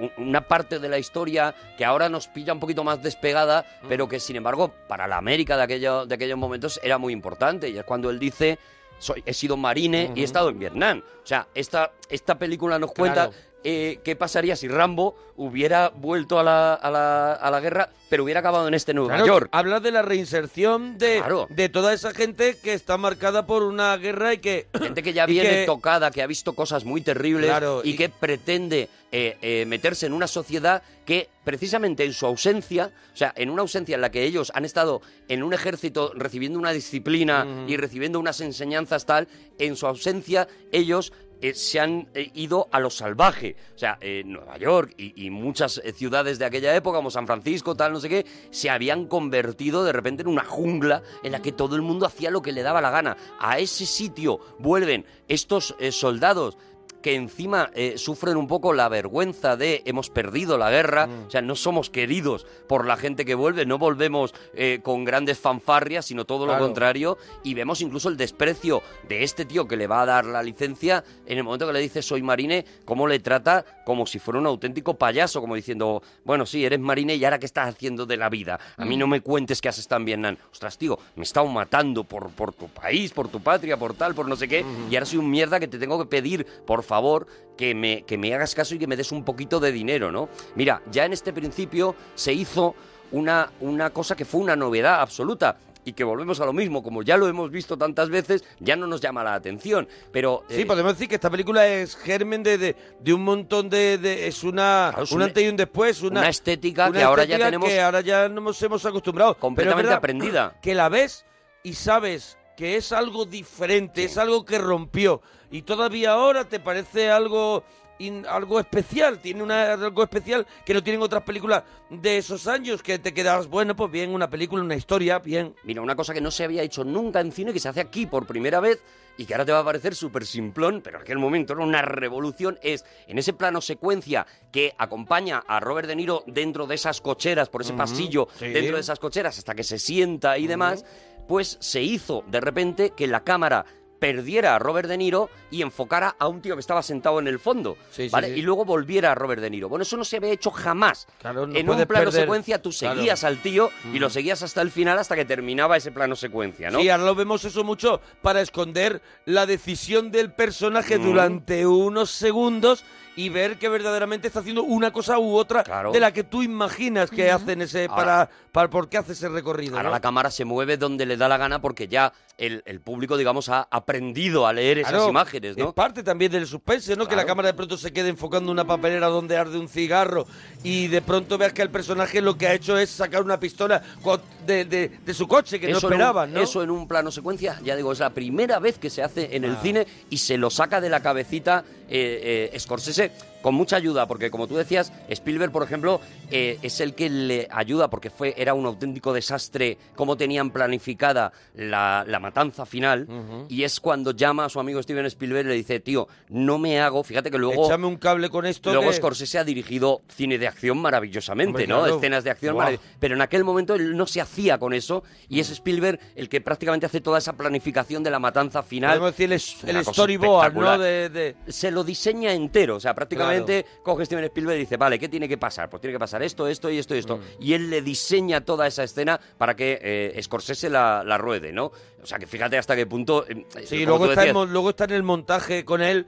u- una parte de la historia que ahora nos pilla un poquito más despegada, pero que sin embargo para la América de, aquello- de aquellos momentos era muy importante. Y es cuando él dice, soy, he sido marine y he estado en Vietnam. O sea, esta, esta película nos cuenta...
Claro.
eh, ¿Qué pasaría si Rambo hubiera vuelto a la, a la- a la guerra, pero hubiera acabado en este Nueva
Claro,
York?
Habla de la reinserción de, de toda esa gente que está marcada por una guerra y que...
Gente que ya
y
viene
que-
tocada, que ha visto cosas muy terribles
Claro,
y, que pretende eh, eh, meterse en una sociedad que precisamente en su ausencia, o sea, en una ausencia en la que ellos han estado en un ejército recibiendo una disciplina y recibiendo unas enseñanzas tal, en su ausencia ellos eh, se han eh, ido a lo salvaje. O sea, eh, Nueva York y, y muchas eh, ciudades de aquella época, como San Francisco, tal, no sé qué, se habían convertido de repente en una jungla en la que todo el mundo hacía lo que le daba la gana. A ese sitio vuelven estos eh, soldados que encima eh, sufren un poco la vergüenza de hemos perdido la guerra, o sea, no somos queridos por la gente que vuelve, no volvemos eh, con grandes fanfarrias, sino todo
Claro.
lo contrario, y vemos incluso el desprecio de este tío que le va a dar la licencia en el momento que le dice soy marine, cómo le trata como si fuera un auténtico payaso, como diciendo, bueno, sí, eres marine y ahora qué estás haciendo de la vida, a mí
Mm.
no me cuentes que has estado en Vietnam, ostras, tío, me he estado matando por, por tu país, por tu patria, por tal, por no sé qué, y ahora soy un mierda que te tengo que pedir, por favor, que me, que me hagas caso y que me des un poquito de dinero, ¿no? Mira, ya en este principio se hizo una, una cosa que fue una novedad absoluta. Y que volvemos a lo mismo, como ya lo hemos visto tantas veces, ya no nos llama la atención. Pero.
Sí,
eh,
podemos decir que esta película es germen de, de, de un montón de... de- es una,
es
un,
una-
antes y un después. Una,
una estética
una
que ahora ya
estética
tenemos-
que ahora ya nos hemos acostumbrado. Pero es
Completamente
verdad
aprendida.
Que la ves y sabes que es algo diferente, es algo que rompió. Y todavía ahora te parece algo... in- algo especial, tiene una, algo especial que no tienen otras películas de esos años que te quedas, bueno, pues bien, una película, una historia, bien.
Mira, una cosa que no se había hecho nunca en cine, que se hace aquí por primera vez y que ahora te va a parecer súper simplón, pero en aquel momento era una revolución, es en ese plano secuencia que acompaña a Robert De Niro dentro de esas cocheras, por ese
Ujú,
pasillo,
sí.
dentro de esas cocheras, hasta que se sienta y demás, pues se hizo de repente que la cámara perdiera a Robert De Niro y enfocara a un tío que estaba sentado en el fondo,
Sí, sí,
¿vale?
sí.
Y luego volviera a Robert De Niro. Bueno, eso no se había hecho jamás.
Claro, no
en un
puedes
plano
perder.
secuencia tú
Claro.
seguías al tío y lo seguías hasta el final, hasta que terminaba ese plano secuencia, ¿no?
Sí, ahora lo vemos eso mucho para esconder la decisión del personaje
Mm.
durante unos segundos y ver que verdaderamente está haciendo una cosa u otra de la que tú imaginas que hacen ese
Ahora-
para, para por qué hace ese recorrido.
Ahora
¿no?
la cámara se mueve donde le da la gana porque ya el, el público, digamos, ha aprendido a leer esas
Claro,
imágenes, ¿no?
Es parte también del suspense, ¿no? Que la cámara de pronto se quede enfocando una papelera donde arde un cigarro y de pronto veas que el personaje lo que ha hecho es sacar una pistola co- de, de- de su coche que no
en un-
esperaban, ¿no?
Eso en un plano secuencia, ya digo, es la primera vez que se hace en el
Ah.
cine y se lo saca de la cabecita eh, eh, Scorsese con mucha ayuda, porque como tú decías, Spielberg, por ejemplo, eh, es el que le ayuda porque fue era un auténtico desastre cómo tenían planificada la, la matanza final y es cuando llama a su amigo Steven Spielberg y le dice, tío, no me hago, fíjate que luego...
Échame un cable con esto
Luego
que-
Scorsese ha dirigido cine de acción maravillosamente,
Hombre,
¿no?
claro.
Escenas de acción
Guau.
marav- Pero en aquel momento él no se hacía con eso y es Spielberg el que prácticamente hace toda esa planificación de la matanza final.
Podemos decir el- el,
Una cosa
storyboard, ¿no?
espectacular.
De- de,
Se lo diseña entero, o sea, prácticamente coge Steven Spielberg y dice, vale, ¿qué tiene que pasar? Pues tiene que pasar esto, esto y esto y
Mm.
esto. Y él le diseña toda esa escena para que eh, Scorsese la, la ruede, ¿no? O sea, que fíjate hasta qué punto... eh,
Sí,
como
luego
tú
está, en,
decías,
mon- luego está en el montaje con él.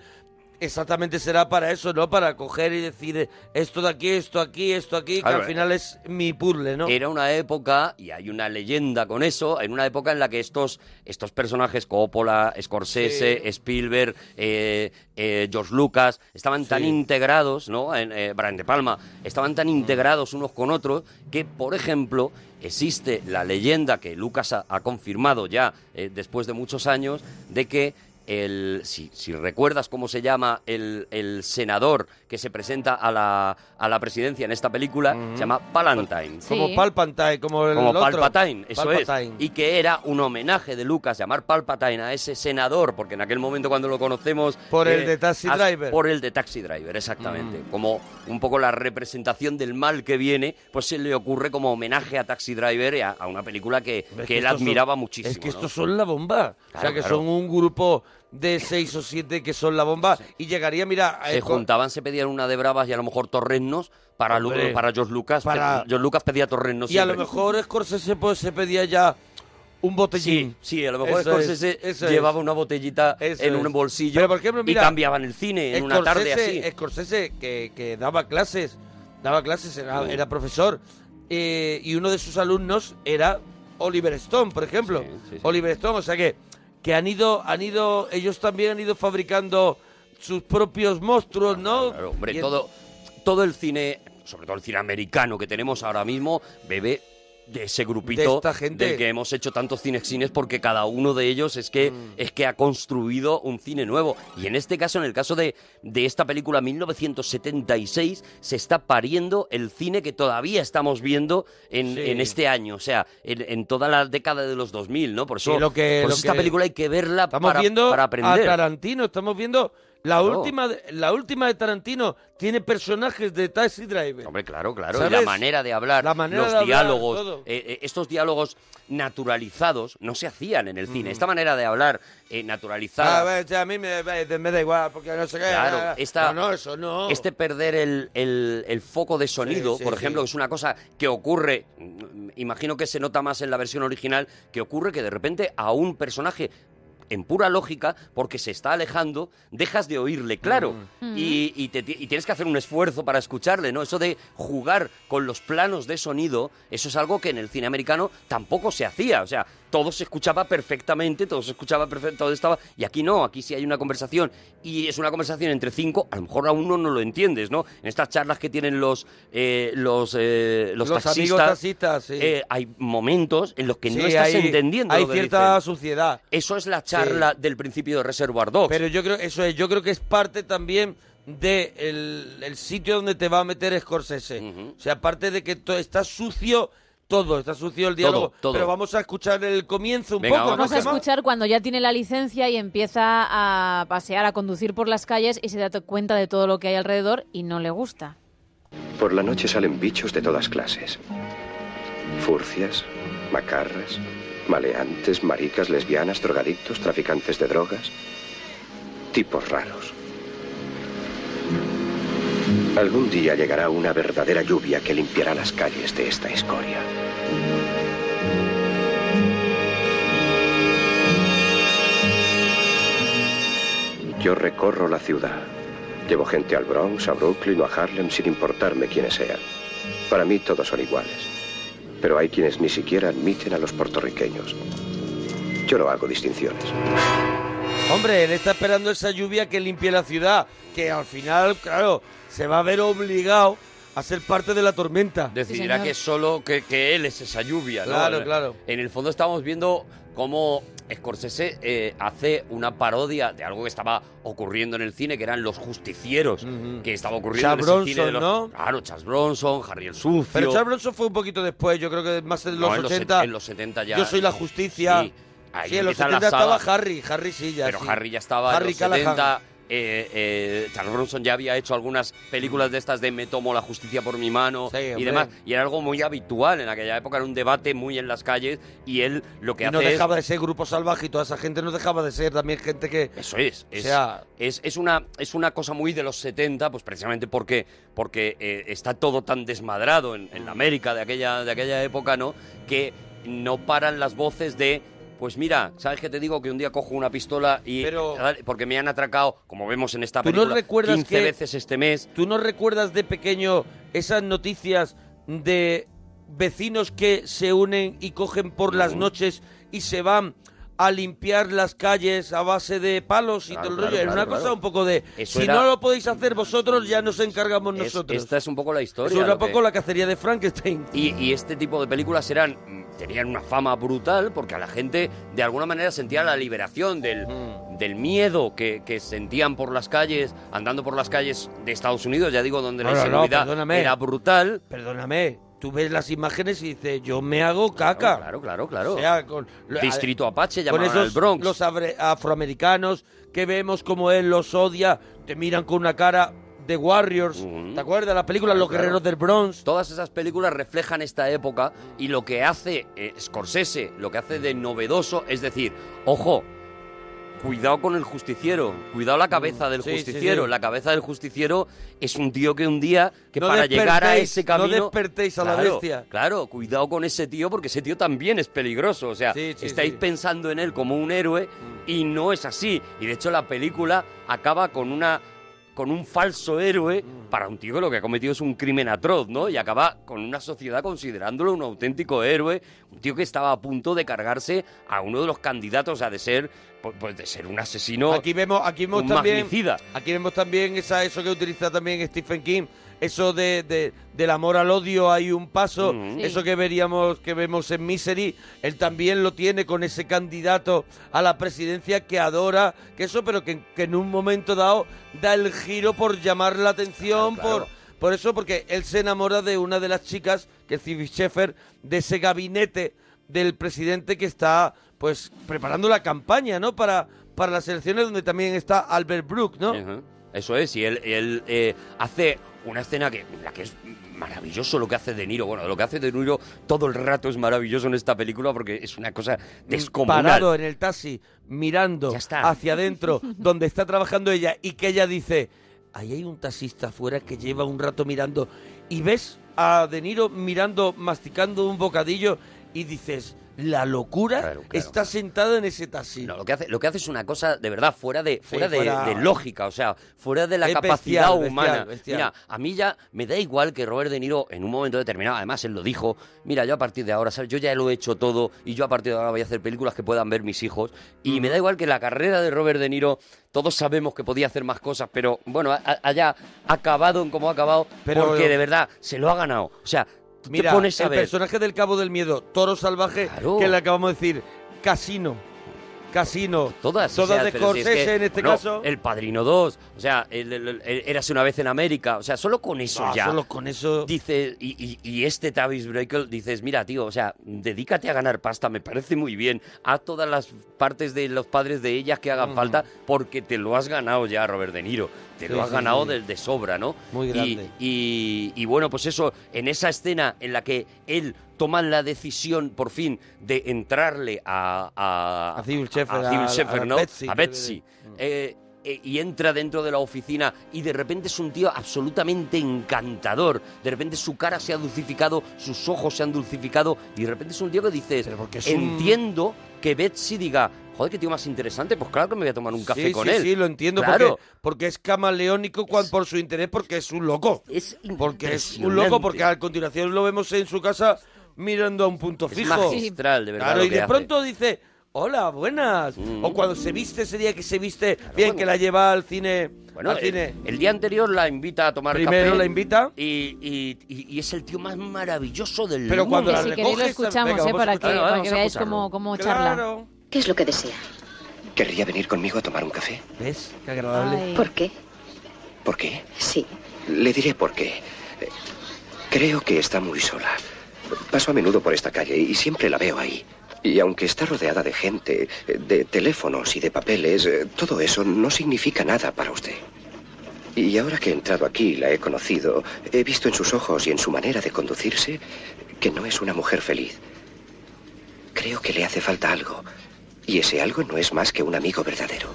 Exactamente será para eso, ¿no? Para coger y decir eh, esto de aquí, esto aquí, esto aquí,
Claro,
que
eh.
al final es mi puzzle, ¿no?
Era una época, y hay una leyenda con eso, en una época en la que estos, estos personajes, Coppola, Scorsese, Spielberg, eh, eh, George Lucas, estaban tan integrados, ¿no? En, eh, Brian De Palma, estaban tan integrados unos con otros que, por ejemplo, existe la leyenda que Lucas ha, ha confirmado ya eh, después de muchos años de que el, si, si recuerdas cómo se llama el, el senador que se presenta a la, a la presidencia en esta película, se llama Palantine.
Como Palpatine, como el
Como
otro.
Palpatine, eso
Palpatine.
es. Y que era un homenaje de Lucas llamar Palpatine a ese senador, porque en aquel momento cuando lo conocemos... eh,
Por el de Taxi
as-
Driver. Mm.
Por el de Taxi Driver, exactamente. Como un poco la representación del mal que viene, pues se le ocurre como homenaje a Taxi Driver y a, a una película que,
Es
que él
estos son-
admiraba muchísimo.
Es que
¿no?
estos son la bomba. o sea,
Claro,
que
claro.
son un grupo de seis o siete que son la bomba. Y llegaría, mira... eh, a
Se
esto-
juntaban, se pedían una de bravas y a lo mejor torreznos para, Lu-
Hombre,
para George Lucas. pe-
para-
George Lucas pedía torreznos.
y a lo
siempre.
mejor Scorsese pues, se pedía ya un botellín.
Sí, sí, a lo mejor
Eso es,
Scorsese
eso es.
llevaba una botellita
Eso
en
es.
un bolsillo
Pero, por ejemplo, mira,
y cambiaban el cine en una tarde así.
Scorsese- Scorsese, que, que daba clases, daba clases, era,
Mm.
era profesor, eh, y uno de sus alumnos era Oliver Stone, por ejemplo. Oliver Stone, o sea que, que han ido, han ido, ellos también han ido fabricando sus propios monstruos, ¿no?
Hombre,
Y en-
todo, todo el cine, sobre todo el cine americano que tenemos ahora mismo, bebe de ese grupito
De esta gente.
del que hemos hecho tantos cinexines porque cada uno de ellos es que es que ha construido un cine nuevo y en este caso en el caso de, de esta película 1976 se está pariendo el cine que todavía estamos viendo en, en este año o sea en, en toda la década de los 2000 no por eso,
Sí, lo que-
por
lo
eso esta
que-
película hay que verla
Estamos
para,
viendo
para
a
aprender
Tarantino, estamos viendo La,
Claro.
última, de- la última de Tarantino tiene personajes de Taxi Driver.
Hombre, claro, claro.
¿Sabes?
La manera de hablar,
manera
los
de hablar,
diálogos,
todo.
eh, eh, estos diálogos naturalizados no se hacían en el cine.
Mm.
Esta manera de hablar eh, naturalizada.
A, ver, ya, a mí me, me da igual, porque no sé qué.
Claro,
ah,
esta-
no, no, eso no.
Este perder el, el- el foco de sonido,
Sí, sí,
por
sí.
ejemplo, que es una cosa que ocurre, mm, imagino que se nota más en la versión original, que ocurre que de repente a un personaje en pura lógica, porque se está alejando, dejas de oírle, claro,
Mm.
y, y te ti- y tienes que hacer un esfuerzo para escucharle, ¿no? Eso de jugar con los planos de sonido, eso es algo que en el cine americano tampoco se hacía, o sea, todo se escuchaba perfectamente, todo se escuchaba perfecto, todo estaba, y aquí no, aquí sí hay una conversación, y es una conversación entre cinco, a lo mejor a uno no lo entiendes, ¿no? En estas charlas que tienen los, eh, los, eh, los,
Los
taxistas,
amigos taxistas, sí.
eh, hay momentos en los que no
Sí,
estás
hay-
entendiendo.
Hay
lo que
cierta
dicen.
suciedad.
Eso es la charla del principio de Reservoir Dogs.
Pero yo creo, eso es, yo creo que es parte también de el, el sitio donde te va a meter Scorsese. O sea, aparte de que to- está sucio todo, está sucio el diálogo.
todo.
Pero vamos a escuchar el comienzo un
Venga,
poco.
Vamos
¿no,
a
Gemma?
escuchar cuando ya tiene la licencia y empieza a pasear, a conducir por las calles y se da cuenta de todo lo que hay alrededor y no le gusta.
Por la noche salen bichos de todas clases. Furcias, macarras, maleantes, maricas, lesbianas, drogadictos, traficantes de drogas. Tipos raros. Algún día llegará una verdadera lluvia que limpiará las calles de esta escoria. Yo recorro la ciudad. Llevo gente al Bronx, a Brooklyn o a Harlem sin importarme quiénes sean. Para mí todos son iguales. Pero hay quienes ni siquiera admiten a los puertorriqueños. Yo no hago distinciones.
Hombre, él está esperando esa lluvia que limpie la ciudad, que al final, claro, se va a ver obligado a ser parte de la tormenta.
Decidirá que solo que, que él es esa lluvia, ¿no?
Claro, claro.
En el fondo estamos viendo cómo Scorsese eh, hace una parodia de algo que estaba ocurriendo en el cine, que eran los justicieros, que estaba ocurriendo
Charles
en ese
Bronson,
cine de los-
¿no?
Claro, Charles Bronson, Harry el Sucio.
Pero Charles Bronson fue un poquito después, yo creo que más en los
No, en los set-
80.
en los 70 ya.
Yo soy la justicia.
Sí, ahí
Sí, en los
empieza la
70 estaba
saga.
Harry, Harry sí ya.
pero
sí.
Harry ya estaba
Harry
en los
Callahan.
70. eh, eh, Charles Bronson ya había hecho algunas películas de estas de Me tomo la justicia por mi mano y
hombre.
demás. Y era algo muy habitual en aquella época, era un debate muy en las calles y él lo que
Y
hace
no
es-
dejaba de ser grupo salvaje y toda esa gente no dejaba de ser también gente que...
Eso es.
O
Es,
sea-
es, es una, es una cosa muy de los 70, pues precisamente porque, porque eh, está todo tan desmadrado en, en la América de aquella, de aquella época, ¿no? Que no paran las voces de. Pues mira, ¿sabes qué te digo? Que un día cojo una pistola y. porque me han atracado, como vemos en esta
¿Tú no
película,
recuerdas
15
que-
veces este mes.
¿Tú no recuerdas de pequeño esas noticias de vecinos que se unen y cogen por las noches y se van a limpiar las calles a base de palos y
Claro,
todo el
claro,
rollo? Era
claro,
una cosa
claro.
un poco de...
Eso
si
era-
no lo podéis hacer vosotros, ya nos encargamos
Es-
nosotros.
esta es un poco la historia.
Es un
lo que-
poco la cacería de Frankenstein.
Y, y este tipo de películas eran mm, tenían una fama brutal porque a la gente de alguna manera sentía la liberación del,
Mm.
del miedo que, que sentían por las calles, andando por las calles de Estados Unidos, ya digo, donde
No,
la
no, no,
inseguridad
perdóname.
era brutal.
Perdóname, tú ves las imágenes y dices, yo me hago caca.
Claro, claro, claro.
O sea, con, lo-
Distrito
a-
Apache,
con
llamaban al
esos,
Bronx.
Los abre- afroamericanos que vemos como él los odia, te miran con una cara de Warriors. ¿Te acuerdas? La película Los Guerreros del Bronx.
Todas esas películas reflejan esta época y lo que hace eh, Scorsese, lo que hace de novedoso, es decir, ojo, cuidado con el justiciero, cuidado la cabeza del
sí, sí,
justiciero.
sí.
La cabeza del justiciero es un tío que un día, que
No
para llegar a
despertéis,
ese
no
camino...
despertéis a la
Claro,
bestia.
Claro, cuidado con ese tío porque ese tío también es peligroso. O sea,
sí,
estáis
sí.
pensando en él como un héroe y no es así. Y de hecho la película acaba con una con un falso héroe
Mm.
para un tío que lo que ha cometido es un crimen atroz, ¿no? Y acaba con una sociedad considerándolo un auténtico héroe, un tío que estaba a punto de cargarse a uno de los candidatos a de ser pues, pues, de ser un asesino.
Aquí vemos, aquí vemos
un
también.
magnicida.
Aquí vemos también esa, eso que utiliza también Stephen King. Eso de, de- del amor al odio hay un paso.
Ujú.
Eso que veríamos, que vemos en Misery, él también lo tiene con ese candidato a la presidencia que adora, que eso, pero que, que en un momento dado da el giro por llamar la atención, por. Por eso, porque él se enamora de una de las chicas, que es Phoebe Schaeffer, de ese gabinete del presidente que está, pues, preparando la campaña, ¿no? Para, para las selecciones donde también está Albert Brook, ¿no?
Eso es, y él, él, eh, hace una escena que, la que es maravilloso lo que hace De Niro. Bueno, lo que hace De Niro todo el rato es maravilloso en esta película porque es una cosa
Mm,
descomunal.
Parado en el taxi, mirando hacia adentro, donde está trabajando ella, y que ella dice, ahí hay un taxista afuera que lleva un rato mirando, y ves a De Niro mirando, masticando un bocadillo, y dices, la locura está sentada en ese taxi.
No, lo que hace, lo que hace es una cosa de verdad fuera de, fuera de,
fuera-
de lógica, o sea, fuera de la
Es
capacidad
bestial,
humana.
bestial, bestial.
Mira, a mí ya me da igual que Robert De Niro en un momento determinado, además él lo dijo, mira, yo a partir de ahora, ¿sabes? Yo ya lo he hecho todo y yo a partir de ahora voy a hacer películas que puedan ver mis hijos y me da igual que la carrera de Robert De Niro todos sabemos que podía hacer más cosas, pero bueno, a- a- haya acabado en como ha acabado,
Pero-
porque de verdad se lo ha ganado. O sea, tú
Mira,
te pones a
el
ver.
personaje del Cabo del Miedo, Toro Salvaje, que le acabamos de decir, Casino. Casino.
Todas, o sea,
de
pero si es
Scorsese
que,
en este
bueno,
caso.
El Padrino 2, o sea, el, el- el- el- Érase una vez en América, o sea, solo con eso
No,
ya.
Ah, solo con eso.
Dice, y, y- y este Tavis Breakel dices, mira, tío, o sea, dedícate a ganar pasta, me parece muy bien. Haz todas las partes de los padres de ellas que hagan
Mm.
falta, porque te lo has ganado ya, Robert De Niro. Te
Sí,
lo has
sí,
ganado
sí.
de, de sobra, ¿no?
Muy
Y-
grande.
y, y bueno, pues eso, en esa escena en la que él toma la decisión por fin de entrarle a, a,
A Sybil Shepherd,
a,
a-
Sybil
a
Shepherd, ¿no?
Betsy,
A
creo que
Betsy. Eh, eh, y entra dentro de la oficina y de repente es un tío absolutamente encantador. De repente su cara se ha dulcificado, sus ojos se han dulcificado y de repente es un tío que dices,
es un-
entiendo que Betsy diga, joder, qué tío más interesante, pues claro que me voy a tomar un café
sí,
con
sí,
él.
Sí, lo entiendo
Claro.
porque, porque es camaleónico cuan- por su interés, porque es un loco.
Es
porque es un loco, porque a continuación lo vemos en su casa mirando a un punto
Es
fijo.
magistral, de verdad,
Claro,
lo
y
que
de
hace. Mm.
pronto dice, hola, buenas. O cuando se viste, ese día que se viste, bien, que la lleva al cine.
Bueno,
al
el-
cine.
El, día anterior la invita a tomar
Primero
café.
la invita.
Y, y- y- y es el tío más maravilloso del
Pero
mundo.
cuando la
Si queréis lo escuchamos, eh, para que, para que veáis cómo, cómo charla.
¿Qué es lo que desea?
¿Querría venir conmigo a tomar un café?
¿Ves? Qué agradable.
¿Por qué?
¿Por qué?
Sí.
Le diré por qué. Eh, Creo que está muy sola. Paso a menudo por esta calle y siempre la veo ahí. Y aunque está rodeada de gente, eh, de teléfonos y de papeles, eh, todo eso no significa nada para usted. Y ahora que he entrado aquí y la he conocido, he visto en sus ojos y en su manera de conducirse que no es una mujer feliz. Creo que le hace falta algo. Y ese algo no es más que un amigo verdadero.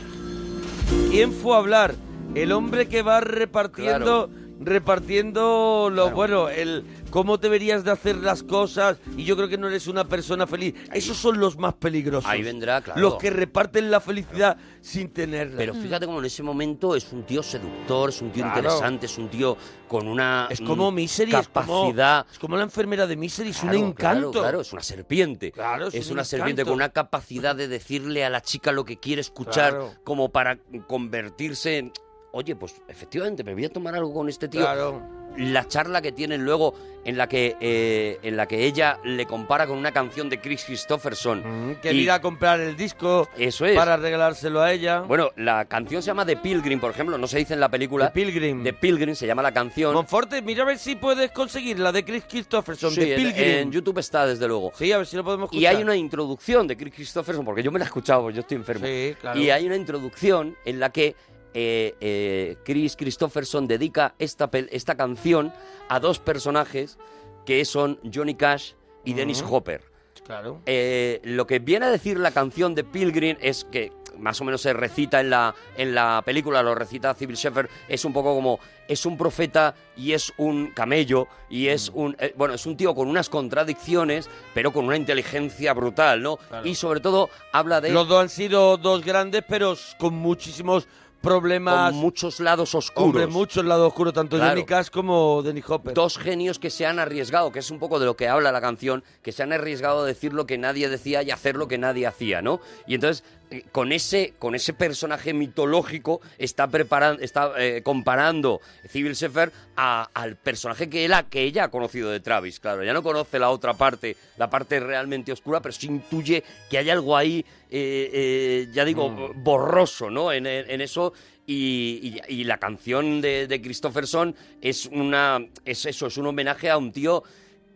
¿Quién fue a hablar? El hombre que va repartiendo, repartiendo lo bueno, el cómo deberías de hacer las cosas. Y yo creo que no eres una persona feliz. Esos son los más peligrosos.
Ahí vendrá, claro.
Los que reparten la felicidad sin tenerla.
Pero fíjate cómo en ese momento es un tío seductor, es un tío
Mm. Claro.
interesante, es un tío con una
Es como
mm,
Misery, es como-
capacidad.
Es como la enfermera de Misery, es
Claro,
un encanto.
Claro, claro, es una serpiente.
Claro, es
es,
un
una serpiente
encanto.
con una capacidad de decirle a la chica lo que quiere escuchar,
Claro.
como para convertirse en. Oye, pues efectivamente, me voy a tomar algo con este tío.
Claro.
La charla que tienen luego en la que eh, en la que ella le compara con una canción de Chris Christopherson.
Que
Y-
ir a comprar el disco
Eso es.
para regalárselo a ella.
Bueno, la canción se llama The Pilgrim, por ejemplo, no se dice en la película. The
Pilgrim.
The Pilgrim se llama la canción.
Monforte, mira a ver si puedes conseguir la de Chris Christopherson,
Sí, en,
de Pilgrim.
en YouTube está, desde luego.
Sí, a ver si lo podemos
Y
escuchar.
hay una introducción de Chris Christopherson, porque yo me la he escuchado, porque yo estoy enfermo.
Sí, claro.
Y hay una introducción en la que eh, eh, Chris Christopherson dedica esta, pel- esta canción a dos personajes que son Johnny Cash y Dennis
Ujú.
Hopper.
Claro.
Eh, lo que viene a decir la canción de Pilgrim es que más o menos se recita en la, en la película, lo recita Civil Shepherd, es un poco como, es un profeta y es un camello y
Mm.
es un, eh, bueno, es un tío con unas contradicciones, pero con una inteligencia brutal, ¿no?
Claro.
Y sobre todo habla de...
Los dos han sido dos grandes, pero s- con muchísimos problemas.
Con muchos lados oscuros.
Hombre, muchos lados oscuros, tanto
Claro.
Johnny Cash como Dennis Hopper.
Dos genios que se han arriesgado, que es un poco de lo que habla la canción, que se han arriesgado a decir lo que nadie decía y hacer lo que nadie hacía, ¿no? Y entonces, eh, con ese, con ese personaje mitológico, está, preparando, está eh, comparando Civil Sefer a- al personaje que, él ha- que ella ha conocido de Travis, claro. Ya no conoce la otra parte, la parte realmente oscura, pero sí intuye que hay algo ahí, eh, eh, ya digo, borroso, ¿no? En, en- en eso. Y, y- y la canción de, de Christopherson es una. es eso, es un homenaje a un tío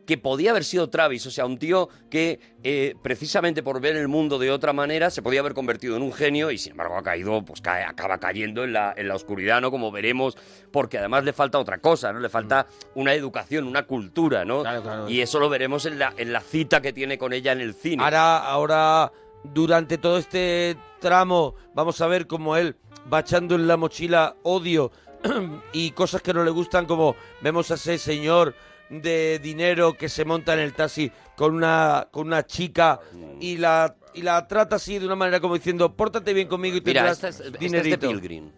que podía haber sido Travis, o sea, un tío que eh, precisamente por ver el mundo de otra manera se podía haber convertido en un genio y sin embargo ha caído, pues cae- acaba cayendo en la, en la oscuridad, ¿no? Como veremos, porque además le falta otra cosa, ¿no? Le falta una educación, una cultura, ¿no? Y eso lo veremos en la, en la cita que tiene con ella en el cine.
Ahora, ahora, durante todo este tramo, vamos a ver cómo él va echando en la mochila odio y cosas que no le gustan, como vemos a ese señor de dinero que se monta en el taxi con una, con una chica y la, y la trata así de una manera como diciendo, pórtate bien conmigo y te
Mira,
das
esta es, esta es de
dinerito.
Pilgrim.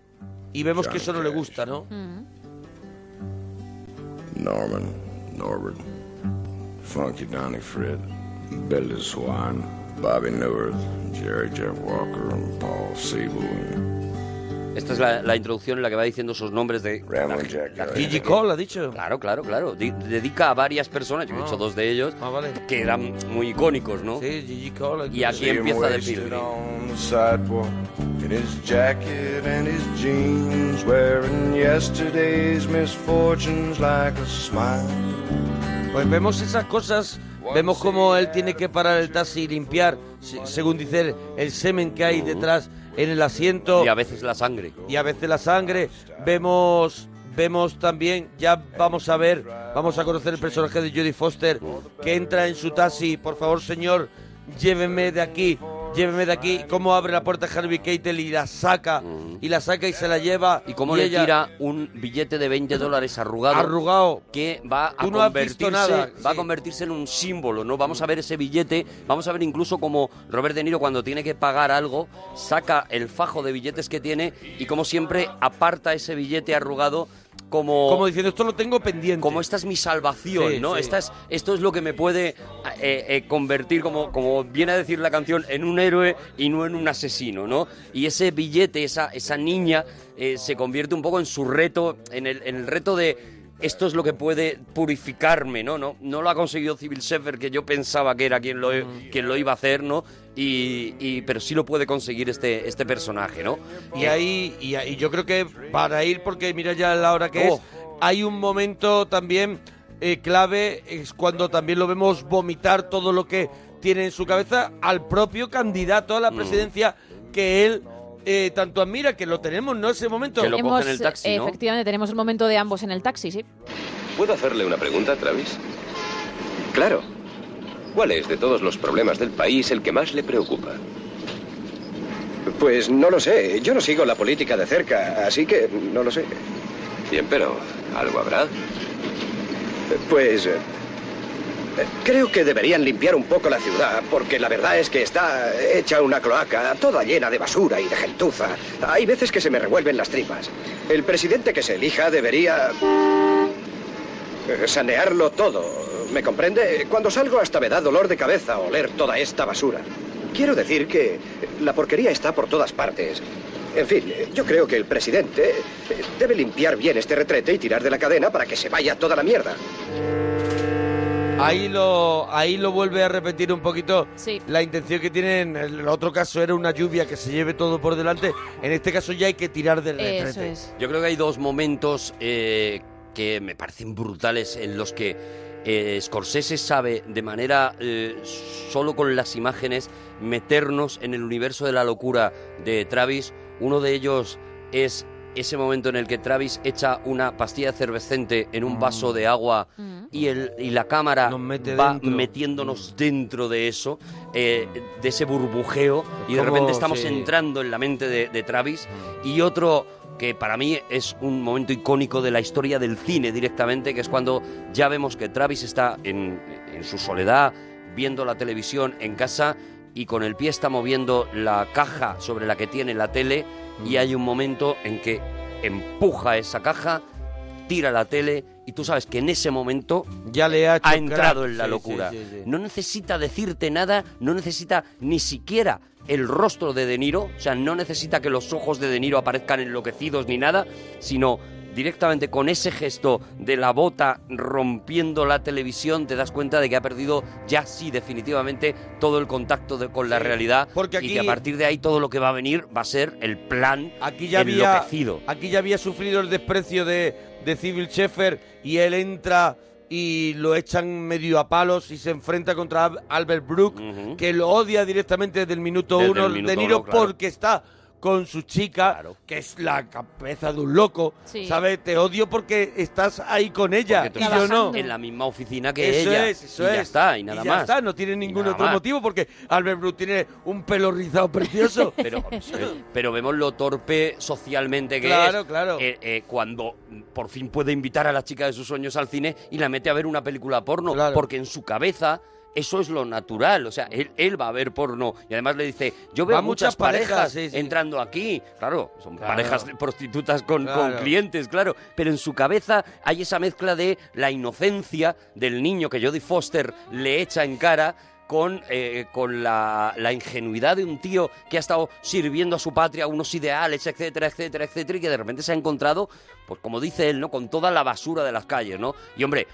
y vemos que eso no le gusta, ¿no?
Norman, Norbert, Funky Donny Fred, Billy Swan, Bobby Newirth, Jerry Jeff Walker, and Paul Siebel, and
Esta es la, la introducción en la que va diciendo esos nombres de... la- la-
Gigi Cole ha dicho. Ah.
Claro, claro, claro. Di- dedica a varias personas, yo he dicho dos de ellos, que eran muy icónicos, ¿no?
Sí, Gigi Cole.
Y aquí
See him
empieza de
wasted
Pilgrim.
on the sidewalk in his jacket and his jeans, wearing yesterday's misfortunes like a smile.
Pues vemos esas cosas, vemos cómo él tiene que parar el taxi y limpiar, se- según dice él, el semen que hay detrás en el asiento. Y a
veces la sangre.
Y a veces la sangre. Vemos, vemos también, ya vamos a ver, vamos a conocer el personaje de Jodie Foster que entra en su taxi. Por favor, señor, lléveme de aquí, lléveme de aquí. Cómo abre la puerta Harvey Keitel y la saca, y la saca y se la lleva. Y
cómo le tira un billete de 20 dólares arrugado.
Arrugado.
Que va a,
Tú no has
convertirse,
visto nada,
va a convertirse en un símbolo, ¿no? Vamos a ver ese billete, vamos a ver incluso como Robert De Niro cuando tiene que pagar algo, saca el fajo de billetes que tiene y como siempre aparta ese billete arrugado como...
Como diciendo, esto lo tengo pendiente.
Como esta es mi salvación,
Sí,
¿no?
sí.
Esta es- esto es lo que me puede eh, eh, convertir, como, como viene a decir la canción, en un héroe y no en un asesino, ¿no? Y ese billete, esa, esa niña, eh, se convierte un poco en su reto, en el, en el reto de esto es lo que puede purificarme, ¿no? No, no lo ha conseguido Civil Shepherd, que yo pensaba que era quien lo, quien lo iba a hacer, ¿no? Y, y- pero sí lo puede conseguir este, este personaje, ¿no?
Y ahí, y ahí- yo creo que para ir, porque mira ya la hora que
Oh.
es, hay un momento también eh, clave, es cuando también lo vemos vomitar todo lo que tiene en su cabeza al propio candidato a la presidencia que él eh, tanto admira, que lo tenemos, ¿no? Ese momento.
Hemos- eh, Efectivamente, tenemos el momento de ambos en el taxi, sí.
¿Puedo hacerle una pregunta, Travis? Claro. ¿Cuál es de todos los problemas del país el que más le preocupa? Pues no lo sé. Yo no sigo la política de cerca, así que no lo sé. Bien, pero ¿algo habrá? Pues... eh, Creo que deberían limpiar un poco la ciudad, porque la verdad es que está hecha una cloaca, toda llena de basura y de gentuza. Hay veces que se me revuelven las tripas. El presidente que se elija debería... Eh, Sanearlo todo, ¿me comprende? Cuando salgo hasta me da dolor de cabeza oler toda esta basura. Quiero decir que la porquería está por todas partes. En fin, eh, yo creo que el presidente eh, debe limpiar bien este retrete y tirar de la cadena para que se vaya toda la mierda.
Ahí lo, ahí lo vuelve a repetir un poquito la intención que tienen. En el otro caso era una lluvia que se lleve todo por delante. En este caso ya hay que tirar del retrete.
Yo creo que hay dos momentos eh, que me parecen brutales en los que eh, Scorsese sabe de manera eh, solo con las imágenes meternos en el universo de la locura de Travis. Uno de ellos es ese momento en el que Travis echa una pastilla cervecente en un vaso de agua y, el, y la cámara va
dentro.
metiéndonos dentro de eso, eh, de ese burbujeo, y de
como-
repente estamos
sí.
entrando entrando en la mente de, de Travis y otro que para mí es un momento icónico de la historia del cine directamente, que es cuando ya vemos que Travis está en, en su soledad, viendo la televisión en casa y con el pie está moviendo la caja sobre la que tiene la tele y hay un momento en que empuja esa caja, tira la tele y tú sabes que en ese momento
ya le ha,
ha
crack.
entrado en la
Sí, sí,
locura.
sí, sí.
No necesita decirte nada, no necesita ni siquiera el rostro de De Niro, o sea, no necesita que los ojos de De Niro aparezcan enloquecidos ni nada, sino directamente con ese gesto de la bota rompiendo la televisión te das cuenta de que ha perdido ya sí definitivamente todo el contacto de- con la
Sí,
realidad y
porque aquí-
que a partir de ahí todo lo que va a venir va a ser el plan
Aquí ya había,
enloquecido.
aquí ya había sufrido el desprecio de, de Civil Shepherd y él entra y lo echan medio a palos y se enfrenta contra Ab- Albert Brook, que lo odia directamente desde el minuto
Desde el
uno
minuto
De Niro
uno, claro.
porque está con su chica, que es la cabeza de un loco,
Sí.
¿sabes? Te odio porque estás ahí con ella
Porque
y
tú
yo
estás
no.
En la misma oficina que
eso
ella.
Es, eso
y
es.
ya está, y nada
ya
más.
está, no tiene ningún
nada
otro
más.
motivo porque Albert Brook tiene un pelo rizado precioso.
Pero, eh, pero vemos lo torpe socialmente que
Claro,
es. Eh, eh, cuando por fin puede invitar a la chica de sus sueños al cine y la mete a ver una película porno. Porque en su cabeza. Eso es lo natural, o sea, él, él va a ver porno y además le dice, yo veo
Va muchas
muchas parejas,
parejas, sí, sí.
entrando aquí, claro, son
Claro.
parejas de prostitutas con, con
Claro.
clientes, claro, pero en su cabeza hay esa mezcla de la inocencia del niño que Jodie Foster le echa en cara con, eh, con la, la ingenuidad de un tío que ha estado sirviendo a su patria, unos ideales, etcétera, etcétera, etcétera, y que de repente se ha encontrado, pues como dice él, ¿no? Con toda la basura de las calles, ¿no? Y hombre,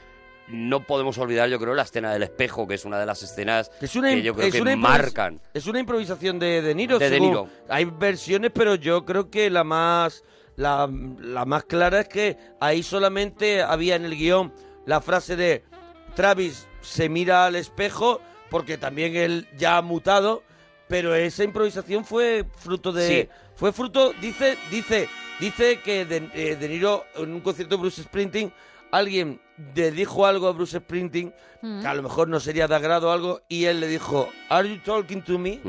no podemos olvidar, yo creo, la escena del espejo, que es una de las escenas
Es una,
que yo creo
es
que
una improvis-
marcan.
Es una improvisación de De Niro.
De De
según-
Niro.
Hay versiones, pero yo creo que la más, la, la más clara es que ahí solamente había en el guión la frase de Travis se mira al espejo porque también él ya ha mutado, pero esa improvisación fue fruto de...
Sí.
Fue fruto, dice, dice, dice que De, eh, De Niro en un concierto de Bruce Sprinting, alguien le dijo algo a Bruce Sprinting
Mm.
que a lo mejor no sería de agrado o algo, y él le dijo, ¿Are you talking to me?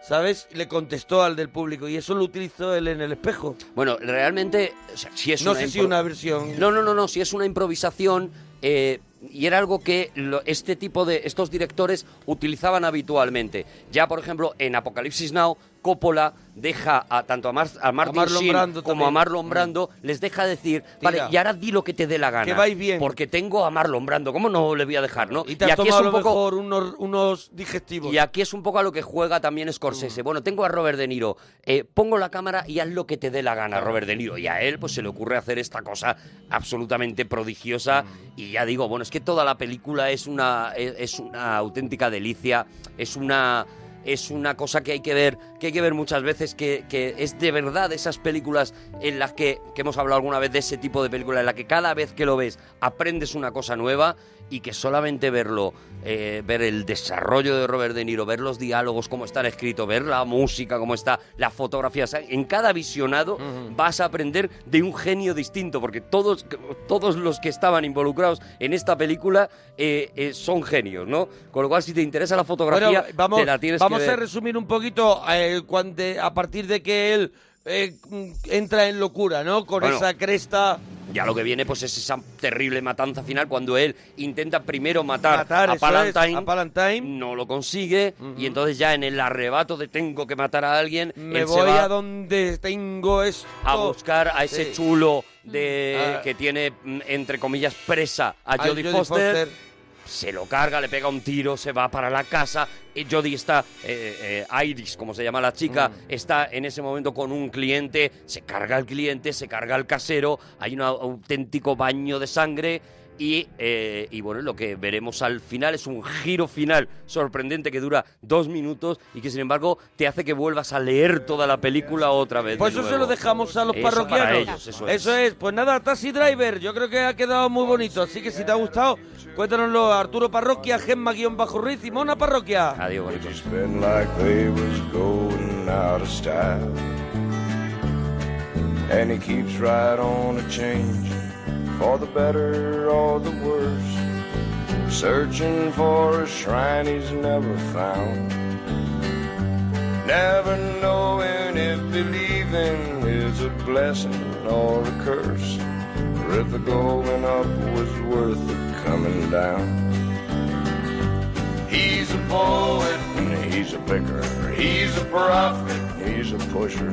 ¿Sabes? Y Le contestó al del público, y eso lo utilizó él en el espejo.
Bueno, realmente, o sea, si es
No
una
sé si
impro-
una versión-
No, no, no, no, si es una improvisación. eh, y era algo que lo- este tipo de. estos directores utilizaban habitualmente. Ya, por ejemplo, en Apocalipsis Now, Coppola deja a tanto a, Mar- a Martin
Marlon
Sheen
Brando
como a
también.
Marlon Brando, les deja decir, vale, y ahora di lo que te dé la gana.
Que vais bien.
Porque tengo a Marlon Brando, ¿cómo no le voy a dejar, no?
Y te has
aquí es
tomado a
un
lo
poco.
mejor unos, unos digestivos. Mm.
Y aquí es un poco a lo que juega también Scorsese. Bueno, tengo a Robert De Niro. eh, pongo la cámara y haz lo que te dé la gana, Robert De Niro. Y a él, pues se le ocurre hacer esta cosa absolutamente prodigiosa.
Mm.
Y ya digo, bueno, es que toda la película es una, es, es una auténtica delicia. Es una. Es una cosa que hay que ver, que hay que ver muchas veces, que, que es de verdad esas películas en las que, que hemos hablado alguna vez de ese tipo de película, en la que cada vez que lo ves aprendes una cosa nueva y que solamente verlo, eh, ver el desarrollo de Robert De Niro, ver los diálogos, cómo están escritos, ver la música, cómo está, la fotografía, o sea, en cada visionado vas a aprender de un genio distinto, porque todos, todos los que estaban involucrados en esta película eh, eh, son genios, ¿no? Con lo cual, si te interesa la fotografía,
Bueno, vamos,
te la tienes
vamos
que
a
ver.
resumir un poquito eh, cuan- de- a partir de que él eh, mm, entra en locura, ¿no? Con
Bueno.
esa cresta.
Ya lo que viene pues es esa terrible matanza final cuando él intenta primero matar,
Matar,
a,
eso es,
Palantine,
a
no lo consigue y entonces ya en el arrebato de tengo que matar a alguien,
Me
él se
voy
va
a donde tengo esto.
a buscar a ese
Sí.
chulo de
Ah.
que tiene mm, entre comillas presa a
Al
Jodie
Jodie
Foster.
Foster.
Se lo carga, le pega un tiro, se va para la casa. Y Jodie está, eh, eh, Iris, como se llama la
Mm.
chica, está en ese momento con un cliente. Se carga al cliente, se carga al casero. Hay un au- auténtico baño de sangre. Y, eh, y bueno, lo que veremos al final es un giro final sorprendente que dura dos minutos y que sin embargo te hace que vuelvas a leer toda la película otra vez. de
Pues eso se
nuevo.
lo dejamos a los
Eso para
parroquianos.
ellos, eso es.
Pues nada, Taxi Driver, yo creo que ha quedado muy bonito. Así que si te ha gustado, cuéntanoslo a Arturo Parroquia, Gemma-Ruiz y Mona Parroquia.
Adiós,
It's been like they was going out of style. And he keeps right on a change for the better or the worse. Searching for a shrine he's never found. Never knowing if believing is a blessing or a curse. Or if the going up was worth the coming down. He's a poet, and he's a picker, he's a prophet, he's a pusher.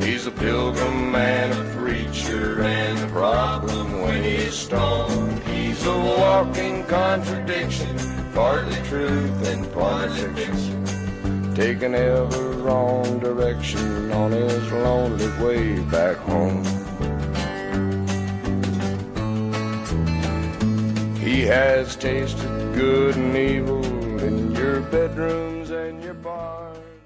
He's a pilgrim and a preacher, and the problem when he's stoned, he's a walking contradiction, partly truth and partly fiction. Taking every wrong direction on his lonely way back home. He has tasted good and evil in your bedrooms and your bars.